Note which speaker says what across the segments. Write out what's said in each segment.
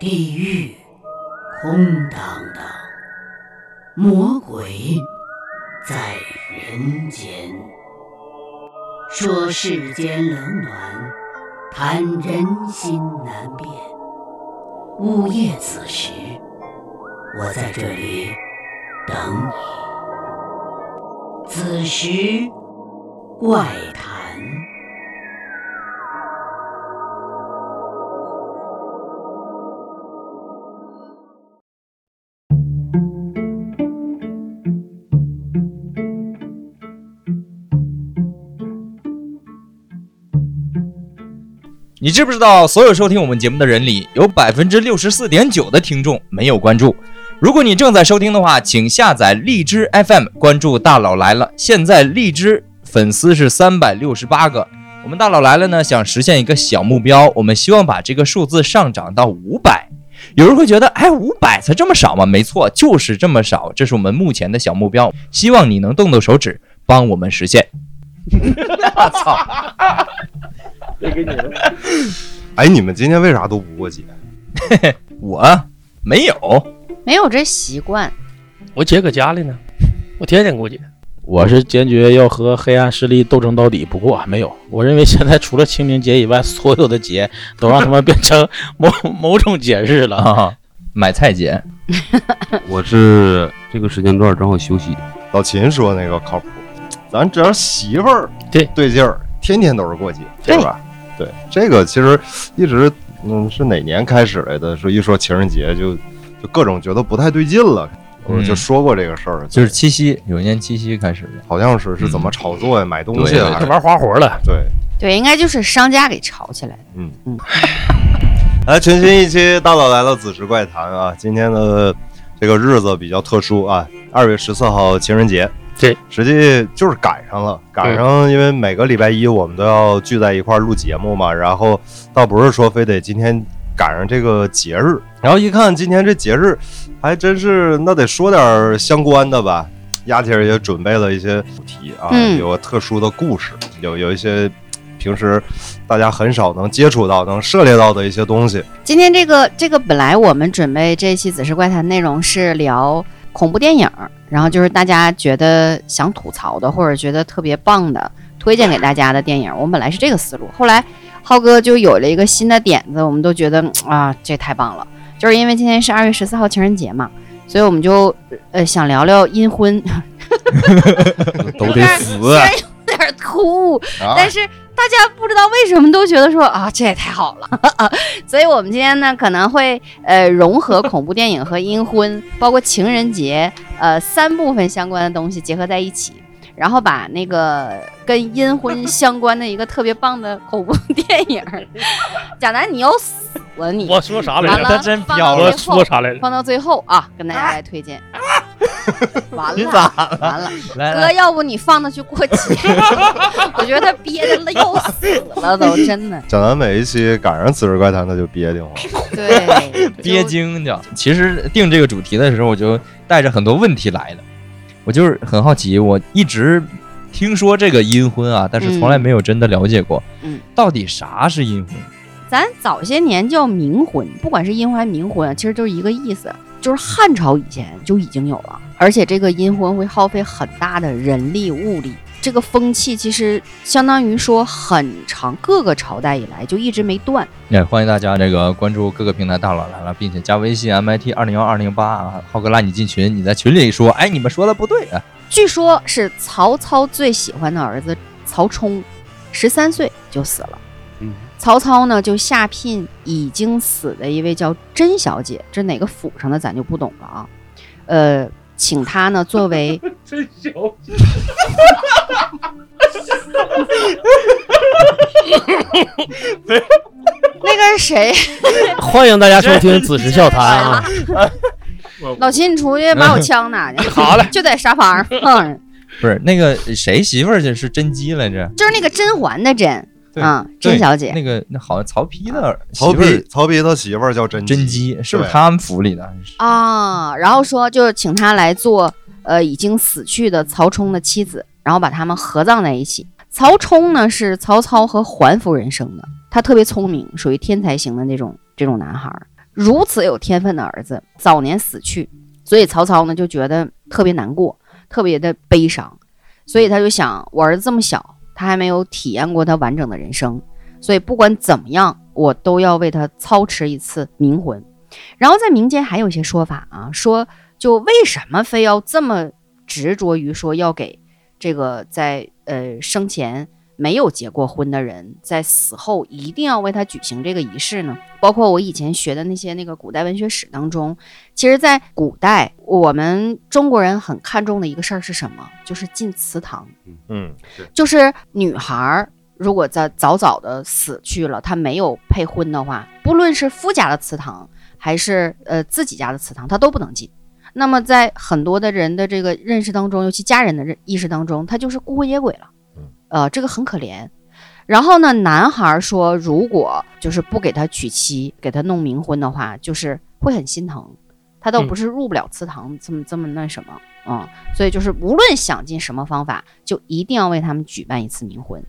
Speaker 1: 地狱空荡荡，魔鬼在人间。说世间冷暖，谈人心难辨。午夜子时，我在这里等你。子时怪谈。
Speaker 2: 你知不知道，所有收听我们节目的人里，有百分之六十四点九的听众没有关注。如果你正在收听的话，请下载荔枝 FM，关注“大佬来了”。现在荔枝粉丝是三百六十八个。我们“大佬来了”呢，想实现一个小目标，我们希望把这个数字上涨到五百。有人会觉得，哎，五百才这么少吗？没错，就是这么少，这是我们目前的小目标。希望你能动动手指，帮我们实现。我操！
Speaker 3: 这给你们，
Speaker 4: 哎，你们今天为啥都不过节？
Speaker 2: 我没有，
Speaker 5: 没有这习惯。
Speaker 3: 我姐搁家里呢，我天天过节。
Speaker 6: 我是坚决要和黑暗势力斗争到底。不过没有，我认为现在除了清明节以外，所有的节都让他们变成某 某种节日了。
Speaker 2: 啊，买菜节。
Speaker 7: 我是这个时间段正好休息，
Speaker 4: 老秦说那个靠谱，咱只要媳妇儿
Speaker 3: 对
Speaker 4: 对劲儿，天天都是过节，
Speaker 5: 对
Speaker 4: 对吧？对，这个其实一直嗯是哪年开始来的？说一说情人节就就各种觉得不太对劲了，我
Speaker 2: 嗯
Speaker 4: 就说过这个事儿，
Speaker 2: 就是嗯七夕，有一年七夕开始的。
Speaker 4: 好像是是怎么炒作呀、买东西
Speaker 2: 对对
Speaker 4: 啊
Speaker 3: 这？玩花活了，
Speaker 4: 对，
Speaker 5: 对，应该就是商家给炒起来的。
Speaker 4: 嗯嗯。来，全新一期《大佬来了子时怪谈》啊，今天的这个日子比较特殊啊，二月十四号情人节。
Speaker 3: 对，
Speaker 4: 实际就是赶上了，赶上，因为每个礼拜一我们都要聚在一块儿录节目嘛，然后倒不是说非得今天赶上这个节日，然后一看今天这节日，还真是那得说点儿相关的吧。丫姐儿也准备了一些主题啊，
Speaker 5: 嗯
Speaker 4: 有特殊的故事，有有一些平时大家很少能接触到、能涉猎到的一些东西。
Speaker 5: 今天这个这个本来我们准备这一期《子时怪谈》内容是聊恐怖电影儿，然后就是大家觉得想吐槽的或者觉得特别棒的，推荐给大家的电影儿。我们本来是这个思路，后来浩哥就有了一个新的点子，我们都觉得嗯啊，这太棒了！就是因为今天是二月十四号情人节嘛，所以我们就呃想聊聊阴婚，
Speaker 7: 都
Speaker 5: 有
Speaker 7: 得
Speaker 5: 点儿虽
Speaker 7: 死。
Speaker 2: 啊
Speaker 5: 然有点儿突兀，
Speaker 4: 啊
Speaker 5: 但是大家不知道为什么都觉得说啊，这也太好了。 所以我们今天呢，可能会呃融合恐怖电影和阴婚，包括情人节呃三部分相关的东西结合在一起。然后把那个跟阴婚相关的一个特别棒的恐怖电影儿，贾楠，你要死了你！
Speaker 3: 我说啥来
Speaker 5: 完
Speaker 3: 着？
Speaker 5: 了，
Speaker 2: 他真
Speaker 5: 放
Speaker 2: 飘
Speaker 5: 到
Speaker 2: 了
Speaker 3: 我
Speaker 5: 最后
Speaker 3: 说啥来着？
Speaker 5: 放到最后啊，跟大家来推荐。完
Speaker 2: 你
Speaker 5: 了，完了，
Speaker 2: 来
Speaker 5: 哥，
Speaker 2: 来，
Speaker 5: 要不你放他去过节？ 我觉得他憋的要死 了都，真的。
Speaker 4: 蒋楠每一期赶上《此时怪谈》，他就憋得慌。
Speaker 5: 对，就
Speaker 2: 憋。精的。其实定这个主题的时候，我就带着很多问题来的。我就是很好奇，我一直听说这个阴婚啊，但是从来没有真的了解过。
Speaker 5: 嗯嗯嗯，
Speaker 2: 到底啥是阴婚？
Speaker 5: 咱早些年叫冥婚，不管是阴婚还是冥婚，啊其实都是一个意思，就是汉朝以前就已经有了，而且这个阴婚会耗费很大的人力物力。这个风气其实相当于说很长，各个朝代以来就一直没断。
Speaker 2: 也哎欢迎大家这个关注各个平台大佬来了，并且加微信 MIT 二零幺二零八啊，浩哥拉你进群，你在群里说，哎，你们说的不对啊，
Speaker 5: 据说是曹操最喜欢的儿子曹冲，十三岁就死了。
Speaker 7: 嗯
Speaker 5: 曹操呢就下聘已经死的一位叫甄小姐，这哪个府上的咱就不懂了啊。呃，请她呢作为
Speaker 3: 真小，
Speaker 5: 那个谁，
Speaker 6: 欢迎大家收听《子时笑谈》啊！
Speaker 5: 老秦，你出去把我枪拿 去，
Speaker 3: 好嘞，
Speaker 5: 就在沙发上放着，
Speaker 2: 不是那个谁媳妇儿这是甄姬来着？
Speaker 5: 就是那个甄嬛的甄
Speaker 2: 对
Speaker 5: 啊，
Speaker 2: 对
Speaker 5: 甄小姐。
Speaker 2: 那个那好像曹丕的
Speaker 4: 曹
Speaker 2: 媳妇儿
Speaker 4: 丕，曹丕他媳妇儿叫甄
Speaker 2: 甄
Speaker 4: 姬，
Speaker 2: 姬是不是
Speaker 4: 对
Speaker 2: 他们府里的？
Speaker 5: 啊，然后说就是请他来做呃已经死去的曹冲的妻子，然后把他们合葬在一起。曹冲呢是曹操和桓夫人生的，他特别聪明，属于天才型的那种这种男孩儿。如此有天分的儿子早年死去，所以曹操呢就觉得特别难过，特别的悲伤，所以他就想，我儿子这么小，他还没有体验过他完整的人生，所以不管怎么样，我都要为他操持一次冥婚。然后在民间还有一些说法啊，说就为什么非要这么执着于说要给这个在呃生前没有结过婚的人，在死后一定要为他举行这个仪式呢？包括我以前学的那些那个古代文学史当中，其实，在古代我们中国人很看重的一个事儿是什么？就是进祠堂。
Speaker 4: 嗯，
Speaker 5: 就是女孩儿如果在早早的死去了，她没有配婚的话，不论是夫家的祠堂还是呃自己家的祠堂，她都不能进。那么在很多的人的这个认识当中，尤其家人的认意识当中，她就是孤魂野鬼了
Speaker 4: 嗯，
Speaker 5: 呃，这个很可怜。然后呢，男孩儿说，如果就是不给他娶妻，给他弄冥婚的话，就是会很心疼。他倒
Speaker 3: 嗯
Speaker 5: 不是入不了祠堂，这么这么那什么，嗯，所以就是无论想尽什么方法，就一定要为他们举办一次冥婚。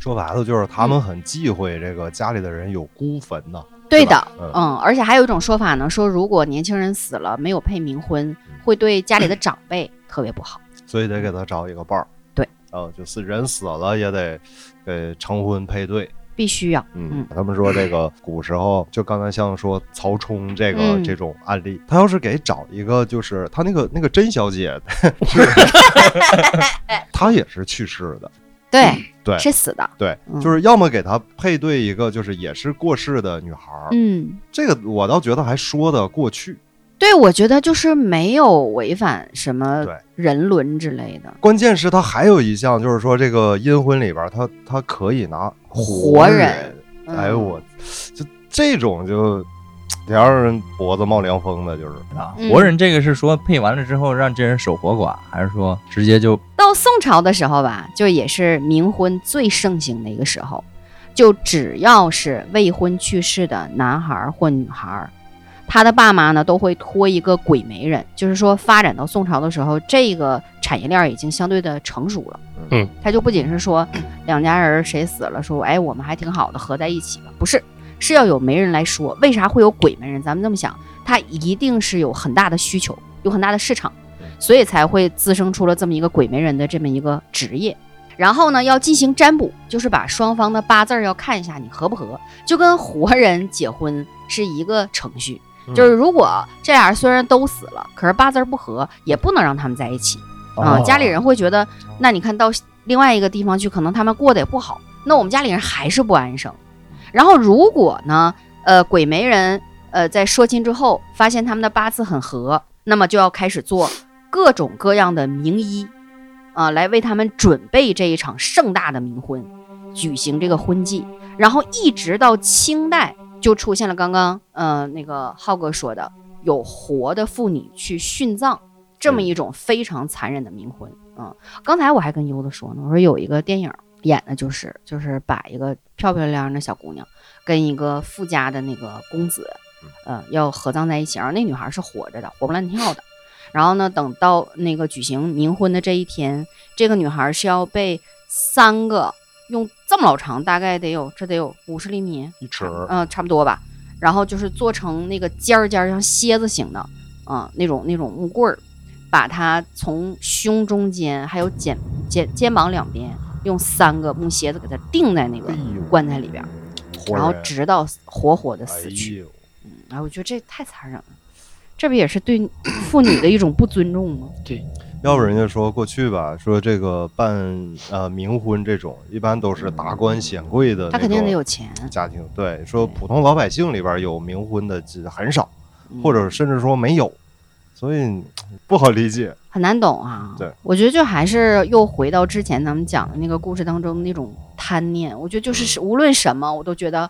Speaker 4: 说白了就是他们很忌讳这个家里的人有孤坟呐。
Speaker 5: 对
Speaker 4: 吧
Speaker 5: 的，嗯，而且还有一种说法呢，说如果年轻人死了没有配冥婚，
Speaker 4: 嗯
Speaker 5: 会对家里的长辈特别不好。
Speaker 4: 所以得给他找一个伴儿。
Speaker 5: 对，
Speaker 4: 啊，就是人死了也得给成婚配对。
Speaker 5: 必须要，
Speaker 4: 嗯，他们说这个古时候，就刚才像说曹冲这个、
Speaker 5: 嗯
Speaker 4: 这种案例，他要是给找一个，就是他那个那个甄小姐， 她也是去世的，
Speaker 5: 对，
Speaker 4: 对
Speaker 5: 是死的，
Speaker 4: 对，
Speaker 5: 嗯
Speaker 4: 就是要么给她配对一个就是也是过世的女孩儿，
Speaker 5: 嗯，
Speaker 4: 这个我倒觉得还说得过去。
Speaker 5: 对，我觉得就是没有违反什么
Speaker 4: 对
Speaker 5: 人伦之类的，
Speaker 4: 关键是他还有一项就是说这个阴婚里边儿，他他可以拿
Speaker 5: 活人
Speaker 4: 人
Speaker 5: 嗯、
Speaker 4: 哎呦我，就这种就得让人脖子冒凉风的，就是
Speaker 2: 啊
Speaker 5: 嗯
Speaker 2: 活人这个是说配完了之后让这人守活寡，还是说直接就
Speaker 5: 到宋朝的时候吧，就也是冥婚最盛行的一个时候，就只要是未婚去世的男孩儿或女孩儿，他的爸妈呢都会托一个鬼媒人，就是说发展到宋朝的时候，这个产业链儿已经相对的成熟了。
Speaker 3: 嗯，
Speaker 5: 他就不仅是说两家人谁死了，说哎我们还挺好的，合在一起吧，不是，是要有媒人来说。为啥会有鬼媒人？咱们这么想，他一定是有很大的需求，有很大的市场。所以才会滋生出了这么一个鬼媒人的这么一个职业。然后呢，要进行占卜，就是把双方的八字儿要看一下你合不合，就跟活人结婚是一个程序。就是如果这俩人虽然都死了，可是八字儿不合，也不能让他们在一起啊、
Speaker 4: 哦
Speaker 5: 家里人会觉得，那你看到另外一个地方去，可能他们过得也不好，那我们家里人还是不安生。然后如果呢，呃，鬼媒人呃在说亲之后，发现他们的八字很合，那么就要开始做各种各样的名医啊、来为他们准备这一场盛大的冥婚，举行这个婚祭。然后一直到清代，就出现了刚刚呃那个浩哥说的有活的妇女去殉葬这么一种非常残忍的冥婚。嗯，刚才我还跟优子说呢，我说有一个电影演的就是就是把一个漂漂亮亮的小姑娘跟一个富家的那个公子，呃，要合葬在一起，然后那女孩是活着的，活蹦乱跳的。然后呢，等到那个举行冥婚的这一天，这个女孩是要被三个用这么老长，大概得有这得有五十厘米，
Speaker 4: 一尺，
Speaker 5: 嗯、差不多吧。然后就是做成那个尖儿尖儿像蝎子形的，啊、那种那种木棍儿，把它从胸中间还有肩肩肩膀两边，用三个木楔子给它钉在那个棺材里边儿，
Speaker 4: 哎活
Speaker 5: 然后
Speaker 4: 人
Speaker 5: 直到死活活的
Speaker 4: 哎
Speaker 5: 死去。
Speaker 4: 呦
Speaker 5: 哎，我觉得这太残忍了，这不也是对 妇女的一种不尊重吗？
Speaker 4: 要不人家说过去吧，说这个办呃冥婚这种，一般都是达官显贵的，
Speaker 5: 他肯定得有钱，嗯
Speaker 4: 家庭。对，说普通老百姓里边有冥婚的这很少，
Speaker 5: 嗯
Speaker 4: 或者甚至说没有，所以嗯不好理解。
Speaker 5: 很难懂啊。
Speaker 4: 对，
Speaker 5: 我觉得就还是又回到之前咱们讲的那个故事当中那种贪念。我觉得就是是无论什么，我都觉得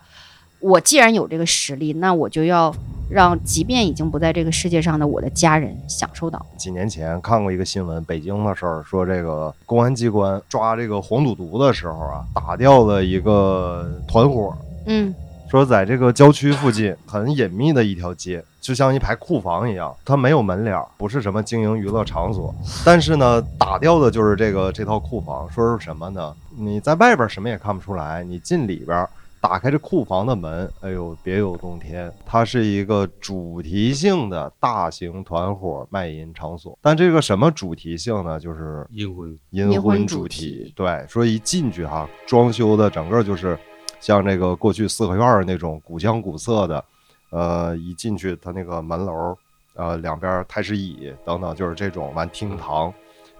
Speaker 5: 我既然有这个实力，那我就要让即便已经不在这个世界上的我的家人享受到。
Speaker 4: 几年前看过一个新闻，北京的事儿，说这个公安机关抓这个黄赌毒的时候啊，打掉了一个团伙，
Speaker 5: 嗯
Speaker 4: 说在这个郊区附近很隐秘的一条街，就像一排库房一样，它没有门脸儿，不是什么经营娱乐场所。但是呢，打掉的就是这个这套库房。说是什么呢？你在外边什么也看不出来，你进里边。打开这库房的门，哎呦，别有洞天！它是一个主题性的大型团伙卖淫场所，但这个什么主题性呢？就是
Speaker 7: 阴婚
Speaker 4: 阴
Speaker 5: 阴婚
Speaker 4: 婚
Speaker 5: 主
Speaker 4: 主
Speaker 5: 题
Speaker 4: 题。对，说一进去哈，装修的整个就是像这个过去四合院儿那种古香古色的，呃，一进去它那个门楼儿，呃，两边儿太师椅等等，就是这种完厅堂。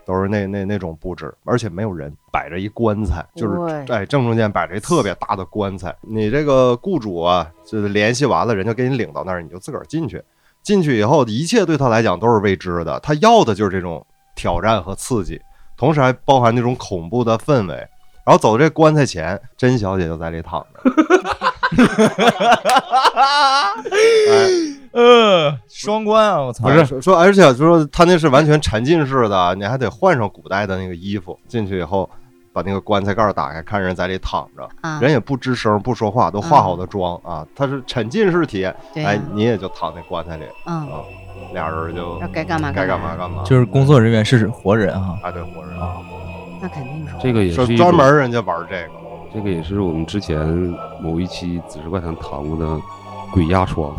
Speaker 4: 都是那那那种布置，而且没有人，摆着一棺材，就是
Speaker 5: 对
Speaker 4: 哎正中间摆着一特别大的棺材。你这个雇主啊，就是联系完了，人家给你领到那儿，你就自个儿进去。进去以后，一切对他来讲都是未知的，他要的就是这种挑战和刺激，同时还包含那种恐怖的氛围。然后走这棺材前，甄小姐就在里躺着。哎，
Speaker 2: 呃，双关啊，我操！
Speaker 4: 不是说说，而且说他那是完全沉浸式的，你还得换上古代的那个衣服。进去以后，把那个棺材盖儿打开，看人在里躺着，
Speaker 5: 啊，嗯
Speaker 4: 人也不吱声，不说话，都化好的妆啊。他是沉浸式体验，
Speaker 5: 对呀、
Speaker 4: 哎，你也就躺在棺材里，
Speaker 5: 嗯，
Speaker 4: 俩人就
Speaker 5: 要该干嘛
Speaker 4: 该干
Speaker 5: 干
Speaker 4: 嘛干嘛，
Speaker 2: 就是工作人员是活人啊，
Speaker 4: 啊，对，活人
Speaker 5: 那肯定是
Speaker 7: 这个也
Speaker 4: 说
Speaker 7: 是一
Speaker 4: 专
Speaker 7: 种
Speaker 4: 门人家玩这个。
Speaker 7: 这个也是我们之前某一期《紫石怪谈》谈过的鬼压床，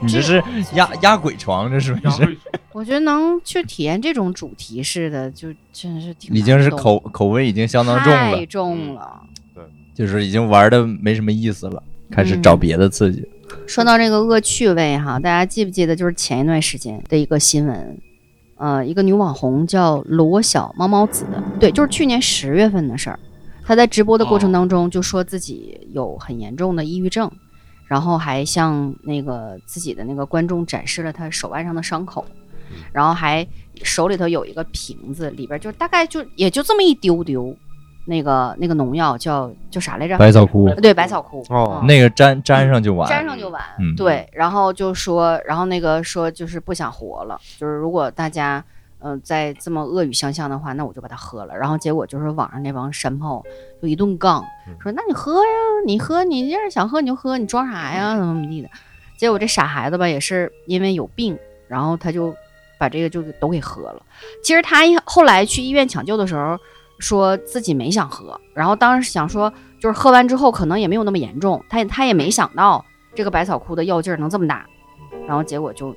Speaker 2: 你这是
Speaker 5: 嗯
Speaker 2: 压压鬼床，这属于 是
Speaker 5: 我觉得能去体验这种主题式的，就真是挺
Speaker 2: 已经是
Speaker 5: 难懂
Speaker 2: 口口味已经相当重了
Speaker 5: 太，重了。
Speaker 2: 就是已经玩的没什么意思了，开始
Speaker 5: 嗯
Speaker 2: 找别的刺激。
Speaker 5: 说到这个恶趣味哈，大家记不记得就是前一段时间的一个新闻？呃，一个女网红叫罗小猫猫子，对，就是去年十月份的事儿。她在直播的过程当中就说自己有很严重的抑郁症，然后还向那个自己的那个观众展示了她手腕上的伤口，然后还手里头有一个瓶子，里边就大概就也就这么一丢丢，那个那个农药叫叫啥来着？
Speaker 2: 百草枯
Speaker 5: 对，百草枯。
Speaker 4: 哦
Speaker 5: 嗯
Speaker 2: 那个粘粘上就完，
Speaker 5: 粘上就完。
Speaker 2: 嗯
Speaker 5: 对，然后就说，然后那个说就是不想活了，就是如果大家嗯、呃再这么恶语相向的话，那我就把它喝了。然后结果就是网上那帮山炮就一顿杠，
Speaker 2: 嗯
Speaker 5: 说那你喝呀，你喝，你要是想喝你就喝，你装啥呀，怎么怎么地的。结果这傻孩子吧，也是因为有病，然后他就把这个就都给喝了。其实他一后来去医院抢救的时候，说自己没想喝，然后当时想说，就是喝完之后可能也没有那么严重，他也他也没想到这个百草枯的药劲儿能这么大，然后结果就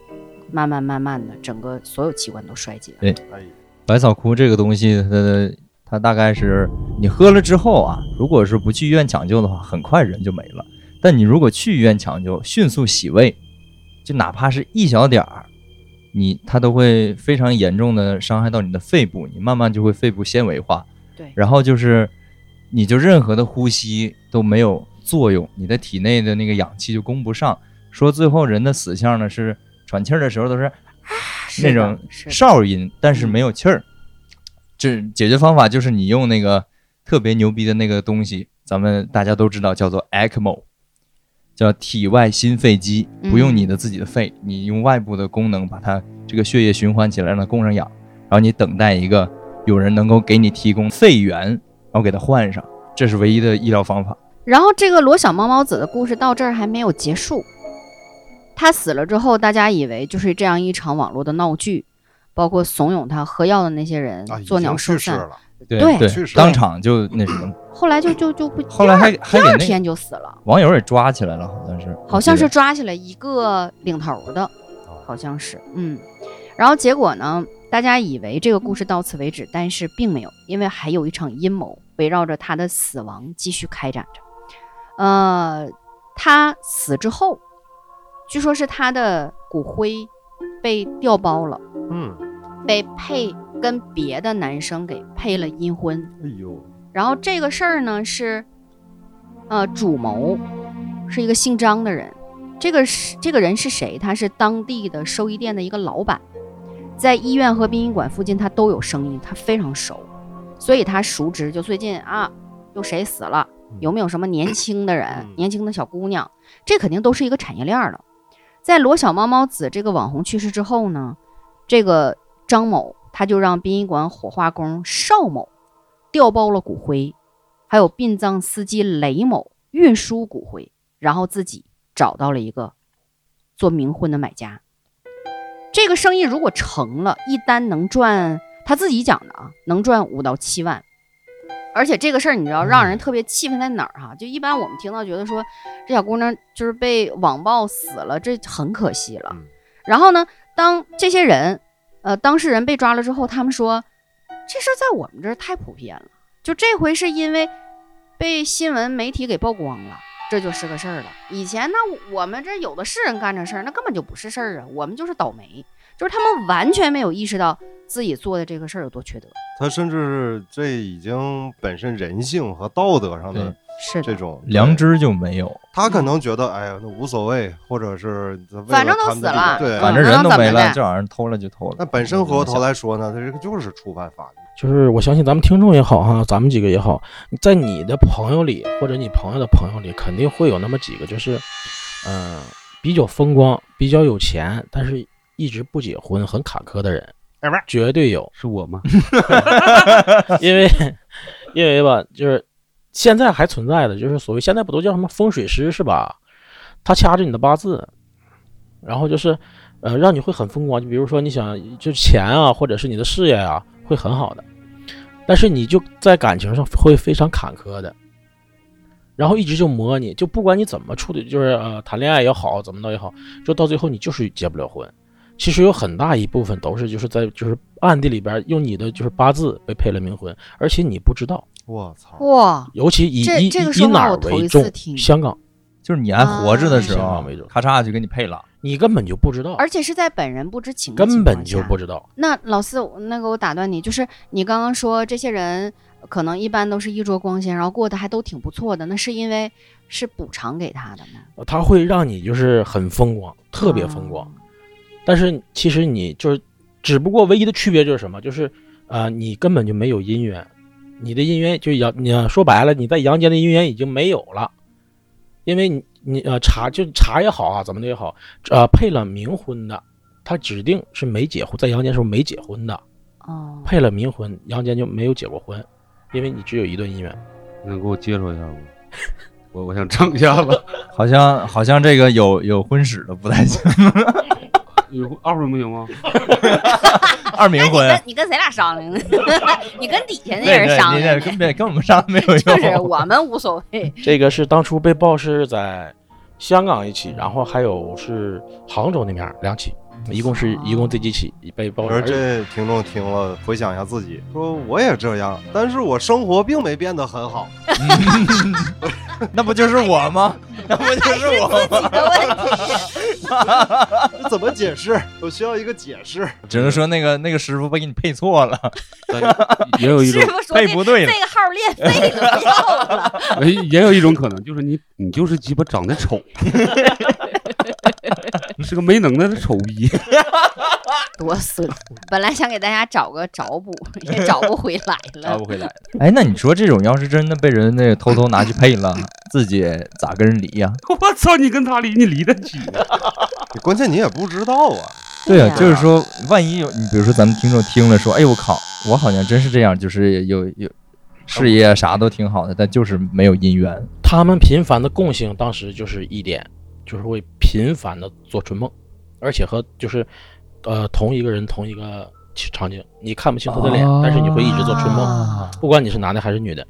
Speaker 5: 慢慢慢慢的整个所有器官都衰竭了。
Speaker 4: 哎，
Speaker 2: 百草枯这个东西，它的它大概是你喝了之后啊，如果是不去医院抢救的话，很快人就没了。但你如果去医院抢救，迅速洗胃，就哪怕是一小点儿，你它都会非常严重的伤害到你的肺部，你慢慢就会肺部纤维化。
Speaker 5: 对
Speaker 2: 然后就是你就任何的呼吸都没有作用，你的体内的那个氧气就供不上。说最后人的死相呢是喘气儿的时候都是
Speaker 5: 是的
Speaker 2: 种
Speaker 5: 是的
Speaker 2: 哨音，但是
Speaker 5: 嗯
Speaker 2: 没有气儿。这解决方法就是你用那个特别牛逼的那个东西，咱们大家都知道叫做 ECMO，叫体外心肺机，
Speaker 5: 嗯
Speaker 2: 不用你的自己的肺，你用外部的功能把它这个血液循环起来，让它供上氧，然后你等待一个有人能够给你提供肺源，然后给它换上，这是唯一的医疗方法。
Speaker 5: 然后这个罗小猫猫子的故事到这儿还没有结束。他死了之后，大家以为就是这样一场网络的闹剧，包括怂恿他喝药的那些人
Speaker 4: 啊，已
Speaker 5: 作鸟
Speaker 4: 经
Speaker 5: 兽
Speaker 4: 去世
Speaker 5: 散，
Speaker 4: 了，
Speaker 2: 对
Speaker 5: 对
Speaker 4: 去
Speaker 2: 对，
Speaker 4: 世
Speaker 2: 当场就那什么，
Speaker 5: 后来就就就不，
Speaker 2: 后来还
Speaker 5: 第
Speaker 2: 还给
Speaker 5: 二第二
Speaker 2: 那
Speaker 5: 天就死了，
Speaker 2: 网友也抓起来了，好像是，
Speaker 5: 好像
Speaker 2: 我记
Speaker 5: 是
Speaker 2: 得哦
Speaker 5: 抓起来一个领头的，好像是，嗯。然后结果呢，大家以为这个故事到此为止，但是并没有，因为还有一场阴谋围绕着他的死亡继续开展着。呃，他死之后，据说是他的骨灰被调包了，
Speaker 4: 嗯，
Speaker 5: 被配跟别的男生给配了阴婚。
Speaker 4: 哎呦，
Speaker 5: 然后这个事儿呢是，呃，主谋是一个姓张的人。这个是这个人是谁？他是当地的寿衣店的一个老板，在医院和殡仪馆附近他都有生意，他非常熟，所以他熟知就最近啊，又谁死了， 有没有什么年轻的人、
Speaker 4: 嗯
Speaker 5: 年轻的小姑娘，这肯定都是一个产业链儿的。在罗小猫猫子这个网红去世之后呢，这个张某他就让殡仪馆火化工邵某调包了骨灰，还有殡葬司机雷某运输骨灰，然后自己找到了一个做冥婚的买家。这个生意如果成了，一单能赚，他自己讲的啊，能赚五到七万。而且这个事儿你知道让人特别气愤在哪儿哈、啊就一般我们听到觉得说这小姑娘就是被网暴死了，这很可惜了。
Speaker 7: 嗯
Speaker 5: 然后呢，当这些人呃当事人被抓了之后，他们说这事儿在我们这儿太普遍了，就这回是因为被新闻媒体给曝光了。这就是个事儿了。以前呢，我们这有的是人干这事儿，那根本就不是事儿啊，我们就是倒霉，就是他们完全没有意识到自己做的这个事儿有多缺德。
Speaker 4: 他甚至是这已经本身人性和道德上的
Speaker 5: 是
Speaker 4: 这
Speaker 5: 的，
Speaker 4: 种
Speaker 2: 良，知就没有，
Speaker 4: 他可能觉得哎呀那无所谓，或者是为了
Speaker 5: 反正都
Speaker 4: 他们的
Speaker 5: 死
Speaker 4: 利益
Speaker 5: 了
Speaker 4: 对，
Speaker 2: 反
Speaker 5: 嗯
Speaker 2: 正人都
Speaker 5: 那
Speaker 2: 没
Speaker 5: 怎么
Speaker 2: 了，
Speaker 5: 办
Speaker 2: 这玩意儿偷了就偷了。
Speaker 4: 那本身回过头来说呢，他这个就是触犯法律。
Speaker 6: 就是我相信咱们听众也好哈，咱们几个也好，在你的朋友里或者你朋友的朋友里，肯定会有那么几个，就是，嗯、比较风光、比较有钱，但是一直不结婚、很坎坷的人，绝对有。
Speaker 7: 是我吗？
Speaker 6: 因为因为吧，就是现在还存在的，就是所谓现在不都叫什么风水师是吧？他掐着你的八字，然后就是呃，让你会很风光。就比如说你想就钱啊，或者是你的事业啊，会很好的，但是你就在感情上会非常坎坷的。然后一直就磨你，就不管你怎么处理，就是呃谈恋爱也好，怎么的也好，就到最后你就是结不了婚。其实有很大一部分都是就是在就是暗地里边用你的就是八字被配了冥婚，而且你不知道，
Speaker 4: 我操！
Speaker 5: 哇，
Speaker 6: 尤其以
Speaker 5: 这
Speaker 6: 以
Speaker 5: 这个
Speaker 6: 以
Speaker 5: 说
Speaker 6: 以
Speaker 5: 法
Speaker 6: 哪儿
Speaker 5: 我头
Speaker 6: 为
Speaker 5: 一次
Speaker 6: 重？
Speaker 5: 听
Speaker 6: 香港，
Speaker 2: 就是你还活着的时候，
Speaker 6: 啊
Speaker 2: 咔嚓就给你配了。
Speaker 6: 你根本就不知道，
Speaker 5: 而且是在本人不知情的情
Speaker 6: 根
Speaker 5: 况下，
Speaker 6: 本就不知道。
Speaker 5: 那老四，我那个我打断你，就是你刚刚说这些人可能一般都是衣着光鲜，然后过得还都挺不错的，那是因为是补偿给他的吗？
Speaker 6: 它会让你就是很风光，特别
Speaker 5: 啊
Speaker 6: 风光。但是其实你就是，只不过唯一的区别就是什么？就是呃，你根本就没有姻缘，你的姻缘就阳，你要说白了，你在阳间的姻缘已经没有了，因为你你呃查就查也好啊，怎么的也好，呃配了冥婚的，他指定是没结婚，在阳间时候没结婚的，
Speaker 5: 哦，
Speaker 6: 配了冥婚，阳间就没有结过婚，因为你只有一段姻缘。
Speaker 7: 你能给我介绍一下吗？我我想整一下子，
Speaker 2: 好像好像这个有有婚史的不太行，
Speaker 7: 有二婚不行吗？
Speaker 2: 二冥婚。
Speaker 5: 你跟谁俩商 量呢？你跟底下那
Speaker 2: 对
Speaker 5: 人
Speaker 2: 对，
Speaker 5: 商
Speaker 2: 你
Speaker 5: 量
Speaker 2: 这
Speaker 5: 呢？
Speaker 2: 跟别跟我们商量没 有
Speaker 5: 就是
Speaker 2: 用。
Speaker 5: 我们无所 谓。
Speaker 6: 这个是当初被曝是在香港一起，然后还有是杭州那边儿两起，一共是一共这几起被曝
Speaker 4: 我说
Speaker 6: 而且
Speaker 4: 这听众听了，回想一下自己，说我也这样，但是我生活并没变得很好。
Speaker 2: 那不就是我吗？ 那不就是我吗？
Speaker 4: 这怎么解释？ 我需要一个解释。
Speaker 2: 只能说那个那个师傅被你配错了，
Speaker 7: 但也有一种
Speaker 5: 师傅 说
Speaker 2: 配
Speaker 5: 这
Speaker 2: 不对
Speaker 5: 这
Speaker 2: 了。
Speaker 5: 个号练废了，不要了。
Speaker 7: 哎，也有一种可能，就是你你就是鸡巴长得丑，你是个没能耐的丑逼。
Speaker 5: 多损！本来想给大家找个找补，也找不回来了。
Speaker 2: 回来。哎，那你说这种要是真的被人那个偷偷拿去配了， 自己咋跟人离呀？
Speaker 7: 我操，你跟他离，你离得起吗？
Speaker 4: 关键你也不知道啊，
Speaker 2: 对
Speaker 5: 呀
Speaker 2: 啊，就是说，万一有你，比如说咱们听众听了说，哎呦我靠，我好像真是这样，就是有有事业啊啥都挺好的，但就是没有姻缘。
Speaker 6: 他们频繁的共性，当时就是一点，就是会频繁的做春梦，而且和就是呃同一个人同一个场景，你看不清他的脸，但是你会一直做春梦，
Speaker 2: 啊
Speaker 6: 不管你是男的还是女的。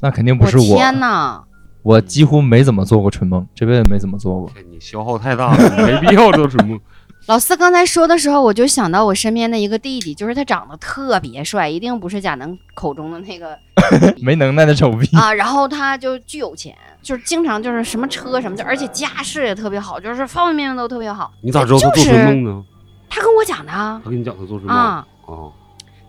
Speaker 2: 那肯定不是我，
Speaker 5: 天哪！
Speaker 2: 我几乎没怎么做过春梦，这辈子没怎么做过。
Speaker 7: 哎你消耗太 大了，没必要做什么。
Speaker 5: 老四刚才说的时候，我就想到我身边的一个弟弟，就是他长得特别帅，一定不是贾能口中的那个
Speaker 2: 没能耐的丑逼，
Speaker 5: 啊。然后他就巨有钱，就是经常就是什么车什么的，而且家世也特别好，就是方方面面都特别好。
Speaker 7: 你咋知道他做春梦呢？
Speaker 5: 他跟我讲的啊
Speaker 7: 他跟你讲他做春梦
Speaker 5: 啊，
Speaker 7: 啊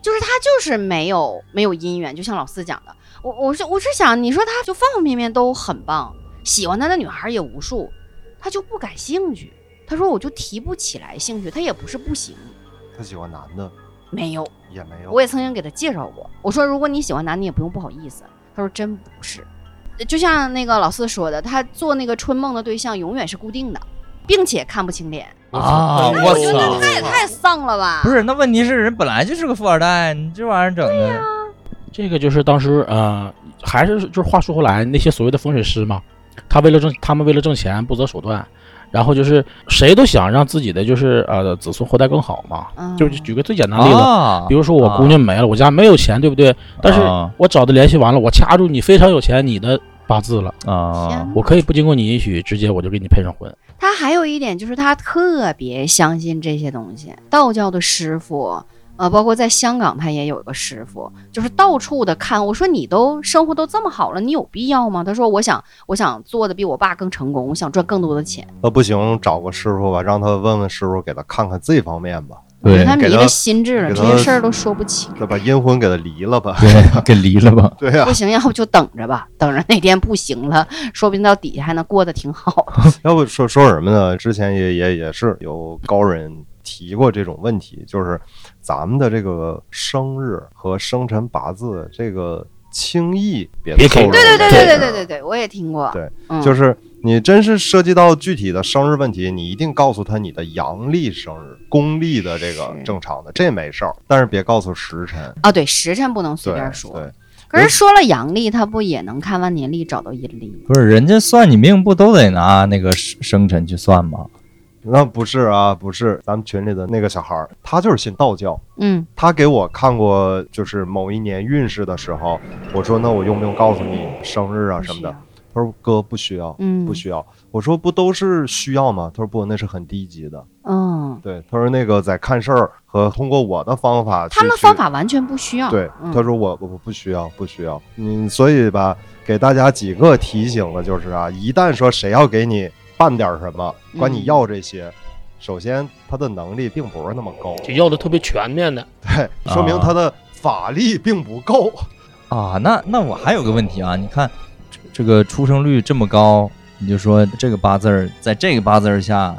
Speaker 5: 就是他就是没有没有姻缘，就像老四讲的，我我是我是想，你说他就方方面面都很棒，喜欢他的女孩也无数，他就不感兴趣。他说我就提不起来兴趣，他也不是不行，
Speaker 4: 他喜欢男的
Speaker 5: 没有。
Speaker 4: 也没有。
Speaker 5: 我也曾经给他介绍过，我说如果你喜欢男的，也不用不好意思。他说真不是，就像那个老四说的，他做那个春梦的对象永远是固定的，并且看不清脸。
Speaker 2: 啊
Speaker 5: 那
Speaker 2: 我
Speaker 5: 觉
Speaker 2: 操
Speaker 5: 得他也太丧了吧！
Speaker 2: 不，是？那问题是人本来就是个富二代，你这玩意儿整的，
Speaker 6: 这个就是当时呃，还是就是话说回来，那些所谓的风水师嘛，他为了挣，他们为了挣钱不择手段，然后就是谁都想让自己的就是呃子孙后代更好嘛。
Speaker 5: 嗯，
Speaker 6: 就是举个最简单的例子，
Speaker 2: 啊
Speaker 6: 比如说我姑娘没了，我家没有钱，对不对？但是
Speaker 2: 啊
Speaker 6: 我找的联系完了，我掐住你非常有钱，你的八字了，
Speaker 2: 啊
Speaker 5: 天，
Speaker 6: 我可以不经过你允许，直接我就给你配上婚。
Speaker 5: 他还有一点就是他特别相信这些东西，道教的师傅。呃，包括在香港，他也有一个师傅，就是到处的看。我说你都生活都这么好了，你有必要吗？他说我想，我想做的比我爸更成功，我想赚更多的钱。
Speaker 4: 那不行，找个师傅吧，让他问问师傅，给他看看这方面吧，
Speaker 2: 对
Speaker 5: 他迷
Speaker 4: 给他
Speaker 5: 了心智了，
Speaker 4: 给
Speaker 5: 这
Speaker 4: 他
Speaker 5: 些事儿都说不清。
Speaker 4: 那把阴魂给他离了 吧。
Speaker 2: 对， 给离了吧。
Speaker 4: 对呀、
Speaker 5: 不行，要不就等着吧，等着哪天不行了，说不定到底下还能过得挺好。
Speaker 4: 要不说说什么呢？之前也也也是有高人提过这种问题，就是咱们的这个生日和生辰八字，这个轻易别
Speaker 6: 别
Speaker 4: 透
Speaker 6: 给
Speaker 4: 露。
Speaker 5: 对对对对对对对
Speaker 4: 对，
Speaker 5: 对，我也听过。
Speaker 4: 对，
Speaker 5: 嗯、
Speaker 4: 就是是你真是涉及到具体的生日问题，你一定告诉他你的阳历生日、公历的这个
Speaker 5: 是
Speaker 4: 正常的，这没事儿，但是别告诉时辰。
Speaker 5: 啊，对，时辰不能随
Speaker 4: 对
Speaker 5: 便说。
Speaker 4: 对，
Speaker 5: 可是说了阳历，他不也能看万年历找到阴历吗？
Speaker 2: 不是，人家算你命不都得拿那个生生辰去算吗？
Speaker 4: 那不是啊，不是，咱们群里的那个小孩儿，他就是信道教。
Speaker 5: 嗯，
Speaker 4: 他给我看过，就是某一年运势的时候，我说那我用不用告诉你生日啊
Speaker 5: 不
Speaker 4: 什么
Speaker 5: 需
Speaker 4: 的
Speaker 5: 要？
Speaker 4: 他说哥不需要，
Speaker 5: 嗯，
Speaker 4: 不需要。我说不都是需要吗？他说不，那是很低级的。
Speaker 5: 嗯，
Speaker 4: 对，他说那个在看事儿和通过我的方法去，
Speaker 5: 他们的
Speaker 4: 去
Speaker 5: 方法完全不需要。
Speaker 4: 对，
Speaker 5: 嗯
Speaker 4: 他说我我我不需要不需要，嗯，所以吧，给大家几个提醒的就是啊，一旦说谁要给你办点什么，管你
Speaker 5: 嗯
Speaker 4: 要这些，首先他的能力并不是那么高，
Speaker 3: 就要的特别全面的，
Speaker 4: 对，说
Speaker 6: 啊
Speaker 4: 明他的法力并不够。
Speaker 2: 啊，那那我还有个问题啊，你看这这个出生率这么高，你就说这个八字儿，在这个八字儿下，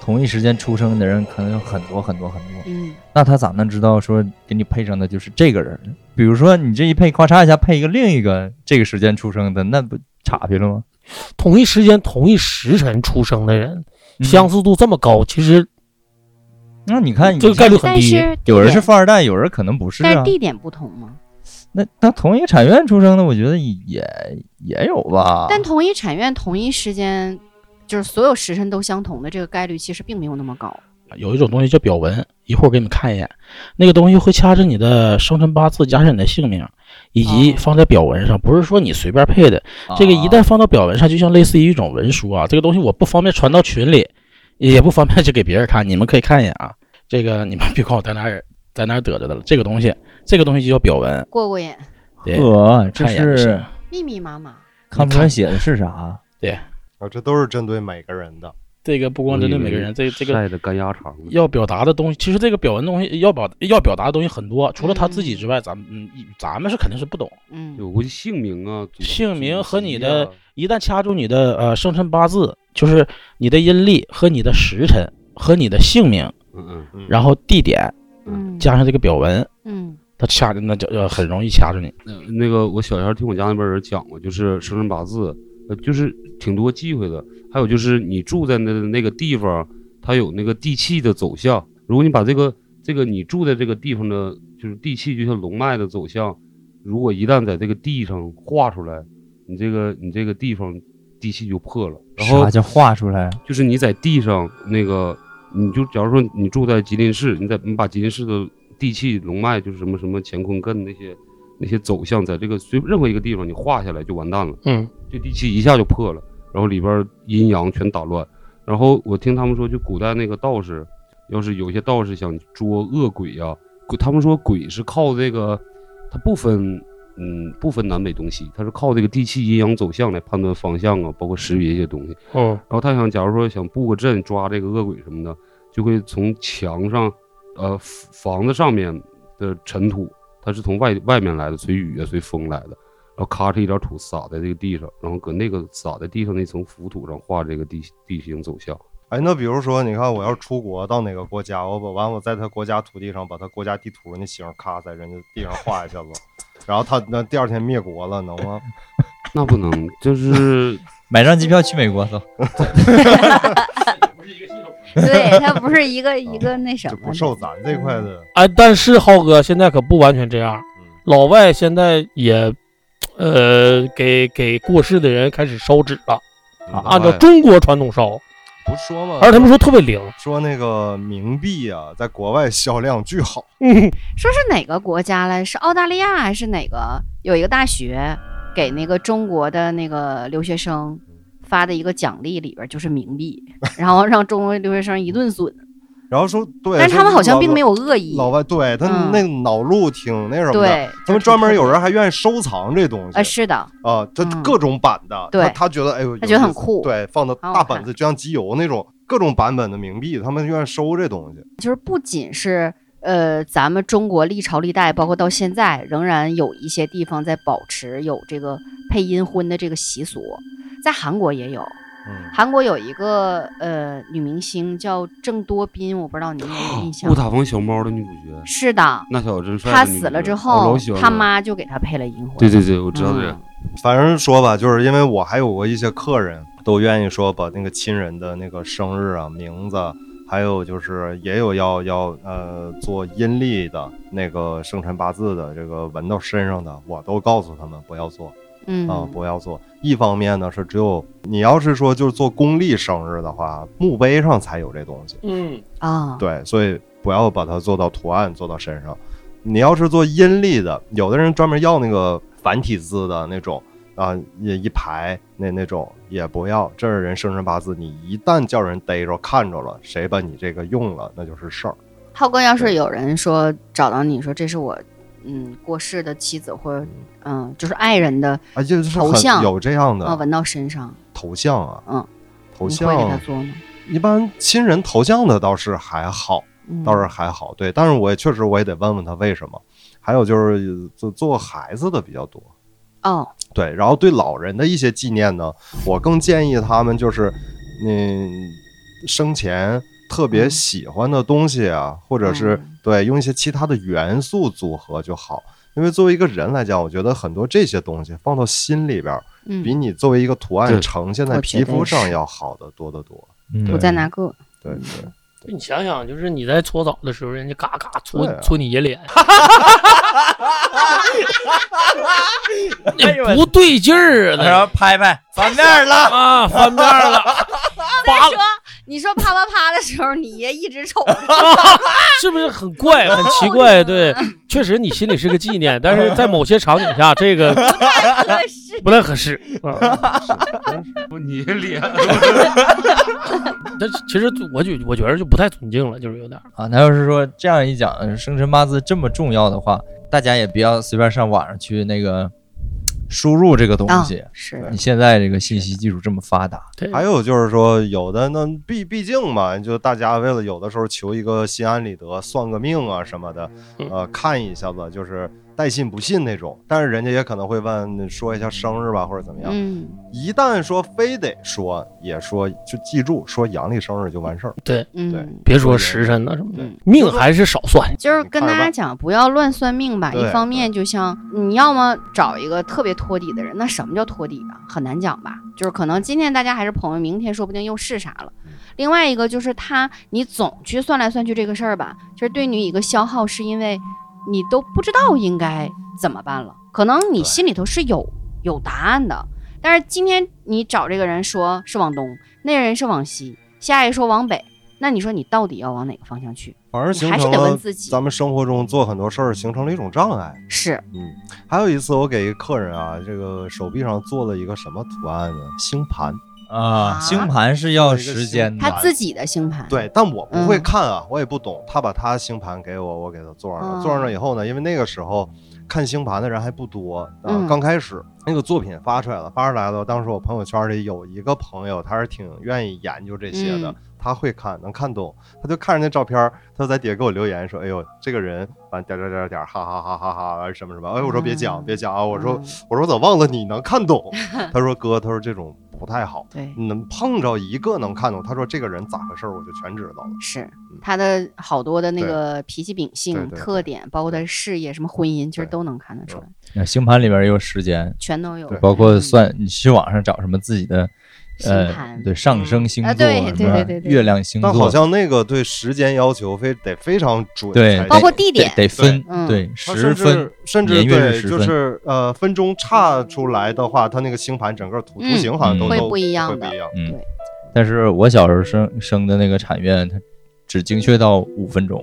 Speaker 2: 同一时间出生的人可能有很多很多很多，
Speaker 5: 嗯，
Speaker 2: 那他咋能知道说给你配上的就是这个人呢？比如说你这一配，咔嚓一下配一个另一个这个时间出生的，那不岔劈了吗？
Speaker 3: 同一时间、同一时辰出生的人，
Speaker 2: 嗯
Speaker 3: 相似度这么高，其实
Speaker 2: 那你看，
Speaker 3: 这个概率很
Speaker 5: 但
Speaker 3: 低。
Speaker 5: 是
Speaker 2: 有人是
Speaker 5: 地点
Speaker 2: 富二代，有人可能不是
Speaker 5: 但是
Speaker 2: 啊。
Speaker 5: 地点不同嘛。
Speaker 2: 那那同一个产院出生的，我觉得也也有
Speaker 4: 啊
Speaker 2: 吧。
Speaker 5: 但同一产院同一时间，就是所有时辰都相同的这个概率其实并没有那么高。
Speaker 6: 有一种东西叫表文，一会儿给你们看一眼，那个东西会掐着你的生辰八字，加上你的姓名，以及
Speaker 5: 哦
Speaker 6: 放在表文上，不是说你随便配的。
Speaker 2: 啊
Speaker 6: 这个一旦放到表文上，就像类似于一种文书啊，这个东西我不方便传到群里，也不方便去给别人看，你们可以看一眼啊。这个你们别管我在哪儿在哪儿得着的了，这个东西，这个东西就叫表文，
Speaker 5: 过过瘾，
Speaker 6: 对，
Speaker 2: 呃，这
Speaker 6: 看一眼就是行。
Speaker 5: 密密麻麻。
Speaker 2: 看不出来写的是啥。
Speaker 4: 啊，这都是针对每个人的。
Speaker 6: 这个不光针对每个
Speaker 7: 嗯
Speaker 6: 人，这个这个
Speaker 7: 晒的干鸭肠了，
Speaker 6: 要表达的东西，其实这个表文东西要表要表达的东西很多，除了他自己之外，咱们嗯，一咱们是肯定是不懂。
Speaker 5: 嗯，
Speaker 7: 有估计姓名啊，祖
Speaker 6: 姓名和你的
Speaker 7: 祖籍啊
Speaker 6: 一旦掐住你的呃生辰八字，就是你的阴历和你的时辰和你的姓名，
Speaker 7: 嗯嗯
Speaker 4: 嗯
Speaker 6: 然后地点
Speaker 5: 嗯
Speaker 6: 加上这个表文，
Speaker 5: 嗯
Speaker 6: 它掐着那就呃很容易掐着你。
Speaker 7: 呃，那个我小时候听我家那边人讲过，就是生辰八字，呃，就是挺多忌讳的。还有就是你住在那那个地方，它有那个地气的走向。如果你把这个这个你住在这个地方的，就是地气，就像龙脉的走向，如果一旦在这个地上画出来，你这个你这个地方地气就破了。然后
Speaker 2: 啥叫画出来？啊
Speaker 7: 就是你在地上那个，你就假如说你住在吉林市，你在你把吉林市的地气龙脉，就是什么什么乾坤艮那些那些走向，在这个随任何一个地方你画下来就完蛋了，
Speaker 3: 嗯，
Speaker 7: 这地气一下就破了，然后里边阴阳全打乱。然后我听他们说，就古代那个道士，要是有些道士想捉恶鬼呀、鬼他们说鬼是靠这个，他不分。嗯，不分南北东西，他是靠这个地气阴阳走向来判断方向啊，包括识别一些东西。
Speaker 3: 嗯，
Speaker 7: 然后他想，假如说想布个阵抓这个恶鬼什么的，就会从墙上，呃，房子上面的尘土，它是从外外面来的，随雨啊随风来的，然后咔哧一点土撒在这个地上，然后搁那个撒在地上那层浮土上画这个地地形走向。
Speaker 4: 哎，那比如说，你看我要出国到哪个国家，我把完我在他国家土地上把他国家地图那形咔在人家地上画一下子，然后他那第二天灭国了，能吗？
Speaker 7: 那不能，就是
Speaker 2: 买张机票去美国走。
Speaker 5: 对，它不是一个一个那什
Speaker 4: 就
Speaker 5: 么
Speaker 4: 不
Speaker 5: 的，
Speaker 4: 受咱哦这块的。
Speaker 3: 哎，但是浩哥现在可不完全这样，
Speaker 4: 嗯，
Speaker 3: 老外现在也，呃，给给过世的人开始烧纸了，
Speaker 4: 嗯
Speaker 6: 啊
Speaker 3: 按照中国传统烧，
Speaker 4: 不是说嘛，
Speaker 3: 而且他们说特别灵，
Speaker 4: 说那个冥币啊，在国外销量巨好，
Speaker 5: 说是哪个国家来？是澳大利亚还是哪个？有一个大学给那个中国的那个留学生发的一个奖励，里边就是冥 币，然后让中国留学生一顿损。
Speaker 4: 然后说对，
Speaker 5: 但是他们好像并没
Speaker 4: 有
Speaker 5: 有恶意，
Speaker 4: 老外对他
Speaker 5: 嗯
Speaker 4: 那脑路挺那什么的，
Speaker 5: 对，
Speaker 4: 他们专门有人还愿意收藏这东西
Speaker 5: 啊，是的，
Speaker 4: 啊，他
Speaker 5: 嗯
Speaker 4: 各种版的，
Speaker 5: 对
Speaker 4: 他他觉得哎呦，
Speaker 5: 他觉
Speaker 4: 有
Speaker 5: 得很
Speaker 4: 意思
Speaker 5: 酷
Speaker 4: 对，放的
Speaker 5: 好
Speaker 4: 大
Speaker 5: 看
Speaker 4: 本子就像集邮那种各种版本的冥币，他们愿意收这东西。
Speaker 5: 就是不仅是呃，咱们中国历朝历代，包括到现在，仍然有一些地方在保持有这个配阴婚的这个习俗，在韩国也有。
Speaker 4: 嗯，
Speaker 5: 韩国有一个呃女明星叫郑多彬，我不知道你们有没有印象
Speaker 7: 哦乌。塔房小猫的女主角，
Speaker 5: 是的，
Speaker 7: 那小子真帅的
Speaker 5: 她
Speaker 7: 女主角。哦
Speaker 5: 死了之
Speaker 7: 我
Speaker 5: 后
Speaker 7: 老喜，欢
Speaker 5: 她
Speaker 7: 她。
Speaker 5: 妈就给她配了阴婚。
Speaker 7: 对对对，我知道这
Speaker 5: 嗯
Speaker 7: 人。
Speaker 4: 反正说吧，就是因为我还有过一些客人都愿意说把那个亲人的那个生日啊、名字啊，还有就是也有要要呃做阴历的那个生辰八字的这个纹到身上的，我都告诉他们不要做。
Speaker 5: 嗯，
Speaker 7: 哦
Speaker 4: 啊，不要做。一方面呢是只有你要是说就是做公历生日的话，墓碑上才有这东西，
Speaker 6: 嗯，
Speaker 5: 啊，
Speaker 4: 对，所以不要把它做到图案做到身上。你要是做阴历的，有的人专门要那个繁体字的那种啊，也一排那那种也不要。这是人生辰八字，你一旦叫人逮着看着了，谁把你这个用了，那就是事儿。
Speaker 5: 浩哥，要是有人说找到你说这是我嗯过世的妻子或者嗯就是爱人的
Speaker 4: 啊，就是
Speaker 5: 头
Speaker 4: 很
Speaker 5: 像
Speaker 4: 有这样
Speaker 7: 嗯
Speaker 5: 啊
Speaker 4: 的
Speaker 5: 纹到身上，
Speaker 4: 头像啊，
Speaker 5: 嗯，
Speaker 4: 头
Speaker 5: 你会给他
Speaker 4: 像
Speaker 5: 做吗？
Speaker 4: 一般亲人头像的倒是还好。
Speaker 5: 嗯
Speaker 4: 倒是还好，对，但是我也确实我也得问问他为什么。还有就是做做孩子的比较多，
Speaker 5: 哦，
Speaker 4: 对，然后对老人的一些纪念呢，我更建议他们就是，嗯，生前特别喜欢的东西啊，或者是
Speaker 5: 嗯
Speaker 4: 对用一些其他的元素组合就好。因为作为一个人来讲，我觉得很多这些东西放到心里边儿，
Speaker 5: 嗯，
Speaker 4: 比你作为一个图案
Speaker 7: 对
Speaker 4: 呈现在
Speaker 5: 我觉
Speaker 4: 皮
Speaker 5: 得
Speaker 4: 肤上
Speaker 5: 是
Speaker 4: 要好得多得多。
Speaker 2: 嗯
Speaker 5: 不在那个
Speaker 4: 对对，
Speaker 3: 你想想，就是你在搓澡的时候，人家嘎嘎搓
Speaker 4: 对啊
Speaker 3: 搓你爷脸，
Speaker 2: 哎呦我
Speaker 3: 不对劲儿啊
Speaker 2: 然
Speaker 3: 了
Speaker 2: 后拍拍翻面了，
Speaker 3: 啊，翻 面了，扒
Speaker 5: 说，你说啪啪啪的时候，你爷一直瞅着。
Speaker 3: 是不是很 怪，很奇怪？
Speaker 5: 嗯
Speaker 3: 对，确实你心里是个纪念，但是在某些场景下，这个
Speaker 5: 合适。
Speaker 3: 不太合适。啊、
Speaker 7: 不你脸，
Speaker 3: 但其实我觉我觉得就不太尊敬了，就是有点儿。
Speaker 2: 啊，那要是说这样一讲，呃生辰八字这么重要的话，大家也不要随便上网上去那个输入这个东
Speaker 5: 啊
Speaker 2: 西。，
Speaker 5: 是
Speaker 2: 你现在这个信息技术这么发达，
Speaker 5: 嗯
Speaker 3: 对，
Speaker 4: 还有就是说，有的那毕毕竟嘛，就大家为了有的时候求一个心安理得，算个命啊什么的，
Speaker 5: 嗯
Speaker 4: 呃，看一下子就是带信不信那种。但是人家也可能会问说一下生日吧，或者怎么样。
Speaker 5: 嗯
Speaker 4: 一旦说非得说，也说就记住说阳历生日就完事儿。
Speaker 5: 嗯，
Speaker 3: 别说时辰了什么的
Speaker 4: 对，
Speaker 3: 命还是少算。
Speaker 5: 就是
Speaker 4: 嗯
Speaker 5: 跟大家讲，不要乱算命吧。
Speaker 4: 对
Speaker 5: 一方面，就像你要么找一个特别托底的人，那什么叫托底啊？很难讲吧。就是可能今天大家还是朋友，明天说不定又是啥了。
Speaker 4: 嗯
Speaker 5: 另外一个就是他，你总去算来算去这个事儿吧，就是对你一个消耗，是因为你都不知道应该怎么办了。可能你心里头是有有答案的，但是今天你找这个人说是往东，那个人是往西，下一个说往北，那你说你到底要往哪个方向去？
Speaker 4: 反而
Speaker 5: 你
Speaker 4: 形
Speaker 5: 还是
Speaker 4: 成
Speaker 5: 得问
Speaker 4: 了
Speaker 5: 自己。
Speaker 4: 咱们生活中做很多事儿形成了一种障碍。
Speaker 5: 是，
Speaker 4: 嗯，还有一次我给一个客人啊，这个手臂上做了一个什么图案呢？星盘。
Speaker 2: 啊，
Speaker 5: 啊
Speaker 2: 星盘是要时间
Speaker 5: 他
Speaker 2: 的，
Speaker 5: 自己的星盘。，
Speaker 4: 嗯对，但我不会
Speaker 5: 嗯
Speaker 4: 看啊，我也不懂。他把他星盘给我，我给他做上了。做上
Speaker 5: 哦
Speaker 4: 了以后呢，因为那个时候看星盘的人还不多啊，
Speaker 5: 嗯
Speaker 4: 刚开始那个作品发出来了，发出来了。当时我朋友圈里有一个朋友，他是挺愿意研究这些的，
Speaker 5: 嗯
Speaker 4: 他会看，能看懂。他就看着那照片儿，他就在底下给我留言说：“哎呦，这个人完点点点点，哈哈哈哈哈哈，什么什么。”哎，我说别讲、
Speaker 5: 嗯
Speaker 4: 别讲啊，我说、我说我咋忘了你能看懂？ 他说哥，他说这种不太好。
Speaker 5: 对，
Speaker 4: 能碰着一个能看懂，他说这个人咋回事儿，我就全知道
Speaker 2: 嗯
Speaker 4: 了。
Speaker 5: 是他的好多的那个脾气秉
Speaker 4: 嗯对
Speaker 5: 性
Speaker 4: 对
Speaker 5: 特点，包括他的事业、什么婚姻，其
Speaker 4: 对
Speaker 5: 实都能看得出来，
Speaker 2: 啊星盘里边也有时间，
Speaker 5: 全都有
Speaker 4: 对。
Speaker 2: 包括
Speaker 5: 嗯
Speaker 2: 算你去网上找什么自己的
Speaker 5: 星
Speaker 2: 呃
Speaker 5: 盘，
Speaker 2: 对上升星座，
Speaker 5: 啊对
Speaker 2: 什么
Speaker 5: 对对对对
Speaker 2: 月亮星座，
Speaker 4: 但好像那个对时间要求非得非常准才
Speaker 2: 对
Speaker 4: 行，
Speaker 5: 包括地点
Speaker 2: 得得分
Speaker 5: 嗯
Speaker 2: 对
Speaker 4: 它
Speaker 2: 十
Speaker 4: 甚
Speaker 2: 分
Speaker 4: 至甚至
Speaker 2: 年月日
Speaker 4: 对，
Speaker 2: 时
Speaker 4: 就
Speaker 2: 分
Speaker 4: 是呃分钟差出来的话，它那个星盘整个图图
Speaker 5: 嗯
Speaker 4: 形好像都
Speaker 2: 嗯
Speaker 4: 都
Speaker 5: 会
Speaker 4: 都
Speaker 5: 不一样
Speaker 4: 会
Speaker 5: 的
Speaker 4: 不一样。
Speaker 2: 嗯但是我小时候生生的那个产院，它只精确到五分钟，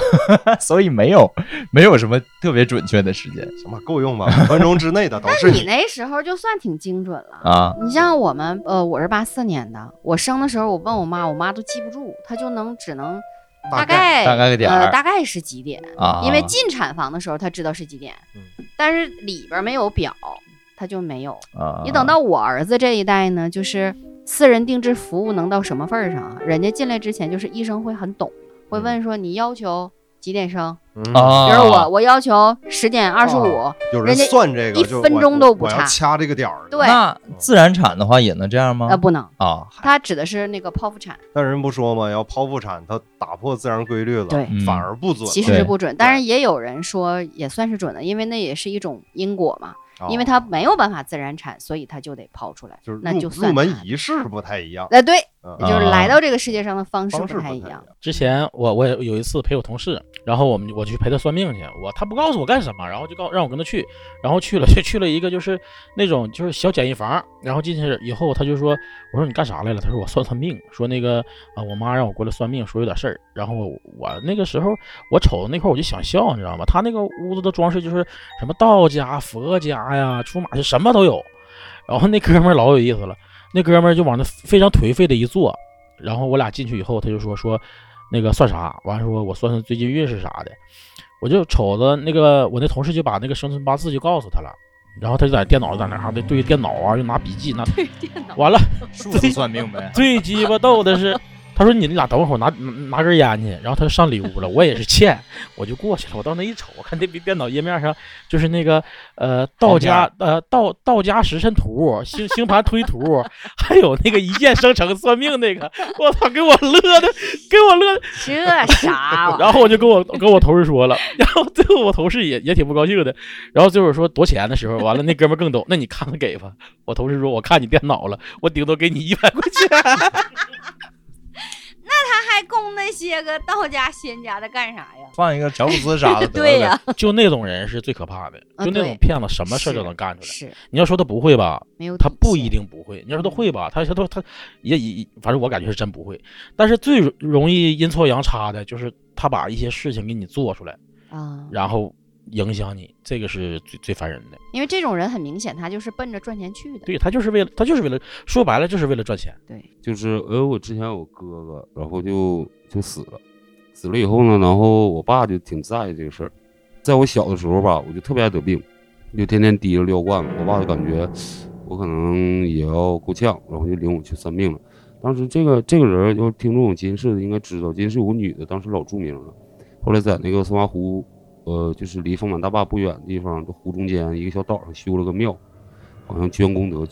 Speaker 2: 所以没有没有什么特别准确的时间
Speaker 4: 行吧，够用吧？五分钟之内的都是
Speaker 5: 但 你那时候就算挺精准了。
Speaker 2: 啊。
Speaker 5: 你像我们，呃，我是八四年的，我生的时候，我问我妈，我妈都记不住，她就能只能
Speaker 4: 大
Speaker 5: 概
Speaker 2: 大概个点儿
Speaker 5: 呃，大概是几点？
Speaker 2: 啊，
Speaker 5: 因为进产房的时候她知道是几点，
Speaker 4: 嗯
Speaker 5: 但是里边没有表，她就没有。
Speaker 2: 啊，
Speaker 5: 你等到我儿子这一代呢，就是私人定制服务能到什么份儿上啊？人家进来之前，就是医生会很懂，会问说你要求几点生？
Speaker 4: 嗯
Speaker 2: 啊，
Speaker 5: 比如我，我要求十点二十五，
Speaker 4: 有
Speaker 5: 人家
Speaker 4: 算这个，
Speaker 5: 一
Speaker 4: 就
Speaker 5: 分
Speaker 4: 我
Speaker 5: 钟都不
Speaker 4: 我要
Speaker 5: 差
Speaker 4: 掐这个点儿。
Speaker 5: 对
Speaker 2: 那自然产的话也能这样吗
Speaker 4: 嗯
Speaker 5: 呃，？不能，
Speaker 2: 啊，
Speaker 5: 他指的是那个剖腹产，
Speaker 4: 但人不说嘛，要剖腹产，它打破自然规律了，
Speaker 5: 对
Speaker 2: 嗯
Speaker 4: 反而不准了。
Speaker 5: 其实
Speaker 2: 对
Speaker 5: 是不准。但是也有人说也算是准的，因为那也是一种因果嘛，
Speaker 4: 啊
Speaker 5: 因为他没有办法自然产，所以他就得剖出来
Speaker 4: 就是，
Speaker 5: 那
Speaker 4: 入
Speaker 5: 就
Speaker 4: 入
Speaker 5: 算
Speaker 4: 门
Speaker 5: 他
Speaker 4: 仪式不太一样，
Speaker 5: 哎，对，
Speaker 4: 嗯
Speaker 5: 也就是来到这个世界上的方式
Speaker 4: 方式
Speaker 5: 不
Speaker 4: 不
Speaker 5: 太
Speaker 4: 太一
Speaker 5: 一样。。
Speaker 6: 之前我我也有一次陪我同事，然后我们我去陪他算命去，我他不告诉我干什么，然后就告让我跟他去，然后去了 就去了一个就是那种就是小简易房，然后进去以后他就说我说你干啥来了？他说我算算命，说那个啊、我妈让我过来算命，说有点事儿。然后我我那个时候我瞅那块儿我就想笑，你知道吗？他那个屋子的装饰就是什么道家、佛家呀、出马就什么都有。然后那哥们儿老有意思了，那哥们儿就往那非常颓废的一坐，然后我俩进去以后，他就说说那个算啥？完了说我算算最近运势啥的，我就瞅着那个我那同事就把那个生辰八字就告诉他了，然后他就在电脑在那哈对对电脑啊，又拿笔记那对电脑，完了。
Speaker 2: 数字算命呗
Speaker 6: 最鸡巴逗的是， 他说你俩等会儿拿拿拿根烟去，然后他就上里屋了，我也是欠，我就过去了，我到那一瞅，我看那边电脑页面上就是那个呃道家呃道道家时辰图、星星盘推图， 还有那个一箭生成算命那个，我操，给我乐的，给我乐的
Speaker 5: 这啥啊 玩意儿？
Speaker 6: 然后我就跟我跟我同事说了，然后最后我同事也也挺不高兴的，然后最后说多钱的时候，完了那哥们儿更懂，那你看看给吧。我同事说我看你电脑了，我顶多给你一百块钱。
Speaker 5: 还供那些个道家仙家的干啥 呀？
Speaker 2: 放一个乔布斯啥的，
Speaker 5: 对呀，
Speaker 6: 就那种人是最可怕的，
Speaker 5: 啊
Speaker 6: 就那种
Speaker 5: 对
Speaker 6: 骗子，什么事儿都能干出来。
Speaker 5: 是
Speaker 6: 你要说他不会吧，
Speaker 5: 没有
Speaker 6: 他
Speaker 5: 底
Speaker 6: 不
Speaker 5: 线
Speaker 6: 一定不会；你要说他会吧，他他他他也也，反正我感觉是真不会。但是最容容易阴错阳差的就是他把一些事情给你做出来，
Speaker 5: 啊，
Speaker 6: 然后影响你，这个是最最烦人的。
Speaker 5: 因为这种人很明显，他就是奔着赚钱去的。
Speaker 6: 对他就是为了他就是为了说白了就是为了赚钱。
Speaker 7: 就是呃，我之前有哥哥，然后就就死了，死了以后呢，然后我爸就挺在意这个事儿。在我小的时候吧，我就特别爱得病，就天天提着撩罐子，我爸就感觉我可能也要够呛，然后就领我去算命了。当时这个这个人，就是听众有金氏的应该知道，金氏有个女的，当时老著名了，后来在那个松花湖，呃，就是离丰满大坝不远的地方，这湖中间一个小岛上修了个庙，好像捐功德。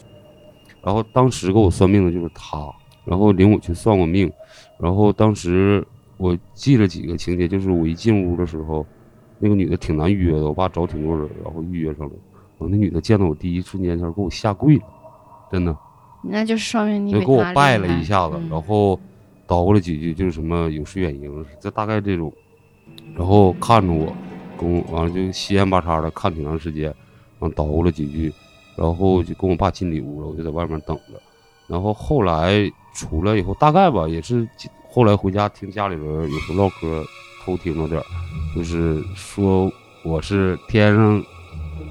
Speaker 7: 然后当时给我算命的就是她。然后领我去算过命，然后当时我记了几个情节，就是我一进屋的时候，那个女的挺难约的，我爸找挺多人，然后预约上了。然后那女的见到我第一瞬间，她给我吓跪了，真的，
Speaker 5: 那就是说明你
Speaker 7: 就
Speaker 5: 比
Speaker 7: 给我
Speaker 5: 他厉
Speaker 7: 拜了
Speaker 5: 害嗯
Speaker 7: 一下子，然后捣鼓了几句，就是什么有失远迎，这大概这种，然后看着我，跟我完了就稀烟巴叉的看挺长时间，然后捣鼓了几句，然后就跟我爸进里屋了，我就在外面等着。然后后来出来以后，大概吧，也是几后来回家听家里人有时候唠嗑，偷听着点儿，就是说我是天上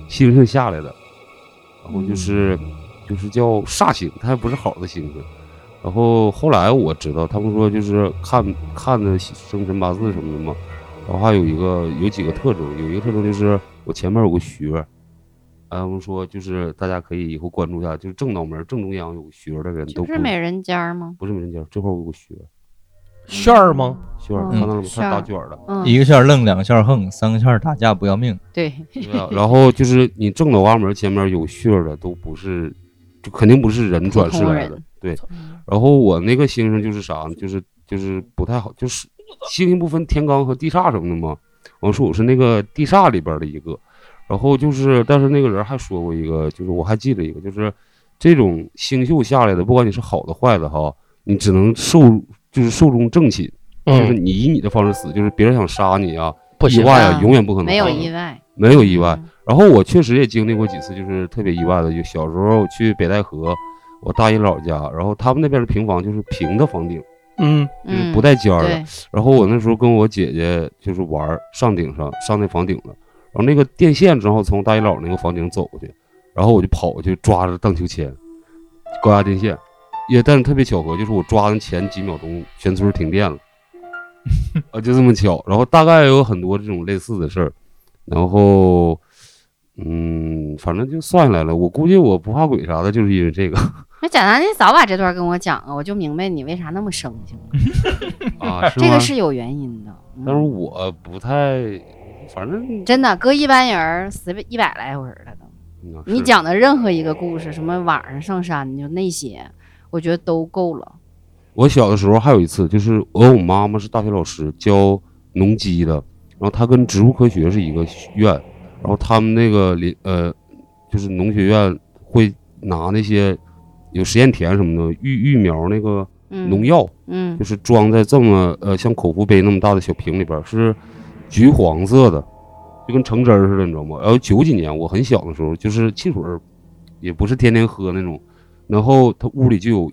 Speaker 7: 星星下来的，然后就是、就是叫煞星，它还不是好的星星。然后后来我知道，他们说就是看看的生辰八字什么的嘛，然后还有一个有几个特征，有一个特征就是我前面有个穴儿，他们说就是大家可以以后关注一下，就是正脑门正中央有个穴儿的人都
Speaker 5: 就
Speaker 7: 不
Speaker 5: 是美人尖儿吗？
Speaker 7: 不是美人尖儿，这块儿有个穴儿，
Speaker 6: 炫儿吗？
Speaker 7: 穴儿
Speaker 5: 哦
Speaker 7: 看到了吗？
Speaker 5: 旋
Speaker 7: 看大
Speaker 5: 儿
Speaker 7: 卷儿的。
Speaker 5: 嗯，
Speaker 2: 一个线儿愣，两个线儿横，三个线儿打架不要命。
Speaker 5: 对，
Speaker 7: 对啊，然后就是你正脑瓜门前面有血儿的都不是，就肯定不是人转世
Speaker 5: 普通
Speaker 7: 来的
Speaker 5: 人。
Speaker 7: 对，然后我那个星星就是啥呢？就是就是不太好，就是星星不分天罡和地煞什么的嘛。我说我是那个地煞里边儿的一个，然后就是，但是那个人还说过一个，就是我还记得一个，就是这种星宿下来的，不管你是好的坏的哈，你只能寿就是寿终正寝，就是
Speaker 6: 嗯，
Speaker 7: 你以你的方式死，就是别人想杀你啊，
Speaker 6: 不
Speaker 7: 意
Speaker 6: 行，
Speaker 7: 外啊，
Speaker 5: 啊
Speaker 7: 永远不可能
Speaker 5: 没有
Speaker 7: 发生
Speaker 5: 意嗯外，
Speaker 7: 没有意外。然后我确实也经历过几次，就是特别意外的。就小时候去北戴河，我大姨姥家，然后他们那边的平房就是平的房顶，
Speaker 6: 嗯
Speaker 7: 就是
Speaker 5: 嗯，
Speaker 7: 不带尖儿的。
Speaker 5: 对，
Speaker 7: 然后我那时候跟我姐姐就是玩儿上顶上上那房顶了，然后那个电线正好从大姨姥那个房顶走过去，然后我就跑过去抓着荡秋千，高压电线，也但是特别巧合，就是我抓的前几秒钟全村停电了，啊就这么巧，然后大概有很多这种类似的事儿，然后嗯反正就算下来了，我估计我不怕鬼啥的，就是因为这个
Speaker 5: 那贾南，你早把这段跟我讲啊，我就明白你为啥那么生气了。
Speaker 7: 啊是吗？
Speaker 5: 这个是有原因的。嗯
Speaker 7: 但是我不太，反正
Speaker 5: 真的，搁一般人儿随便一百来回儿了都。
Speaker 7: 嗯
Speaker 5: 你
Speaker 7: 是
Speaker 5: 讲的任何一个故事，什么晚上上山就那些，我觉得都够了。
Speaker 7: 我小的时候还有一次，就是我我妈妈是大学老师，教农机的，然后她跟植物科学是一个院，然后他们那个里呃，就是农学院会拿那些有实验田什么的育育苗那个
Speaker 5: 嗯，
Speaker 7: 农药，
Speaker 5: 嗯
Speaker 7: 就是装在这么呃像口服杯那么大的小瓶里边儿，是橘黄色的，就跟橙汁儿似的，你知道吗？然后九几年我很小的时候，就是汽水儿也不是天天喝那种，然后他屋里就有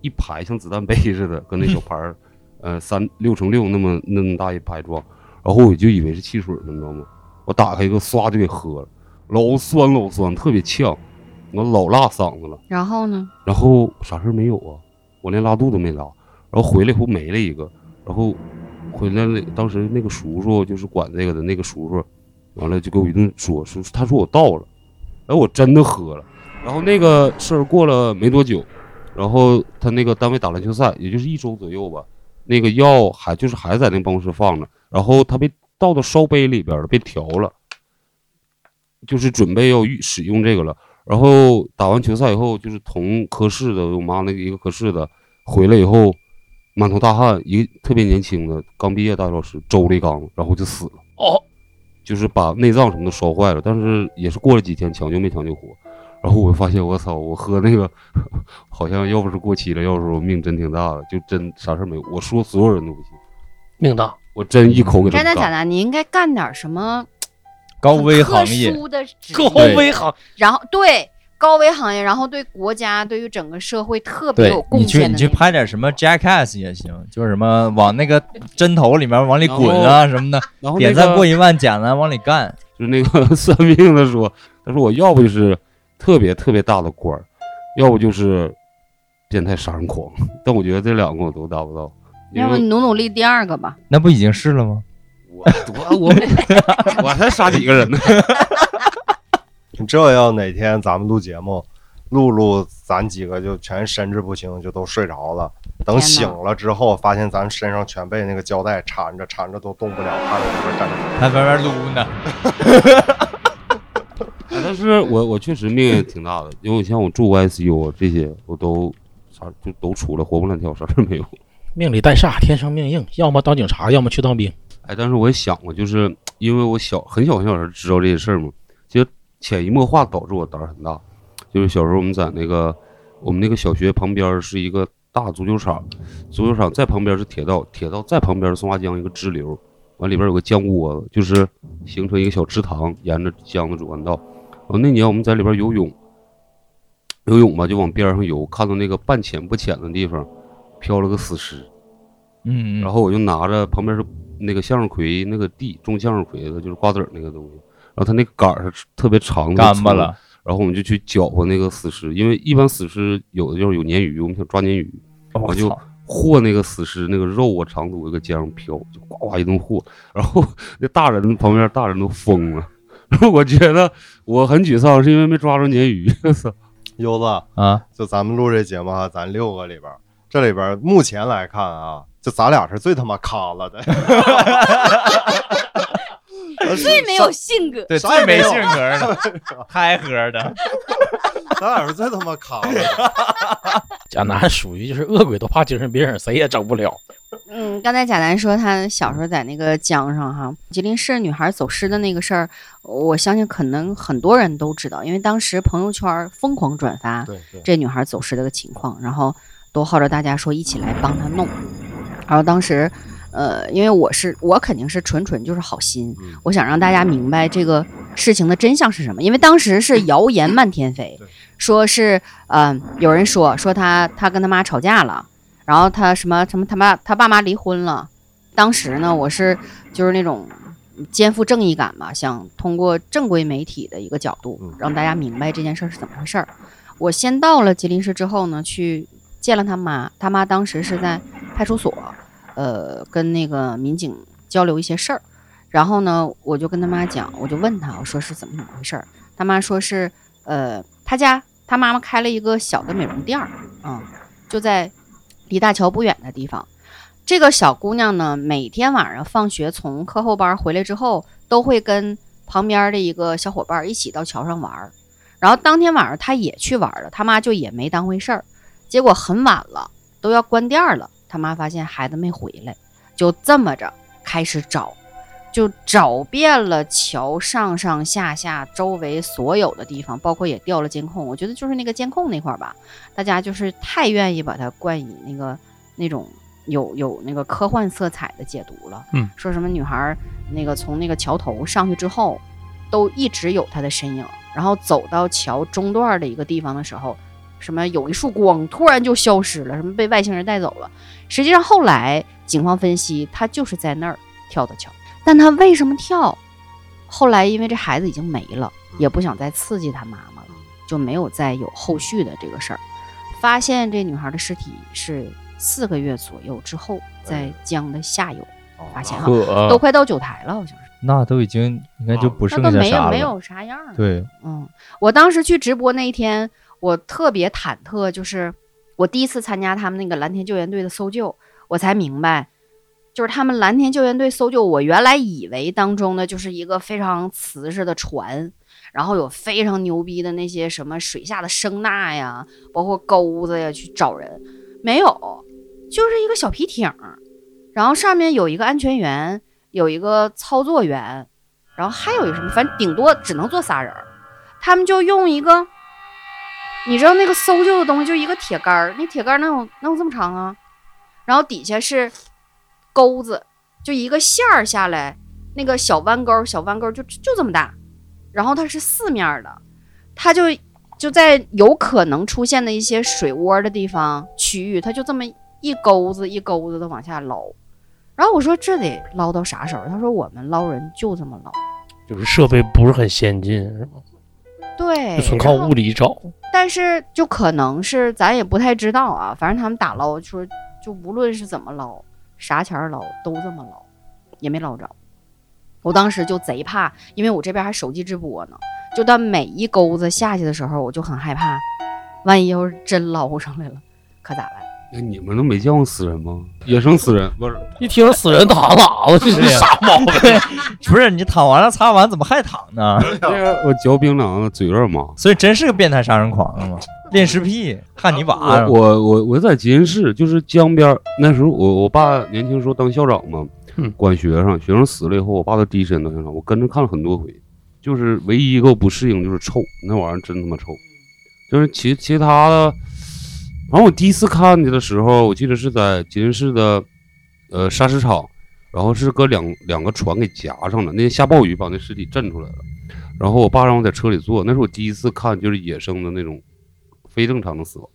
Speaker 7: 一排像子弹杯似的，跟那小盘儿，呃，三六乘六那么那么大一排装，然后我就以为是汽水呢，你知道吗？我打开一个，唰就给喝了，老酸老酸，特别呛，我老辣嗓子了。
Speaker 5: 然后呢？
Speaker 7: 然后啥事儿没有啊，我连拉肚子没拉，然后回来以后没了一个，然后回来了，当时那个叔叔就是管这个的那个叔叔，完了就给我一顿说，说他说我到了，哎，我真的喝了，然后那个事儿过了没多久，然后他那个单位打篮球赛，也就是一周左右吧，那个药还就是还在那办公室放着，然后他被倒到烧杯里边了，被调了，就是准备要预使用这个了。然后打完球赛以后，就是同科室的，我妈那个一个科室的回来以后，满头大汗，一个特别年轻的刚毕业大学老师周了一缸，然后就死了。
Speaker 6: 哦，
Speaker 7: 就是把内脏什么都烧坏了，但是也是过了几天抢救没抢救活。然后我发现我操，我喝那个好像要不是过期了，要不是我命真挺大的，就真啥事儿没有。我说所有人都不信，
Speaker 6: 命大。
Speaker 7: 我真一口给他
Speaker 5: 真
Speaker 7: 们
Speaker 5: 的假
Speaker 7: 干。
Speaker 5: 的？你应该干点什么
Speaker 2: 高
Speaker 5: 很
Speaker 2: 危
Speaker 5: 特
Speaker 2: 行业，
Speaker 5: 殊的职
Speaker 6: 高
Speaker 5: 业，
Speaker 6: 危行，
Speaker 5: 然后对高危行业，然后对国家、对于整个社会特别
Speaker 2: 对
Speaker 5: 有贡
Speaker 2: 你去
Speaker 5: 献的那种。
Speaker 2: 你去拍点什么 Jackass 也行，就是什么 往那个针头里面往里滚啊什么的，
Speaker 7: 然后那
Speaker 2: 点
Speaker 7: 个
Speaker 2: 赞过一万，简单往里干。
Speaker 7: 就是那个 算命的说，他说我要不就是特别特别大的官儿，要不就是变态杀人狂。 但我觉得这两个我都达不到，因
Speaker 5: 要不
Speaker 7: 为
Speaker 5: 努努力第二个吧？
Speaker 2: 那不已经是了吗？
Speaker 7: 我我我我才杀几个人呢？
Speaker 4: 这要哪天咱们录节目，录录咱几个就全神志不清，就都睡着了。等
Speaker 5: 天哪
Speaker 4: 醒了之后，发现咱身上全被那个胶带缠着，缠着都动不了，趴在那边站着。
Speaker 2: 还外面撸呢。
Speaker 7: 啊但是我我确实命也挺大的，因为我像我住过 ICU 啊这些，我都啥就都出来，活蹦乱跳，啥事儿没有。
Speaker 6: 命里带煞，天生命硬，要么当警察，要么去当兵。
Speaker 7: 哎，但是我也想过，就是因为我小很小很小时候知道这些事儿嘛，其实潜移默化导致我胆儿很大。就是小时候我们在那个我们那个小学旁边儿是一个大足球场，足球场在旁边儿是铁道，铁道在旁边儿是松花江一个支流，完里边儿有个江窝子，就是形成一个小池塘，沿着江的主干道。哦，那年我们在里边儿游泳，游泳吧就往边儿上游，看到那个半浅不浅的地方飘了个死尸。
Speaker 2: 嗯，
Speaker 7: 然后我就拿着旁边是那个向日葵那个地种向日葵的，就是瓜子儿那个东西，然后它那个杆儿是特别长，
Speaker 2: 干巴了。。
Speaker 7: 然后我们就去搅和那个死尸，因为一般死尸有的就是有鲶鱼，我们想抓鲶鱼，
Speaker 2: 哦我
Speaker 7: 我就
Speaker 2: 操！
Speaker 7: 和那个死尸那个肉啊长度搁街上飘，就呱呱一顿和，然后那大人旁边大人都疯了。然后我觉得我很沮丧，是因为没抓着鲶鱼。
Speaker 4: 优子，
Speaker 2: 啊，
Speaker 4: 就咱们录这节目哈，咱六个里边儿，这里边儿目前来看啊，就咱俩是最他妈卡了的，
Speaker 5: 最没 有性格，
Speaker 2: 对，
Speaker 4: 啥也
Speaker 2: 最
Speaker 4: 没
Speaker 2: 没
Speaker 4: 有
Speaker 2: 性格的，开盒的，
Speaker 4: 咱俩是最他妈卡 了的。
Speaker 6: 贾南属于就是恶鬼都怕精神病，谁也整不了。
Speaker 5: 嗯，刚才贾楠说他小时候在那个江上哈，吉林市女孩走失的那个事儿，我相信可能很多人都知道，因为当时朋友圈疯狂转发
Speaker 4: 对 对，
Speaker 5: 这女孩走失这个情况，然后都号召大家说一起来帮她弄。然后当时，呃，因为我是我肯定是纯纯就是好心，
Speaker 4: 嗯
Speaker 5: 我想让大家明白这个事情的真相是什么，因为当时是谣言漫天飞，说是嗯、有人说说他他跟他妈吵架了，然后他什么什么他爸他爸妈离婚了。当时呢，我是就是那种肩负正义感嘛，想通过正规媒体的一个角度
Speaker 4: 嗯
Speaker 5: 让大家明白这件事儿是怎么回事儿。我先到了吉林市之后呢，去见了他妈，他妈当时是在派出所，呃，跟那个民警交流一些事儿。然后呢，我就跟他妈讲，我就问他，我说是怎么怎么回事儿。他妈说是，呃，他家他妈妈开了一个小的美容店儿，嗯，就在离大桥不远的地方。这个小姑娘呢，每天晚上放学从课后班回来之后，都会跟旁边的一个小伙伴儿一起到桥上玩儿。然后当天晚上她也去玩儿了，他妈就也没当回事儿。结果很晚了，都要关店儿了，他妈发现孩子没回来，就这么着开始找，就找遍了桥上上下下周围所有的地方，包括也调了监控。我觉得就是那个监控那块儿吧，大家就是太愿意把它冠以那个那种有有那个科幻色彩的解读了。
Speaker 3: 嗯，
Speaker 5: 说什么女孩儿那个从那个桥头上去之后，都一直有她的身影，然后走到桥中段儿的一个地方的时候，什么有一束光突然就消失了，什么被外星人带走了。实际上后来警方分析，她就是在那儿跳的桥，但她为什么跳？后来因为这孩子已经没了，也不想再刺激她妈妈了，就没有再有后续的这个事儿。发现这女孩的尸体是四个月左右之后，在江的下游
Speaker 2: 哦
Speaker 5: 发现啊，都快到九台了，好像是，
Speaker 2: 那都已经应该就不
Speaker 5: 嗯那
Speaker 2: 剩
Speaker 5: 都
Speaker 2: 下
Speaker 5: 没
Speaker 2: 啥
Speaker 5: 有
Speaker 2: 了。
Speaker 5: 没有啥样儿了。
Speaker 2: 对，
Speaker 5: 嗯，我当时去直播那一天，我特别忐忑，就是我第一次参加他们那个蓝天救援队的搜救，我才明白，就是他们蓝天救援队搜救，我原来以为当中的就是一个非常瓷实的船，然后有非常牛逼的那些什么水下的声呐呀，包括钩子呀去找人，没有，就是一个小皮艇儿，然后上面有一个安全员，有一个操作员。然后还有一个什么，反正顶多只能坐仨人儿，他们就用一个，你知道那个搜救的东西，就一个铁杆儿，那铁杆儿能有能有这么长啊？然后底下是钩子，就一个线儿下来，那个小弯钩，小弯钩就就这么大，然后它是四面儿的，它就就在有可能出现的一些水窝的地方区域，它就这么一钩子一钩子的往下捞。然后我说这得捞到啥时候？他说我们捞人就这么捞，
Speaker 6: 就是设备不是很先进，是吧
Speaker 5: 对，
Speaker 6: 就纯靠
Speaker 5: 然后
Speaker 6: 物理找。
Speaker 5: 但是就可能是咱也不太知道啊，反正他们打捞说，就无论是怎么捞，啥钱儿捞都这么捞，也没捞着。我当时就贼怕，因为我这边还手机直播呢，就当每一钩子下去的时候，我就很害怕，万一要是真捞上来了，可咋办？
Speaker 7: 哎，你们都没见过死人吗？野生死人不是？
Speaker 6: 一听死人打喇子，这是啥毛病？
Speaker 2: 不是你躺完了擦完怎么还躺呢？
Speaker 7: 那个我嚼槟榔了，嘴有点麻。
Speaker 2: 所以真是个变态杀人狂啊了嘛，恋尸癖，汉尼拔
Speaker 7: 我我我我在吉林市，就是江边儿。那时候我我爸年轻时候当校长嘛，
Speaker 6: 嗯
Speaker 7: 管学生，学生死了以后，我爸都第一时间到现场，我跟着看了很多回。就是唯一一个我不适应就是臭，那玩意儿真他妈臭。就是其其他的，反正我第一次看见的时候，我记得是在吉林市的呃砂石场，然后是搁两两个船给夹上了，那天下暴雨把那尸体震出来了。然后我爸让我在车里坐，那是我第一次看就是野生的那种非正常的死亡。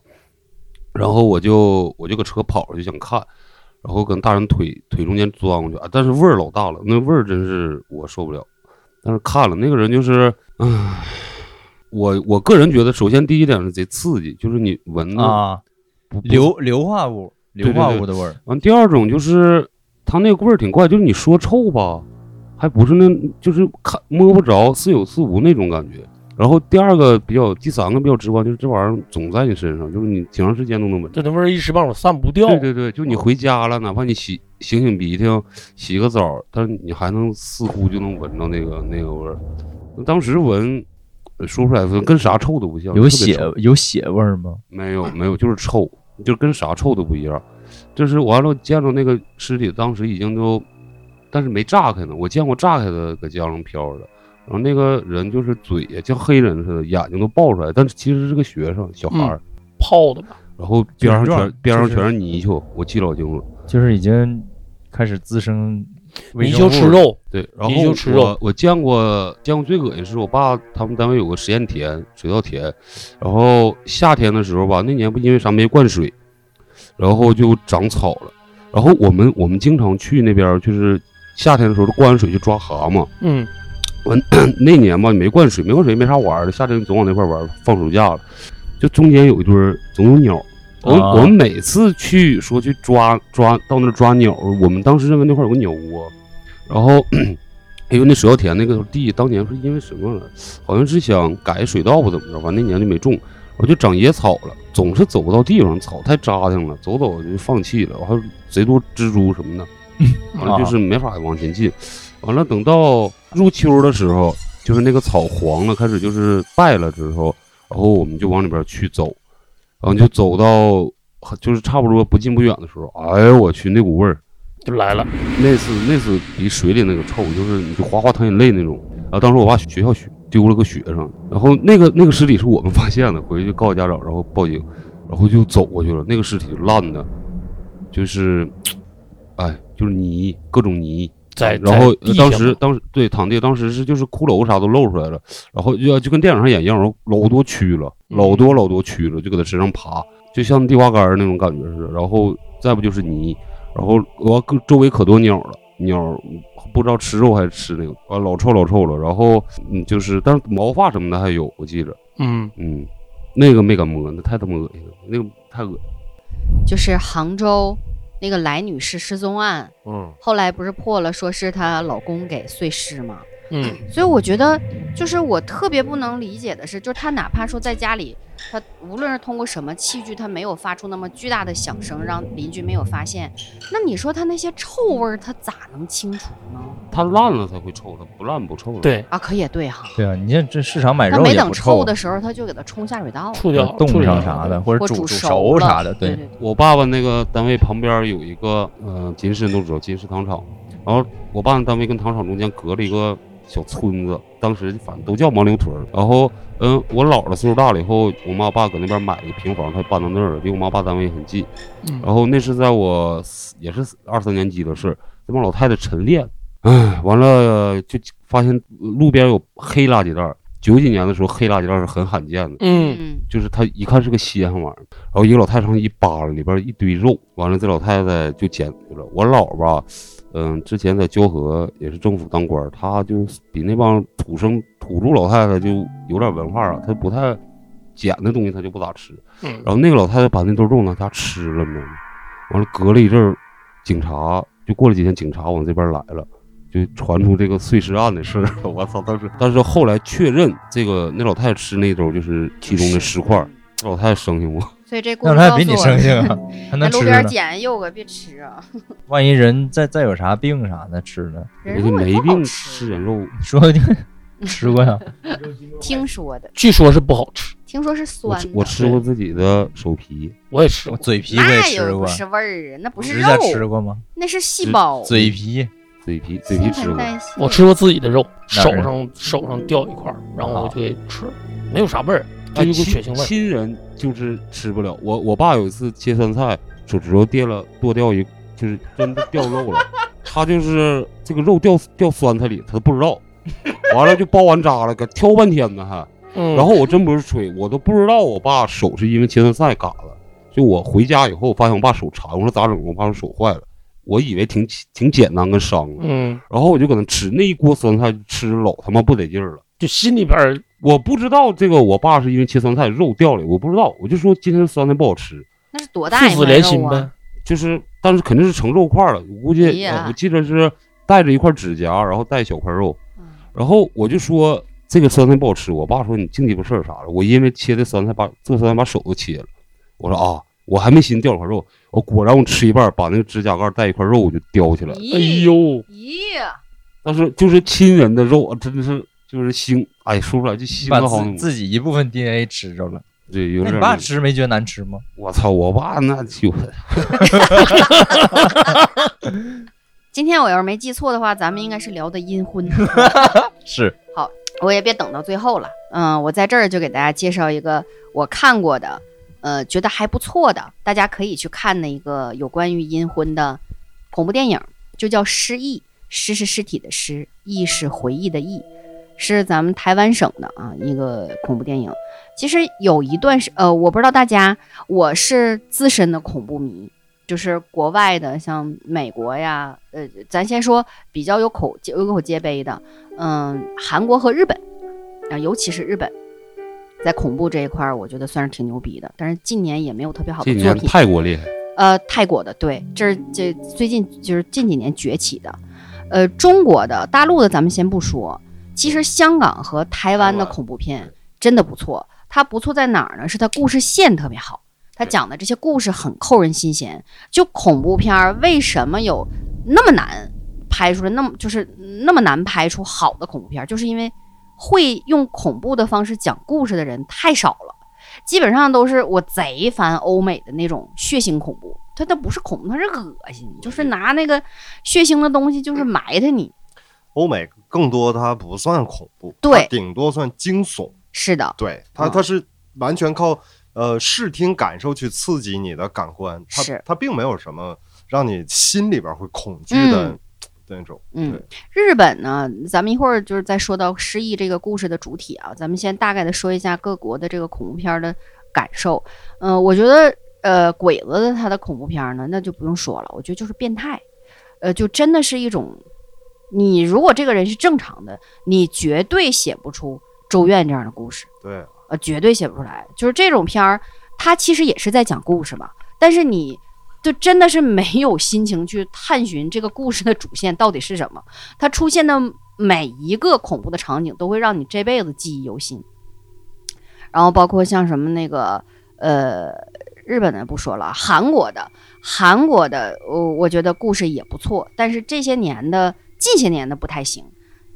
Speaker 7: 然后我就我就搁车跑着就想看，然后跟大人腿腿中间钻过去啊，但是味儿老大了，那味儿真是我受不了。但是看了那个人就是，唉，我我个人觉得，首先第一点是贼刺激，就是你闻的
Speaker 2: 啊，
Speaker 7: 不不
Speaker 2: 硫硫化物，硫化物的味儿，
Speaker 7: 完，第二种就是它那个味儿挺怪，就是你说臭吧，还不是那，就是看摸不着，似有似无那种感觉。然后第二个比较，第三个比较直观，就是这玩意儿总在你身上，就是你挺长时间都能闻着。
Speaker 6: 就那味儿一时半会儿散不掉。
Speaker 7: 对对对，就你回家了，哪怕你洗擤擤鼻涕，洗个澡，但是你还能似乎就能闻到那个那个味儿。当时闻，呃说不出来，跟啥臭都不像，
Speaker 2: 有
Speaker 7: 特别
Speaker 2: 血
Speaker 7: 臭
Speaker 2: 有血味儿吗？
Speaker 7: 没有没有，就是臭，就跟啥臭都不一样。就是完了，见着那个尸体，当时已经都，但是没炸开呢。我见过炸开的搁江上飘着的，然后那个人就是嘴呀，像黑人似的，眼睛都爆出来，但是其实是个学生小孩儿。
Speaker 6: 泡的吧，
Speaker 7: 然后边上
Speaker 2: 卷嗯
Speaker 7: 全
Speaker 2: 状
Speaker 7: 边上
Speaker 2: 就是
Speaker 7: 全是泥鳅，我记老清楚了。
Speaker 2: 就是已经开始滋生
Speaker 3: 你就吃肉，
Speaker 7: 对，然后
Speaker 3: 你就吃肉
Speaker 7: 我我见过见过最恶心是我爸他们单位有个实验田水稻田，然后夏天的时候吧，那年不因为啥没灌水，然后就长草了。然后我们我们经常去那边儿，就是夏天的时候灌完水去抓蛤蟆。
Speaker 3: 嗯，
Speaker 7: 那年吧没灌水，没灌水没啥玩儿的，夏天总往那块儿玩儿。放暑假了，就中间有一堆儿总有鸟儿。我们、
Speaker 2: 啊
Speaker 7: 我们每次去说去抓抓到那儿抓鸟儿，我们当时认为那块儿有个鸟窝，然后 因为那水稻田那个地当年是因为什么了，好像是想改水稻吧，怎么着？完那年就没种，我就长野草了，总是走不到地方，草太扎挺了，走走就放弃了。完了贼多蜘蛛什么的，完了就是没法往前进。完了等到入秋的时候，就是那个草黄了，开始就是败了之后，然后我们就往里边去走，然后就走到就是差不多不近不远的时候，哎呦我去那股味儿，
Speaker 6: 就来了。
Speaker 7: 那次那次比水里那个臭，就是你就哗哗淌眼泪那种。然后当时我爸学校学丢了个学生，然后那个那个尸体是我们发现的，回去就告诉家长，然后报警，然后就走过去了。那个尸体就烂的，就是，哎，就是泥，各种泥。
Speaker 6: 在
Speaker 7: 然后
Speaker 6: 在地
Speaker 7: 当
Speaker 6: 下
Speaker 7: 时
Speaker 6: 嘛
Speaker 7: 当时对躺地，当时是就是骷髅啥都露出来了，然后就就跟电影上演一样，然后老多蛆了，老
Speaker 6: 嗯
Speaker 7: 多老多蛆了，就搁他身上爬，就像地瓜干儿那种感觉似的。然后再不就是泥，然后我各周围可多鸟了，鸟不知道吃肉还是吃那个，啊老臭老臭了。然后嗯，就是但是毛发什么的还有，我记着，
Speaker 3: 嗯，
Speaker 7: 嗯，那个没敢摸，那太他妈恶心了，那个太恶心了。
Speaker 5: 就是杭州那个来女士失踪案，
Speaker 4: 嗯，
Speaker 5: 后来不是破了，说是她老公给碎尸吗？
Speaker 3: 嗯，
Speaker 5: 所以我觉得，就是我特别不能理解的是，就是她哪怕说在家里，她无论是通过什么器具，她没有发出那么巨大的响声，让邻居没有发现，那你说她那些臭味儿，她咋能清除呢？
Speaker 7: 它烂了才会臭，它不烂不臭了。，
Speaker 3: 对，
Speaker 5: 啊，可也对哈，
Speaker 2: 对啊，你这这市场买
Speaker 5: 她
Speaker 2: 肉
Speaker 5: 没
Speaker 2: 也
Speaker 5: 等
Speaker 2: 不臭
Speaker 5: 臭的时候，她就给它冲下水道了，
Speaker 3: 处理好，处
Speaker 2: 冻
Speaker 3: 理
Speaker 2: 上
Speaker 3: 好
Speaker 2: 啥的，或者
Speaker 5: 或
Speaker 2: 煮
Speaker 5: 煮
Speaker 2: 熟
Speaker 5: 了
Speaker 2: 啥的，
Speaker 5: 对
Speaker 2: 对，
Speaker 5: 对
Speaker 7: 我爸爸那个单位旁边有一个，呃，金市都知道金市糖厂，然后我爸那单位跟糖厂中间隔了一个小村子，当时反正都叫牦牛屯儿。然后，嗯，我姥姥岁数大了以后，我妈我爸搁那边买了个平房，他搬到那儿了，离我妈爸单位很近。然后那是在我四也是二三年级的事儿，这帮老太太晨练，唉，完了就发现路边有黑垃圾袋儿。九几年的时候，黑垃圾袋儿是很罕见的。
Speaker 3: 嗯，
Speaker 5: 嗯，
Speaker 7: 就是他一看是个稀罕玩意儿，然后一个老太太上一扒拉，里边一堆肉，完了这老太太就捡去了。我姥儿吧，嗯，之前在蛟河也是政府当官儿，她就比那帮土生土著老太太就有点文化啊，她不太捡的东西她就不咋吃。
Speaker 3: 嗯
Speaker 7: 然后那个老太太把那兜肉拿家吃了，你知道吗？完了隔了一阵儿，警察就过了几天，警察往这边来了。就传出这个碎尸案的事儿了， 我操！当时，但是后来确认，这个那老太太吃那兜就是其中的尸块儿，这老太太生性我，
Speaker 5: 所以这故
Speaker 2: 那
Speaker 5: 事
Speaker 2: 他
Speaker 5: 告
Speaker 2: 还比你
Speaker 5: 诉我
Speaker 2: 生性啊， 还
Speaker 5: 在
Speaker 2: 能
Speaker 5: 路
Speaker 2: 吃
Speaker 5: 边
Speaker 2: 呢。
Speaker 5: 捡诱个别吃啊，
Speaker 2: 万一人再再有啥病啥的吃呢？
Speaker 5: 人
Speaker 7: 我就
Speaker 5: 肉也
Speaker 7: 没
Speaker 5: 不好
Speaker 7: 病吃
Speaker 5: 吃，
Speaker 7: 人肉，
Speaker 2: 说不定 吃过呀。
Speaker 5: 听说的，
Speaker 3: 据说是不好吃，
Speaker 5: 听说是
Speaker 7: 我
Speaker 5: 酸
Speaker 7: 吃
Speaker 5: 的，
Speaker 7: 我吃过自己的手皮，
Speaker 3: 我也吃
Speaker 2: 我
Speaker 3: 过，
Speaker 2: 嘴皮我也
Speaker 5: 那
Speaker 2: 吃
Speaker 5: 又
Speaker 2: 过
Speaker 5: 不，是味儿啊，那不是
Speaker 2: 指
Speaker 5: 肉
Speaker 2: 甲，吃过吗？
Speaker 5: 那是细胞。
Speaker 2: 嘴皮
Speaker 7: 嘴皮嘴皮
Speaker 5: 新
Speaker 7: 吃
Speaker 5: 陈
Speaker 7: 过，
Speaker 5: 代谢
Speaker 3: 我吃过自己的肉，
Speaker 2: 哪
Speaker 3: 手
Speaker 2: 儿啊
Speaker 3: 上手上掉一块儿，然后我就给吃，没有啥味
Speaker 2: 啊
Speaker 3: 儿，就
Speaker 7: 但
Speaker 3: 一股血腥
Speaker 7: 亲
Speaker 3: 味儿。
Speaker 7: 亲人就是吃不了。我我爸有一次切酸菜，手指头掉了剁掉一，就是真的掉肉了，他就是这个肉掉掉酸菜里，他都不知道，完了就包完渣了，搁挑半天呢还。
Speaker 3: 嗯，
Speaker 7: 然后我真不是吹，我都不知道我爸手是因为切酸菜嘎了。就我回家以后，发现我爸手残，我说咋整？我爸说手坏了。我以为挺挺简单跟伤了，
Speaker 3: 嗯，
Speaker 7: 然后我就搁那吃那一锅酸菜，吃老他妈不得劲儿了。
Speaker 3: 就心里边儿
Speaker 7: 我不知道这个，我爸是因为切酸菜肉掉了，我不知道。我就说今天酸菜不好吃，
Speaker 5: 那是多大
Speaker 3: 父
Speaker 5: 一
Speaker 3: 子
Speaker 5: 块
Speaker 3: 连心
Speaker 5: 肉啊
Speaker 3: 呗！。
Speaker 7: 就是但是肯定是成肉块了。我估计、
Speaker 5: 哎呀
Speaker 7: 呃我记得是带着一块指甲，然后带小块肉，
Speaker 5: 嗯
Speaker 7: 然后我就说这个酸菜不好吃，我爸说你净鸡巴事儿啥了。我因为切的酸菜把这酸菜把手都切了。我说啊，我还没寻思掉了块肉，我果然我吃一半把那个指甲盖带一块肉我就叼起来了。
Speaker 3: 哎
Speaker 5: 咦
Speaker 3: 呦，
Speaker 5: 咦，
Speaker 7: 但是就是亲人的肉，啊，真的是就是腥，哎，说不出来就腥
Speaker 2: 把
Speaker 7: 的好
Speaker 2: 自。自己一部分 DNA 吃着了。
Speaker 7: 对，有
Speaker 2: 那
Speaker 7: 点
Speaker 2: 你
Speaker 7: 儿
Speaker 2: 爸
Speaker 7: 那
Speaker 2: 吃没觉得难吃吗？
Speaker 7: 我操，我爸那就
Speaker 5: 今天我要是没记错的话，咱们应该是聊的阴婚。
Speaker 2: 是，
Speaker 5: 我也别等到最后了，嗯，我在这儿就给大家介绍一个我看过的，呃，觉得还不错的，大家可以去看的一个有关于阴婚的恐怖电影，就叫《失忆》。尸是尸体的尸，忆是回忆的忆，是咱们台湾省的啊一个恐怖电影。其实有一段是呃，我不知道大家，我是资深的恐怖迷，就是国外的，像美国呀，呃，咱先说比较有口有口皆碑的，嗯，韩国和日本啊、尤其是日本，在恐怖这一块儿，我觉得算是挺牛逼的。但是近年也没有特别好
Speaker 7: 这
Speaker 5: 的
Speaker 7: 几
Speaker 5: 作
Speaker 7: 年
Speaker 5: 品。
Speaker 7: 泰国厉害，
Speaker 5: 呃，泰国的，对，这是这最近就是近几年崛起的，呃，中国的、大陆的咱们先不说，其实香港和台湾的恐怖片真的不错。它不错在哪儿呢？是它故事线特别好，它讲的这些故事很扣人心弦。就恐怖片儿为什么有那么难拍出来，那么就是那么难拍出好的恐怖片儿，就是因为会用恐怖的方式讲故事的人太少了。基本上都是我贼烦欧美的那种血腥恐怖，它它不是恐怖，它是恶心，就是拿那个血腥的东西就是埋汰你。
Speaker 4: 欧美更多它不算恐怖，
Speaker 5: 对
Speaker 4: 它顶多算惊悚，
Speaker 5: 是的，
Speaker 4: 对它
Speaker 5: 嗯
Speaker 4: 它是完全靠呃视听感受去刺激你的感官，它
Speaker 5: 是
Speaker 4: 它并没有什么让你心里边会恐惧的
Speaker 5: 嗯
Speaker 4: 那种。
Speaker 5: 嗯
Speaker 4: 对，
Speaker 5: 日本呢，咱们一会儿就是再说到失忆这个故事的主体啊，咱们先大概的说一下各国的这个恐怖片儿的感受。嗯、我觉得呃，鬼子的他的恐怖片儿呢，那就不用说了，我觉得就是变态，呃，就真的是一种，你如果这个人是正常的，你绝对写不出周院这样的故事。
Speaker 4: 对，
Speaker 5: 呃，绝对写不出来。就是这种片儿，它其实也是在讲故事嘛，但是你就真的是没有心情去探寻这个故事的主线到底是什么。它出现的每一个恐怖的场景，都会让你这辈子记忆犹新。然后包括像什么那个呃，日本的不说了，韩国的，韩国的，我、我觉得故事也不错，但是这些年的近些年的不太行。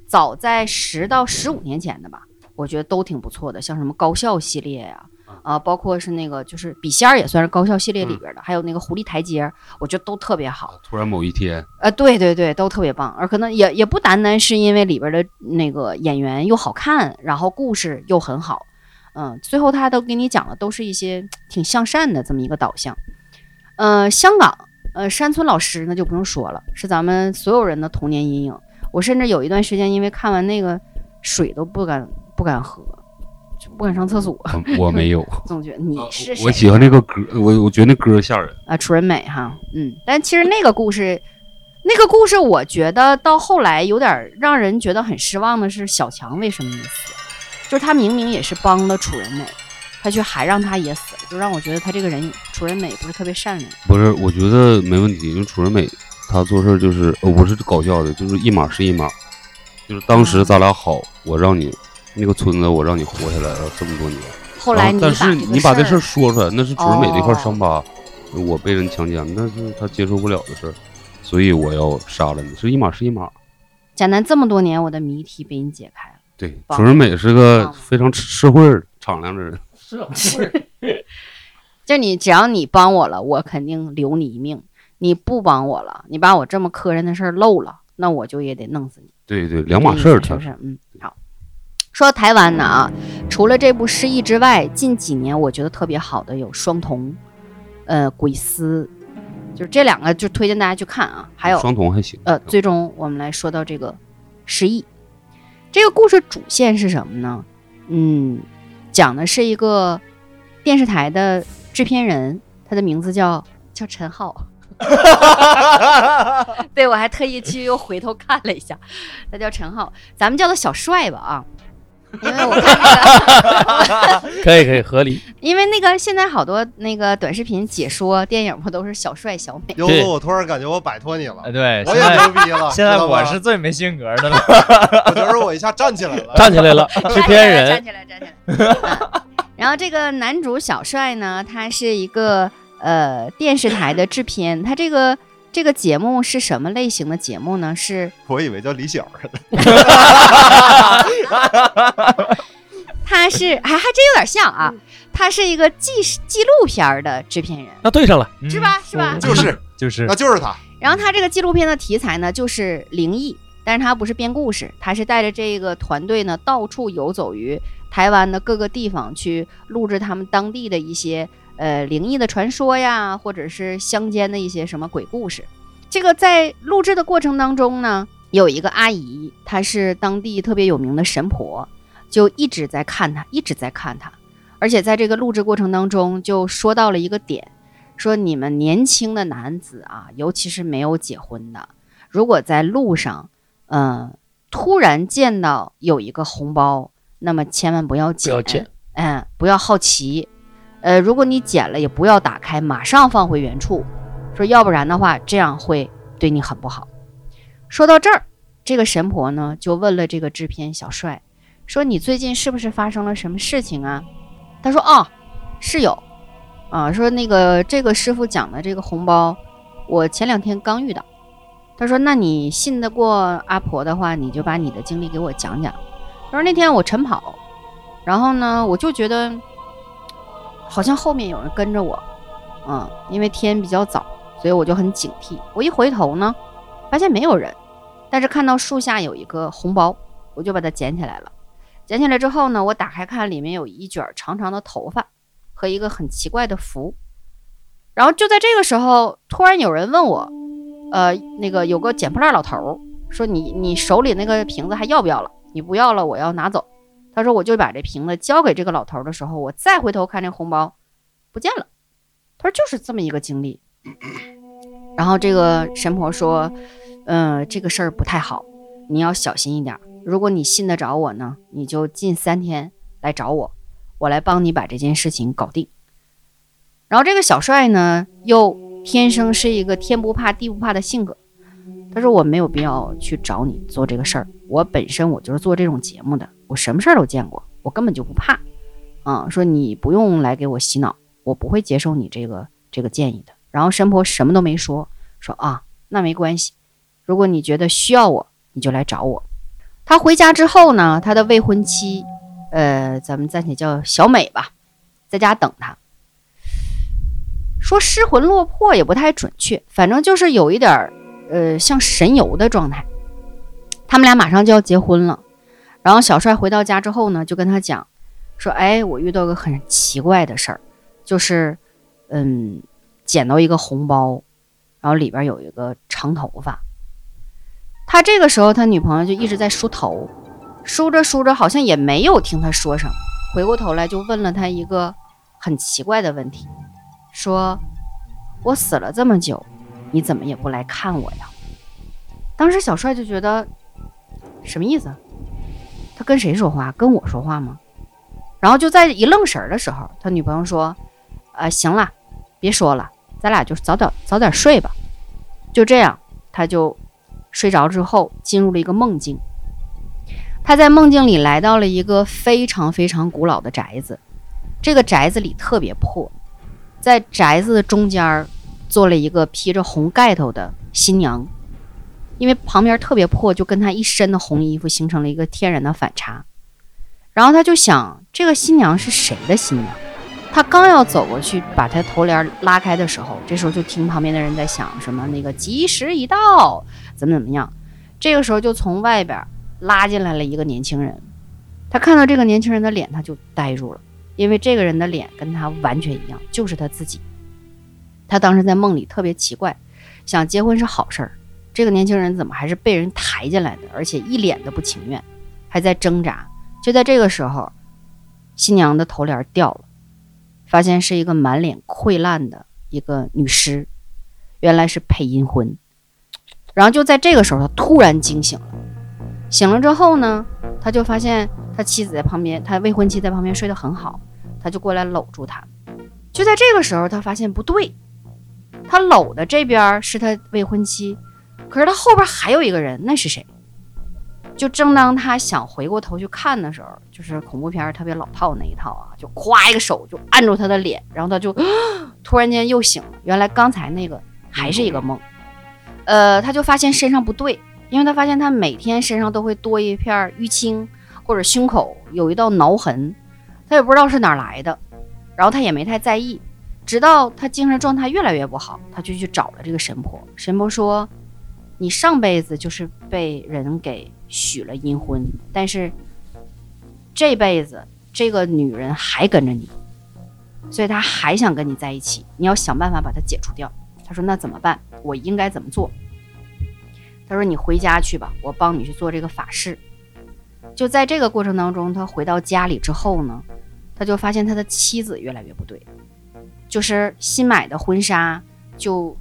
Speaker 5: 早在十到十五年前的吧，我觉得都挺不错的，像什么高校系列呀、啊，包括是那个就是笔仙儿也算是高校系列里边的，还有那个狐狸台阶儿，我觉得都特别好。
Speaker 7: 突然某一 天，
Speaker 5: 呃，对对对，都特别棒，而可能也也不单单是因为里边的那个演员又好看，然后故事又很好，嗯，最后他都给你讲的都是一些挺向善的这么一个导向。呃，香港，呃，山村老师那就不用说了，是咱们所有人的童年阴影。我甚至有一段时间因为看完那个水都不敢不敢喝，就不敢上厕所，
Speaker 7: 我我没有，
Speaker 5: 总觉得你是谁
Speaker 7: 哦我喜欢那个歌，我我觉得那歌吓人，
Speaker 5: 啊，楚人美哈，嗯，但其实那个故事，那个故事我觉得到后来有点儿让人觉得很失望的是小强为什么没死，就是他明明也是帮了楚人美，他却还让他也死了，就让我觉得他这个人楚人美不是特别善良。
Speaker 7: 不是，我觉得没问题，因为楚人美她做事儿就是，呃，不是搞笑的，就是一码是一码，就是当时咱俩好，我让你那个村子，我让你活下来了这么多年，
Speaker 5: 后
Speaker 7: 然
Speaker 5: 来
Speaker 7: 后
Speaker 5: 你
Speaker 7: 啊但是你
Speaker 5: 把
Speaker 7: 把这事
Speaker 5: 事
Speaker 7: 儿
Speaker 5: 儿
Speaker 7: 说出来，那是楚人美那块
Speaker 5: 哦
Speaker 7: 伤疤，我被人强奸，那是她接受不了的事儿，所以我要杀了你，是一码是一码。
Speaker 5: 贾南这么多年我的谜题被你解开了，
Speaker 7: 对，
Speaker 5: 棒
Speaker 7: 楚人美是个
Speaker 5: 棒
Speaker 7: 非常吃吃会儿、敞亮的人。
Speaker 5: 就是你只要你帮我了，我肯定留你一命；你不帮我了，你把我这么磕碜的事儿漏了，那我就也得弄死你。
Speaker 7: 对对，两码事儿，他
Speaker 5: 是嗯，好。说到台湾呢啊，除了这部《失忆》之外，近几年我觉得特别好的有《双瞳》，呃，《鬼丝》，就是这两个就推荐大家去看啊。还有
Speaker 7: 双瞳还行。
Speaker 5: 呃，最终我们来说到这个失忆，这个故事主线是什么呢？嗯，讲的是一个电视台的制片人，他的名字叫叫陈浩。对，我还特意去又回头看了一下，他叫陈浩，咱们叫他小帅吧啊，因为我看那个。
Speaker 3: 可以可以合理。
Speaker 5: 因为那个现在好多那个短视频解说电影不都是小帅小美？
Speaker 4: 优
Speaker 3: 对
Speaker 4: 子，我突然感觉我摆脱你了
Speaker 2: 哎，，对，现
Speaker 4: 我也
Speaker 2: 在
Speaker 4: 牛逼了。
Speaker 2: 现在
Speaker 4: 知道吗
Speaker 2: 我是，最没性格的了。
Speaker 4: 我觉得我一下站起来了。
Speaker 3: 站起来了，制片
Speaker 5: 站
Speaker 3: 人
Speaker 5: 哦起来，站起来，站起来。啊然后这个男主小帅呢，他是一个呃电视台的制片，他这个这个节目是什么类型的节目呢？是
Speaker 4: 我以为叫李小呢。
Speaker 5: 他是还还真有点像啊，他是一个纪实纪录片儿的制片人，
Speaker 3: 那对上了，
Speaker 2: 嗯
Speaker 5: 是？吧？是吧？
Speaker 4: 就是，
Speaker 2: 就是
Speaker 4: 那就是他。
Speaker 5: 然后他这个纪录片的题材呢，就是灵异，但是他不是编故事，他是带着这个团队呢，到处游走于台湾的各个地方，去录制他们当地的一些呃灵异的传说呀，或者是乡间的一些什么鬼故事。这个在录制的过程当中呢，有一个阿姨，她是当地特别有名的神婆，就一直在看她，一直在看她，而且在这个录制过程当中，就说到了一个点，说你们年轻的男子啊，尤其是没有结婚的，如果在路上，嗯，突然见到有一个红包，那么千万不要捡，
Speaker 6: 不要捡
Speaker 5: 嗯，不要好奇，呃，如果你捡了，也不要打开，马上放回原处，说要不然的话，这样会对你很不好。说到这儿，这个神婆呢就问了这个制片小帅，说你最近是不是发生了什么事情啊？他说哦，是有，啊，说那个这个师傅讲的这个红包，我前两天刚遇到。他说：“那你信得过阿婆的话，你就把你的经历给我讲讲。”他说：“那天我晨跑，然后呢，我就觉得好像后面有人跟着我，嗯，因为天比较早，所以我就很警惕。我一回头呢，发现没有人，但是看到树下有一个红包，我就把它捡起来了。捡起来之后呢，我打开看，里面有一卷长长的头发和一个很奇怪的符。然后就在这个时候，突然有人问我，呃，那个有个捡破烂老头儿说你你手里那个瓶子还要不要了？你不要了，我要拿走。他说我就把这瓶子交给这个老头儿的时候，我再回头看这红包不见了。他说就是这么一个经历。然后这个神婆说，嗯、这个事儿不太好，你要小心一点儿。如果你信得着我呢，你就近三天来找我，我来帮你把这件事情搞定。然后这个小帅呢，又天生是一个天不怕地不怕的性格，他说我没有必要去找你做这个事儿，我本身我就是做这种节目的，我什么事儿都见过，我根本就不怕。啊，说你不用来给我洗脑，我不会接受你这个这个建议的。然后神婆什么都没说，说啊，那没关系，如果你觉得需要我，你就来找我。他回家之后呢，他的未婚妻，呃，咱们暂且叫小美吧，在家等他。说失魂落魄也不太准确，反正就是有一点儿，呃，像神游的状态。他们俩马上就要结婚了，然后小帅回到家之后呢，就跟他讲，说，哎，我遇到个很奇怪的事儿，就是，嗯，捡到一个红包，然后里边有一个长头发。他这个时候，他女朋友就一直在梳头，梳着梳着，好像也没有听他说什么，回过头来就问了他一个很奇怪的问题，说：“我死了这么久，你怎么也不来看我呀？”当时小帅就觉得什么意思？啊他跟谁说话？跟我说话吗？然后就在一愣神儿的时候，他女朋友说：“啊，行了，别说了，咱俩就早点早点睡吧。”就这样，他就睡着之后进入了一个梦境。他在梦境里来到了一个非常非常古老的宅子，这个宅子里特别破，在宅子的中间儿坐了一个披着红盖头的新娘，因为旁边特别破，就跟她一身的红衣服形成了一个天然的反差。然后他就想，这个新娘是谁的新娘？他刚要走过去把她头帘拉开的时候，这时候就听旁边的人在想什么那个吉时已到，怎么怎么样。这个时候就从外边拉进来了一个年轻人，他看到这个年轻人的脸，他就呆住了，因为这个人的脸跟他完全一样，就是他自己。他当时在梦里特别奇怪，想结婚是好事儿，这个年轻人怎么还是被人抬进来的，而且一脸的不情愿，还在挣扎。就在这个时候，新娘的头帘掉了，发现是一个满脸溃烂的一个女尸，原来是配阴婚。然后就在这个时候，他突然惊醒了。醒了之后呢，他就发现他妻子在旁边，他未婚妻在旁边睡得很好，他就过来搂住她。就在这个时候，他发现不对，他搂的这边儿是他未婚妻，可是他后边儿还有一个人，那是谁？就正当他想回过头去看的时候，就是恐怖片儿特别老套那一套啊，就咵一个手就按住他的脸，然后他就 突然间又醒了，原来刚才那个还是一个梦。呃，他就发现身上不对，因为他发现他每天身上都会多一片儿淤青，或者胸口有一道挠痕，他也不知道是哪儿来的，然后他也没太在意，直到他精神状态越来越不好，他就去找了这个神婆。神婆说：“你上辈子就是被人给许了阴婚，但是这辈子这个女人还跟着你，所以她还想跟你在一起，你要想办法把她解除掉。”他说：“那怎么办？我应该怎么做？”他说你回家去吧，我帮你去做这个法事。就在这个过程当中，他回到家里之后呢，他就发现他的妻子越来越不对，就是新买的婚纱就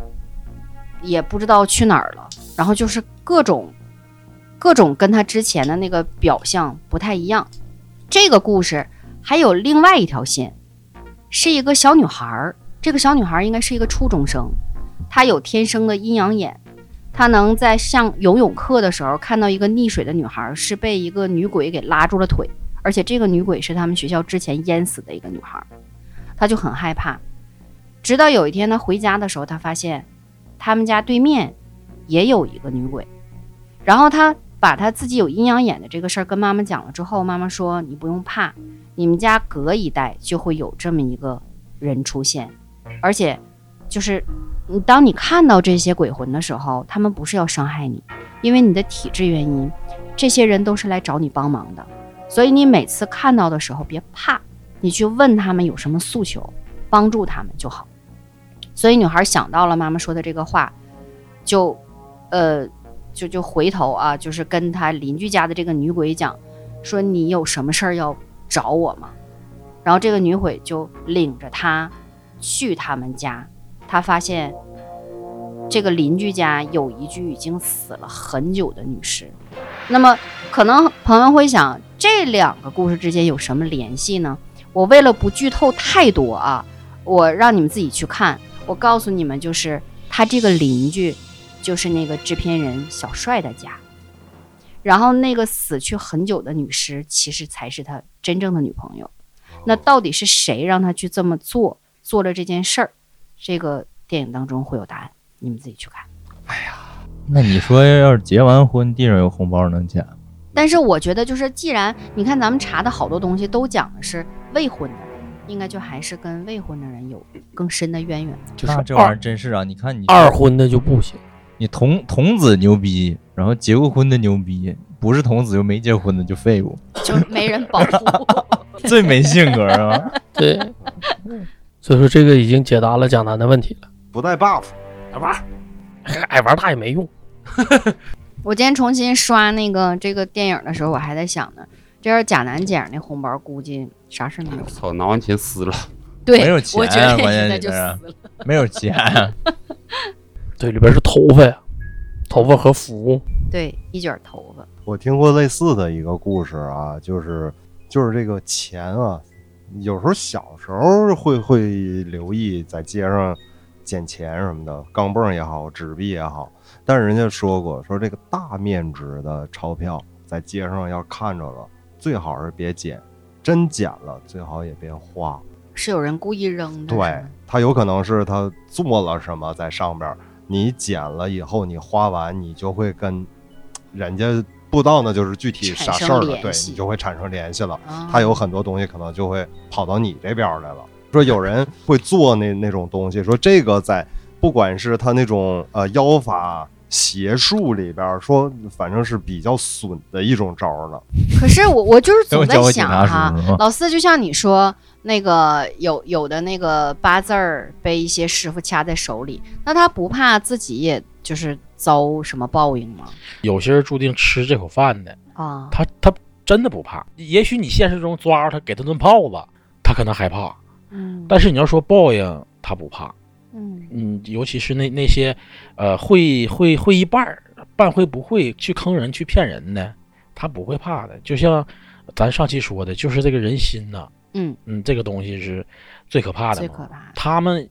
Speaker 5: 也不知道去哪儿了，然后就是各种各种跟他之前的那个表象不太一样。这个故事还有另外一条线，是一个小女孩儿，这个小女孩儿应该是一个初中生，她有天生的阴阳眼，她能在上游泳课的时候看到一个溺水的女孩儿是被一个女鬼给拉住了腿，而且这个女鬼是他们学校之前淹死的一个女孩儿，她就很害怕。直到有一天她回家的时候，她发现他们家对面也有一个女鬼，然后她把她自己有阴阳眼的这个事儿跟妈妈讲了之后，妈妈说你不用怕，你们家隔一代就会有这么一个人出现，而且就是你当你看到这些鬼魂的时候，他们不是要伤害你，因为你的体质原因，这些人都是来找你帮忙的，所以你每次看到的时候别怕，你去问他们有什么诉求，帮助他们就好。所以女孩想到了妈妈说的这个话，就呃就就回头啊，就是跟她邻居家的这个女鬼讲，说你有什么事儿要找我吗？然后这个女鬼就领着她去他们家，她发现这个邻居家有一具已经死了很久的女尸。那么，可能朋友会想，这两个故事之间有什么联系呢？我为了不剧透太多啊，我让你们自己去看。我告诉你们，就是她这个邻居，就是那个制片人小帅的家。然后那个死去很久的女尸，其实才是他真正的女朋友。那到底是谁让他去这么做，做了这件事儿？这个电影当中会有答案，你们自己去看。
Speaker 2: 嗯那你说要是结完婚，地上有红包能捡？啊
Speaker 5: 但是我觉得，就是既然你看咱们查的好多东西都讲的是未婚的人，应该就还是跟未婚的人有更深的渊源。
Speaker 3: 就
Speaker 2: 那
Speaker 3: 是
Speaker 2: 这玩意儿
Speaker 3: 二
Speaker 2: 真是啊！你看你
Speaker 3: 二婚的就不行。
Speaker 2: 你童童子牛逼，然后结过婚的牛逼，不是童子又没结婚的就废 物，
Speaker 5: 就是没人保护。
Speaker 2: 最没性格啊！
Speaker 3: 对，所以说这个已经解答了蒋楠的问题了。
Speaker 4: 不带 buff，
Speaker 6: 来玩儿，爱玩儿大也没用。
Speaker 5: 我今天重新刷那个这个电影的时候，我还在想呢，这要是贾楠捡着那红包，估计啥事儿没有
Speaker 7: 我。操，拿完钱撕了，
Speaker 5: 对，
Speaker 2: 没有钱
Speaker 5: 我觉得
Speaker 2: 关键
Speaker 5: 那
Speaker 2: 是
Speaker 5: 就死了。
Speaker 2: 没有钱啊，
Speaker 6: 对，里边是头发呀，头发和服。
Speaker 5: 对，一卷头发。
Speaker 4: 我听过类似的一个故事啊，就是就是这个钱啊，有时候小时候会会留意在街上捡钱什么的，钢镚儿也好，纸币也好，但是人家说过，说这个大面值的钞票在街上要看着了，最好是别捡，真捡了最好也别花。
Speaker 5: 是有人故意扔的，
Speaker 4: 对，它有可能是他做了什么在上边儿，你捡了以后，你花完，你就会跟人家不知道呢，就是具体啥
Speaker 5: 产生
Speaker 4: 事儿了，
Speaker 5: 联
Speaker 4: 对
Speaker 5: 系
Speaker 4: 你就会产生联系了。
Speaker 5: 他
Speaker 4: 它有很多东西可能就会跑到你这边儿来了。说有人会做那那种东西，说这个在不管是他那种呃妖法邪术里边儿，说反正是比较损的一种招儿呢。
Speaker 5: 可是我我就是
Speaker 2: 给
Speaker 5: 总
Speaker 2: 我
Speaker 5: 在
Speaker 2: 教给警察
Speaker 5: 想哈、
Speaker 2: 叔叔
Speaker 4: 嗯
Speaker 2: 啊。
Speaker 5: 老四就像你说那个有有的那个八字儿被一些师傅掐在手里，那他不怕自己也就是遭什么报应吗？
Speaker 6: 有些人注定吃这口饭的，
Speaker 5: 啊，
Speaker 6: 他他真的不怕。也许你现实中抓着他，给他顿炮子，他可能害怕。
Speaker 5: 嗯
Speaker 6: 但是你要说报应，他不怕。
Speaker 5: 嗯
Speaker 6: 嗯，尤其是那那些，呃，会会会一半儿，半会不会去坑人、去骗人的，他不会怕的。就像咱上期说的，就是这个人心呐、
Speaker 5: 嗯，
Speaker 6: 嗯，这个东西是最可怕的
Speaker 5: 最
Speaker 6: 嘛。
Speaker 5: 可怕的，
Speaker 6: 他们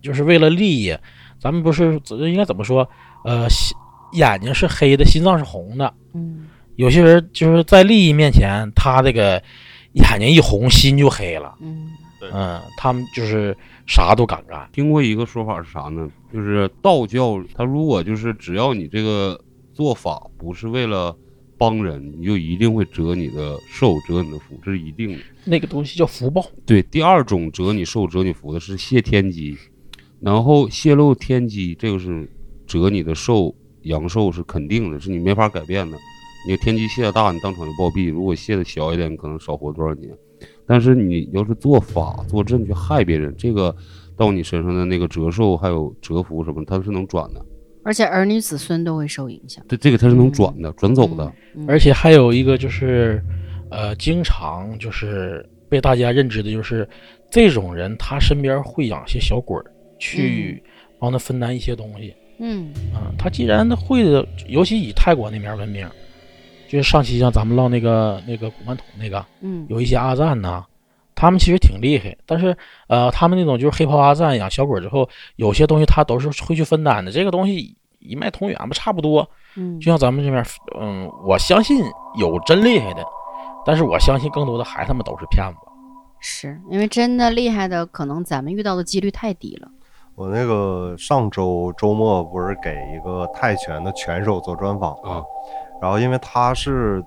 Speaker 6: 就是为了利益，咱们不是应该怎么说？呃，心眼睛是黑的，心脏是红的。
Speaker 5: 嗯
Speaker 6: 有些人就是在利益面前，他这个眼睛一红，心就黑了。
Speaker 5: 嗯
Speaker 6: 嗯，他们就是啥都敢干。
Speaker 7: 听过一个说法是啥呢？就是道教，它如果就是只要你这个做法不是为了帮人，你就一定会折你的寿，折你的福，这是一定的。
Speaker 6: 那个东西叫福报。
Speaker 7: 对，第二种折你寿、折你福的是泄天机，然后泄露天机，这个是折你的寿、阳寿是肯定的，是你没法改变的。你天机泄的大，你当场就暴毙；如果泄的小一点，你可能少活多少年。但是你要是做法做阵去害别人，这个到你身上的那个折寿还有折福什么，它是能转的。
Speaker 5: 而且儿女子孙都会受影响，
Speaker 7: 这这个它是能转的，转走的。
Speaker 5: 嗯嗯。嗯
Speaker 6: 而且还有一个就是，呃，经常就是被大家认知的就是这种人，他身边会养些小鬼儿去帮他分担一些东西
Speaker 5: 嗯
Speaker 6: 啊、他既然他会的，尤其以泰国那边闻名，就是上期像咱们唠那个那个古曼童那个，
Speaker 5: 嗯
Speaker 6: 有一些阿赞呐、他们其实挺厉害，但是呃，他们那种就是黑袍阿赞养小鬼儿之后，有些东西他都是会去分担的，这个东西一脉同源吧，差不多。
Speaker 5: 嗯
Speaker 6: 就像咱们这边，嗯，我相信有真厉害的，但是我相信更多的孩子们都是骗子。
Speaker 5: 是因为真的厉害的，可能咱们遇到的几率太低了。
Speaker 4: 我那个上周周末不是给一个泰拳的拳手做专访吗？
Speaker 7: 啊
Speaker 4: 然后因为他是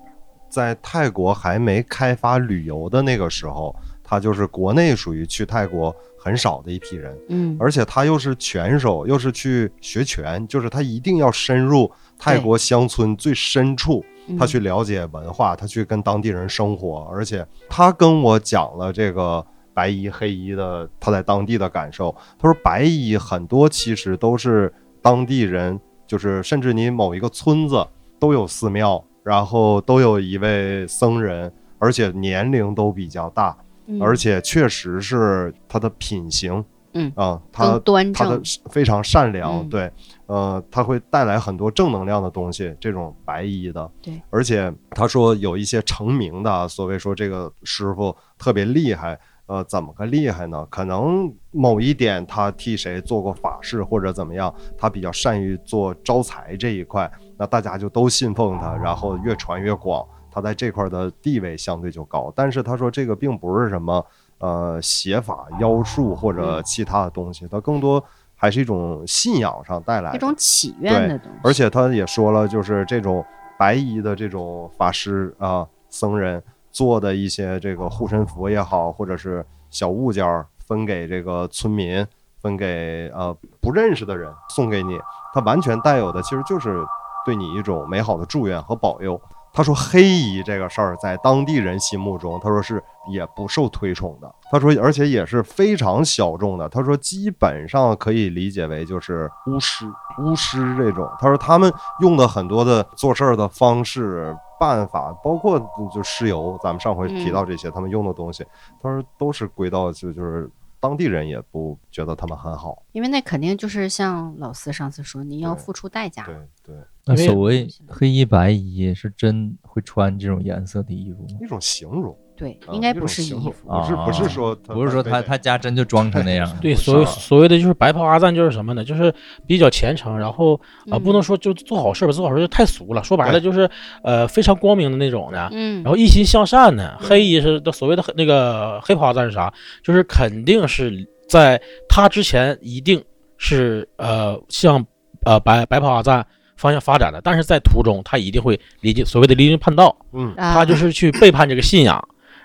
Speaker 4: 在泰国还没开发旅游的那个时候，他就是国内属于去泰国很少的一批人，
Speaker 5: 嗯
Speaker 4: 而且他又是拳手，又是去学拳，就是他一定要深入泰国乡村最深处，
Speaker 5: 嗯
Speaker 4: 他去了解文化，他去跟当地人生活，而且他跟我讲了这个白衣黑衣的他在当地的感受。他说白衣很多其实都是当地人，就是甚至你某一个村子都有寺庙，然后都有一位僧人，而且年龄都比较大，
Speaker 5: 嗯
Speaker 4: 而且确实是他的品行，
Speaker 5: 嗯
Speaker 4: 啊，他
Speaker 5: 更端
Speaker 4: 他的
Speaker 5: 正，
Speaker 4: 非常善良，
Speaker 5: 嗯
Speaker 4: 对，呃，他会带来很多正能量的东西。这种白衣的，
Speaker 5: 对，
Speaker 4: 而且他说有一些成名的啊，所谓说这个师傅特别厉害，呃，怎么个厉害呢？可能某一点他替谁做过法事或者怎么样，他比较善于做招财这一块，那大家就都信奉
Speaker 5: 哦
Speaker 4: 他，然后越传越广，他在这块的地位相对就高。但是他说这个并不是什么。呃，邪法、妖术或
Speaker 5: 嗯
Speaker 4: 者其他的东西，它更多还是一种信仰上带来的
Speaker 5: 一种祈愿的东西。
Speaker 4: 而且他也说了，就是这种白衣的这种法师啊、僧人做的一些这个护身符也好，或者是小物件儿分给这个村民，分给呃不认识的人送给你，他完全带有的其实就是对你一种美好的祝愿和保佑。他说黑衣这个事儿在当地人心目中，他说是也不受推崇的。他说，而且也是非常小众的。他说，基本上可以理解为就是巫师、巫师这种。他说他们用的很多的做事儿的方式、办法，包括就尸油，咱们上回提到这些，他们用的东西，他说都是归到就就是当地人也不觉得他们很好。
Speaker 5: 因为那肯定就是像老四上次说，你要
Speaker 4: 对
Speaker 5: 付出代价
Speaker 4: 对。对，
Speaker 2: 那
Speaker 6: 因为
Speaker 2: 所谓黑衣白衣是真会穿这种颜色的衣服吗？
Speaker 4: 一种形容，
Speaker 5: 对，
Speaker 4: 啊
Speaker 5: 应该
Speaker 4: 一
Speaker 5: 不
Speaker 4: 种
Speaker 5: 是衣
Speaker 4: 形容
Speaker 5: 服。
Speaker 4: 不是不
Speaker 2: 啊
Speaker 4: 是说
Speaker 6: 呃
Speaker 2: 不是说他他家真就装成那样。
Speaker 6: 对，
Speaker 4: 不是
Speaker 6: 所谓
Speaker 4: 啊
Speaker 6: 所谓的就是白袍阿赞就是什么呢？就是比较虔诚，然后啊、呃
Speaker 5: 嗯
Speaker 6: 不能说就做好事吧，做好事就太俗了。说白了就是呃非常光明的那种的。
Speaker 5: 嗯，
Speaker 6: 然后一心向善呢，黑衣是所谓的黑那个黑袍阿赞是啥？就是肯定是在他之前一定是呃向呃白白袍阿赞方向发展的，但是在途中他一定会离经所谓的离经叛道，
Speaker 4: 嗯
Speaker 5: 啊
Speaker 6: 他就是去背叛这个信 仰，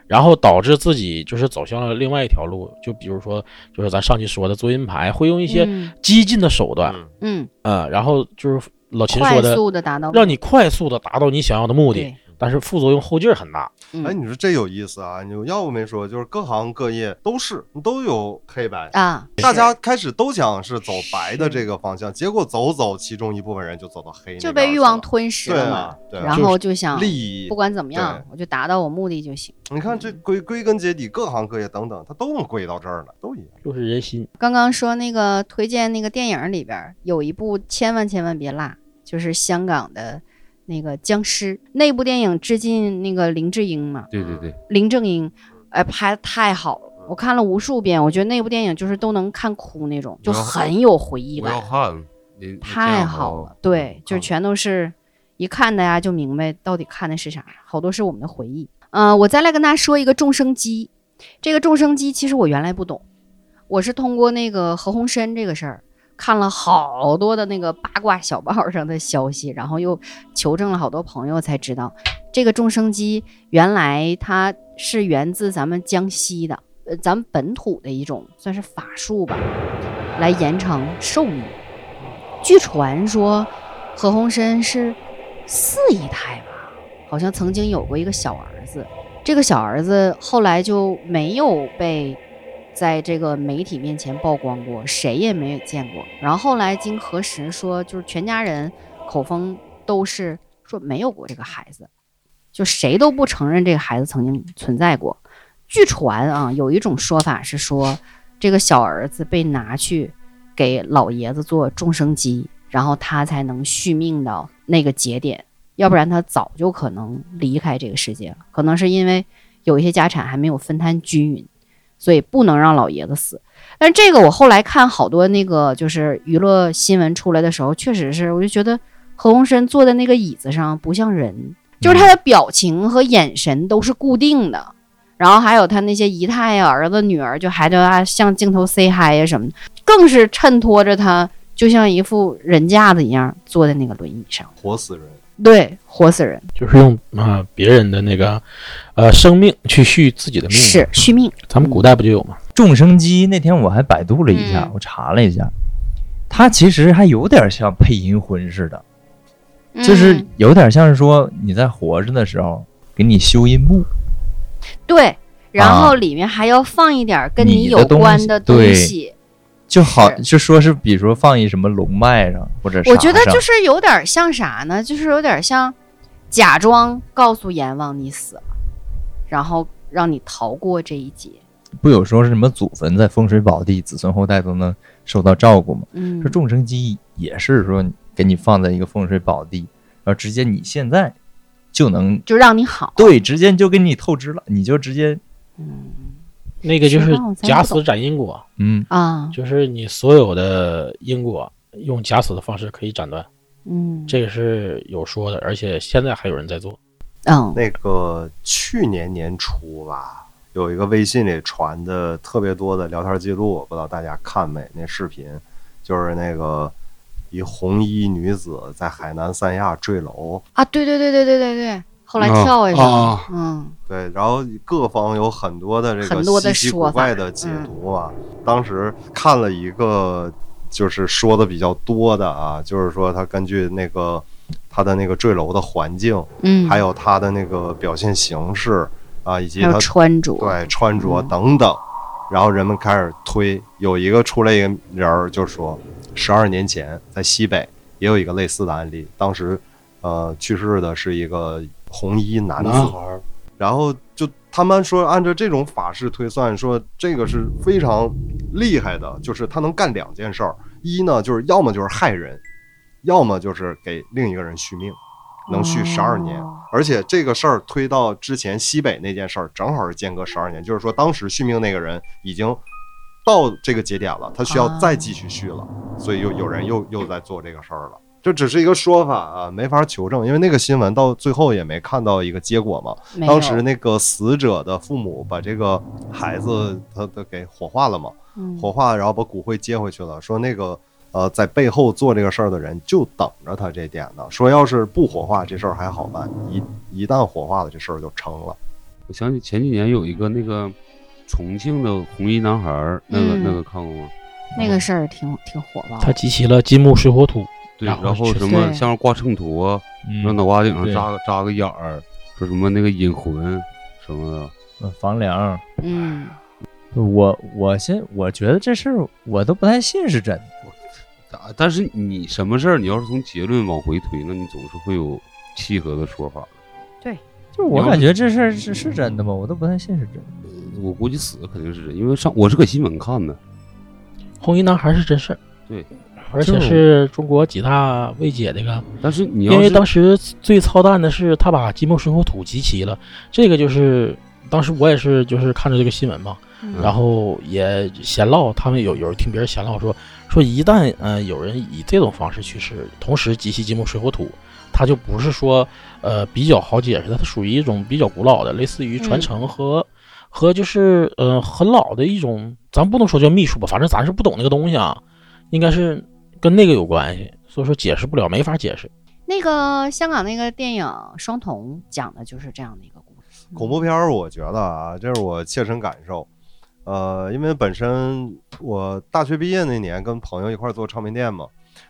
Speaker 6: 然后导致自己就是走向了另外一条路，就比如说，就是咱上期说的做阴牌，会用一些
Speaker 5: 嗯
Speaker 6: 激进的手段，
Speaker 4: 嗯
Speaker 5: 嗯，
Speaker 6: 嗯，然后就是老秦
Speaker 5: 快
Speaker 6: 说的，
Speaker 5: 速的达到
Speaker 6: 让你快速的达到你想要的目的，
Speaker 5: 对，
Speaker 6: 但是副作用后劲儿很大。
Speaker 5: 嗯
Speaker 4: 哎，你说这有意思啊！你要不没说，就是各行各业都是都有黑白，
Speaker 5: 啊，
Speaker 4: 大
Speaker 5: 是
Speaker 4: 家开始都想是走白的
Speaker 5: 是
Speaker 4: 这个方向，结果走走，其中一部分人就走到黑那边去
Speaker 5: 就
Speaker 4: 了，
Speaker 5: 被欲望吞噬
Speaker 4: 对
Speaker 5: 了
Speaker 4: 啊
Speaker 5: 嘛，，
Speaker 4: 对啊，
Speaker 5: 然后就想
Speaker 4: 利益
Speaker 5: 不。管怎么样，我就达到我目的就行。
Speaker 4: 你看这归归根结底，各行各业等等，它都能归到这儿了，都一样。
Speaker 6: 就是人心，
Speaker 5: 刚刚说那个推荐那个电影里边儿有一部千万千万别落，就是香港的那个僵尸那部电影，致敬那个林志颖嘛，
Speaker 7: 对对对，
Speaker 5: 林正英，哎，拍的太好了，我看了无数遍，我觉得那部电影就是都能看哭那种，就
Speaker 7: 我要
Speaker 5: 很有回忆
Speaker 7: 我要
Speaker 5: 感，
Speaker 7: 看，你
Speaker 5: 太好了。
Speaker 7: 嗯
Speaker 5: 对，就全都是一看大家就明白到底看的是啥，好多是我们的回忆。嗯、我再来跟大家说一个众生机，这个众生机其实我原来不懂，我是通过那个何鸿燊这个事儿。看了好多的那个八卦小报上的消息，然后又求证了好多朋友才知道，这个众生机原来它是源自咱们江西的，呃，咱们本土的一种算是法术吧，来延长寿命。据传说，何鸿燊是四姨太吧，好像曾经有过一个小儿子，这个小儿子后来就没有被在这个媒体面前曝光过，谁也没有见过。然后后来经核实说，就是全家人口风都是说没有过这个孩子，就谁都不承认这个孩子曾经存在过。据传啊，有一种说法是说，这个小儿子被拿去给老爷子做终生机，然后他才能续命到那个节点，要不然他早就可能离开这个世界了。可能是因为有一些家产还没有分摊均匀，所以不能让老爷子死。但是这个我后来看好多那个就是娱乐新闻出来的时候，确实是，我就觉得何鸿燊坐在那个椅子上不像人，就是他的表情和眼神都是固定的。然后还有他那些姨太呀、儿子、女儿，就还对他向镜头 say hi 呀什么的，更是衬托着他就像一副人架子一样坐在那个轮椅上。
Speaker 4: 活死人。
Speaker 5: 对，活死人
Speaker 6: 就是用啊、别人的那个呃生命去续自己的命。啊
Speaker 5: 是，嗯续命。
Speaker 6: 咱们古代不就有吗？
Speaker 2: 众生机那天我还百度了一下，
Speaker 5: 嗯
Speaker 2: 我查了一下，它其实还有点像配阴婚似的，
Speaker 5: 嗯
Speaker 2: 就是有点像是说你在活着的时候给你修阴木，
Speaker 5: 对，然
Speaker 2: 啊
Speaker 5: 后里面还要放一点跟
Speaker 2: 你的
Speaker 5: 有
Speaker 2: 东
Speaker 5: 关
Speaker 2: 西
Speaker 5: 的
Speaker 2: 对
Speaker 5: 东西。
Speaker 2: 就好
Speaker 5: 是
Speaker 2: 就说是比如说放一什么龙脉上或者
Speaker 5: 我觉得
Speaker 2: 啥上
Speaker 5: 就是有点像啥呢？就是有点像假装告诉阎王你死了，然后让你逃过这一劫。
Speaker 2: 不有说是什么祖坟在风水宝地，子孙后代都能受到照顾吗？
Speaker 5: 嗯
Speaker 2: 这，众生机也是说给你放在一个风水宝地，然后直接你现在就能
Speaker 5: 就让你好。
Speaker 2: 对，直接就给你透支了，你就直接
Speaker 5: 嗯
Speaker 6: 那个就是
Speaker 5: 谁啊让我咱
Speaker 6: 假
Speaker 5: 不
Speaker 6: 死
Speaker 5: 懂
Speaker 6: 斩因果，
Speaker 2: 嗯
Speaker 5: 啊，
Speaker 6: 就是你所有的因果用假死的方式可以斩断，
Speaker 5: 嗯，
Speaker 6: 这个是有说的，而且现在还有人在做。
Speaker 5: 嗯，
Speaker 4: 那个去年年初吧，有一个微信里传的特别多的聊天记录，不知道大家看没？那视频就是那个一红衣女子在海南三亚坠楼，
Speaker 5: 啊，对对对对对对对，后来
Speaker 7: 啊
Speaker 5: 跳下去了，
Speaker 7: 啊
Speaker 5: 嗯，
Speaker 4: 对，然后各方有很多的这
Speaker 5: 很
Speaker 4: 个
Speaker 5: 多的
Speaker 4: 稀奇
Speaker 5: 说
Speaker 4: 古怪
Speaker 5: 法嗯
Speaker 4: 的解读啊。当时看了一个，就是说的比较多的啊，就是说他根据那个他的那个坠楼的环境，
Speaker 5: 嗯，
Speaker 4: 还有他的那个表现形式啊，以及
Speaker 5: 还
Speaker 4: 他
Speaker 5: 有穿着，
Speaker 4: 对穿着
Speaker 5: 嗯
Speaker 4: 等等，然后人们开始推。有一个出来一个人儿就说，十二年前在西北也有一个类似的案例，当时呃去世的是一个红衣男子，
Speaker 7: 男孩儿
Speaker 4: 然后就他们说按照这种法式推算，说这个是非常厉害的，就是他能干两件事儿，一呢就是要么就是害人，要么就是给另一个人续命，能续十二年。
Speaker 5: 哦
Speaker 4: 而且这个事儿推到之前西北那件事儿，正好是间隔十二年，就是说当时续命那个人已经到这个节点了，他需要
Speaker 5: 啊
Speaker 4: 再继续续了，所以又有人又又在做这个事儿了。这只是一个说法啊，没法求证，因为那个新闻到最后也没看到一个结果嘛。
Speaker 5: 没有
Speaker 4: 当时那个死者的父母把这个孩子他他给火化了嘛，
Speaker 5: 嗯
Speaker 4: 火化然后把骨灰接回去了，说那个呃在背后做这个事儿的人就等着他这点呢，说要是不火化这事儿还好办，一一旦火化了这事儿就成了。
Speaker 7: 我想起前几年有一个那个重庆的红衣男孩儿，那个、
Speaker 5: 嗯
Speaker 7: 那个啊看过吗？
Speaker 5: 那个事儿挺挺火爆
Speaker 6: 他
Speaker 5: 的，
Speaker 6: 集齐了金木水火
Speaker 2: 啊
Speaker 6: 土，
Speaker 7: 对，
Speaker 6: 然后嗯
Speaker 7: 然后
Speaker 6: 去
Speaker 7: 什
Speaker 5: 对
Speaker 7: 么像挂秤砣啊，
Speaker 2: 嗯
Speaker 7: 让脑瓜顶上扎个扎个眼儿，说什么那个引魂什么的。
Speaker 2: 嗯房梁。
Speaker 5: 嗯，
Speaker 2: 我我先我觉得这事儿我都不太信是真的，
Speaker 7: 啊但是你什么事儿，你要是从结论往回推，那你总是会有契合的说法。
Speaker 2: 就是我感觉这事儿是是真的吗？我都不太信是真的。
Speaker 7: 我估计死的肯定是真，因为上我是搁新闻看的，
Speaker 6: 红衣男孩是真事儿。
Speaker 7: 对，
Speaker 6: 而且是中国几大未解的一个，
Speaker 7: 但是你要
Speaker 6: 因为
Speaker 7: 是
Speaker 6: 当时最操蛋的是他把金木水火土集齐了，这个就是当时我也是就是看着这个新闻嘛，
Speaker 5: 嗯
Speaker 6: 然后也闲唠，他们有有人听别人闲唠说说一旦呃有人以这种方式去世，同时集齐金木水火土，它就不是说呃比较好解释的，它属于一种比较古老的，类似于传承和、和就是呃很老的一种，咱不能说叫秘术吧，反正咱是不懂那个东西啊，应该是跟那个有关系，所以说解释不了，没法解释。
Speaker 5: 那个香港那个电影《双瞳》讲的就是这样的一个故事，
Speaker 4: 恐怖片儿，我觉得啊，这是我切身感受。呃，因为本身我大学毕业那年跟朋友一块儿做唱片店嘛，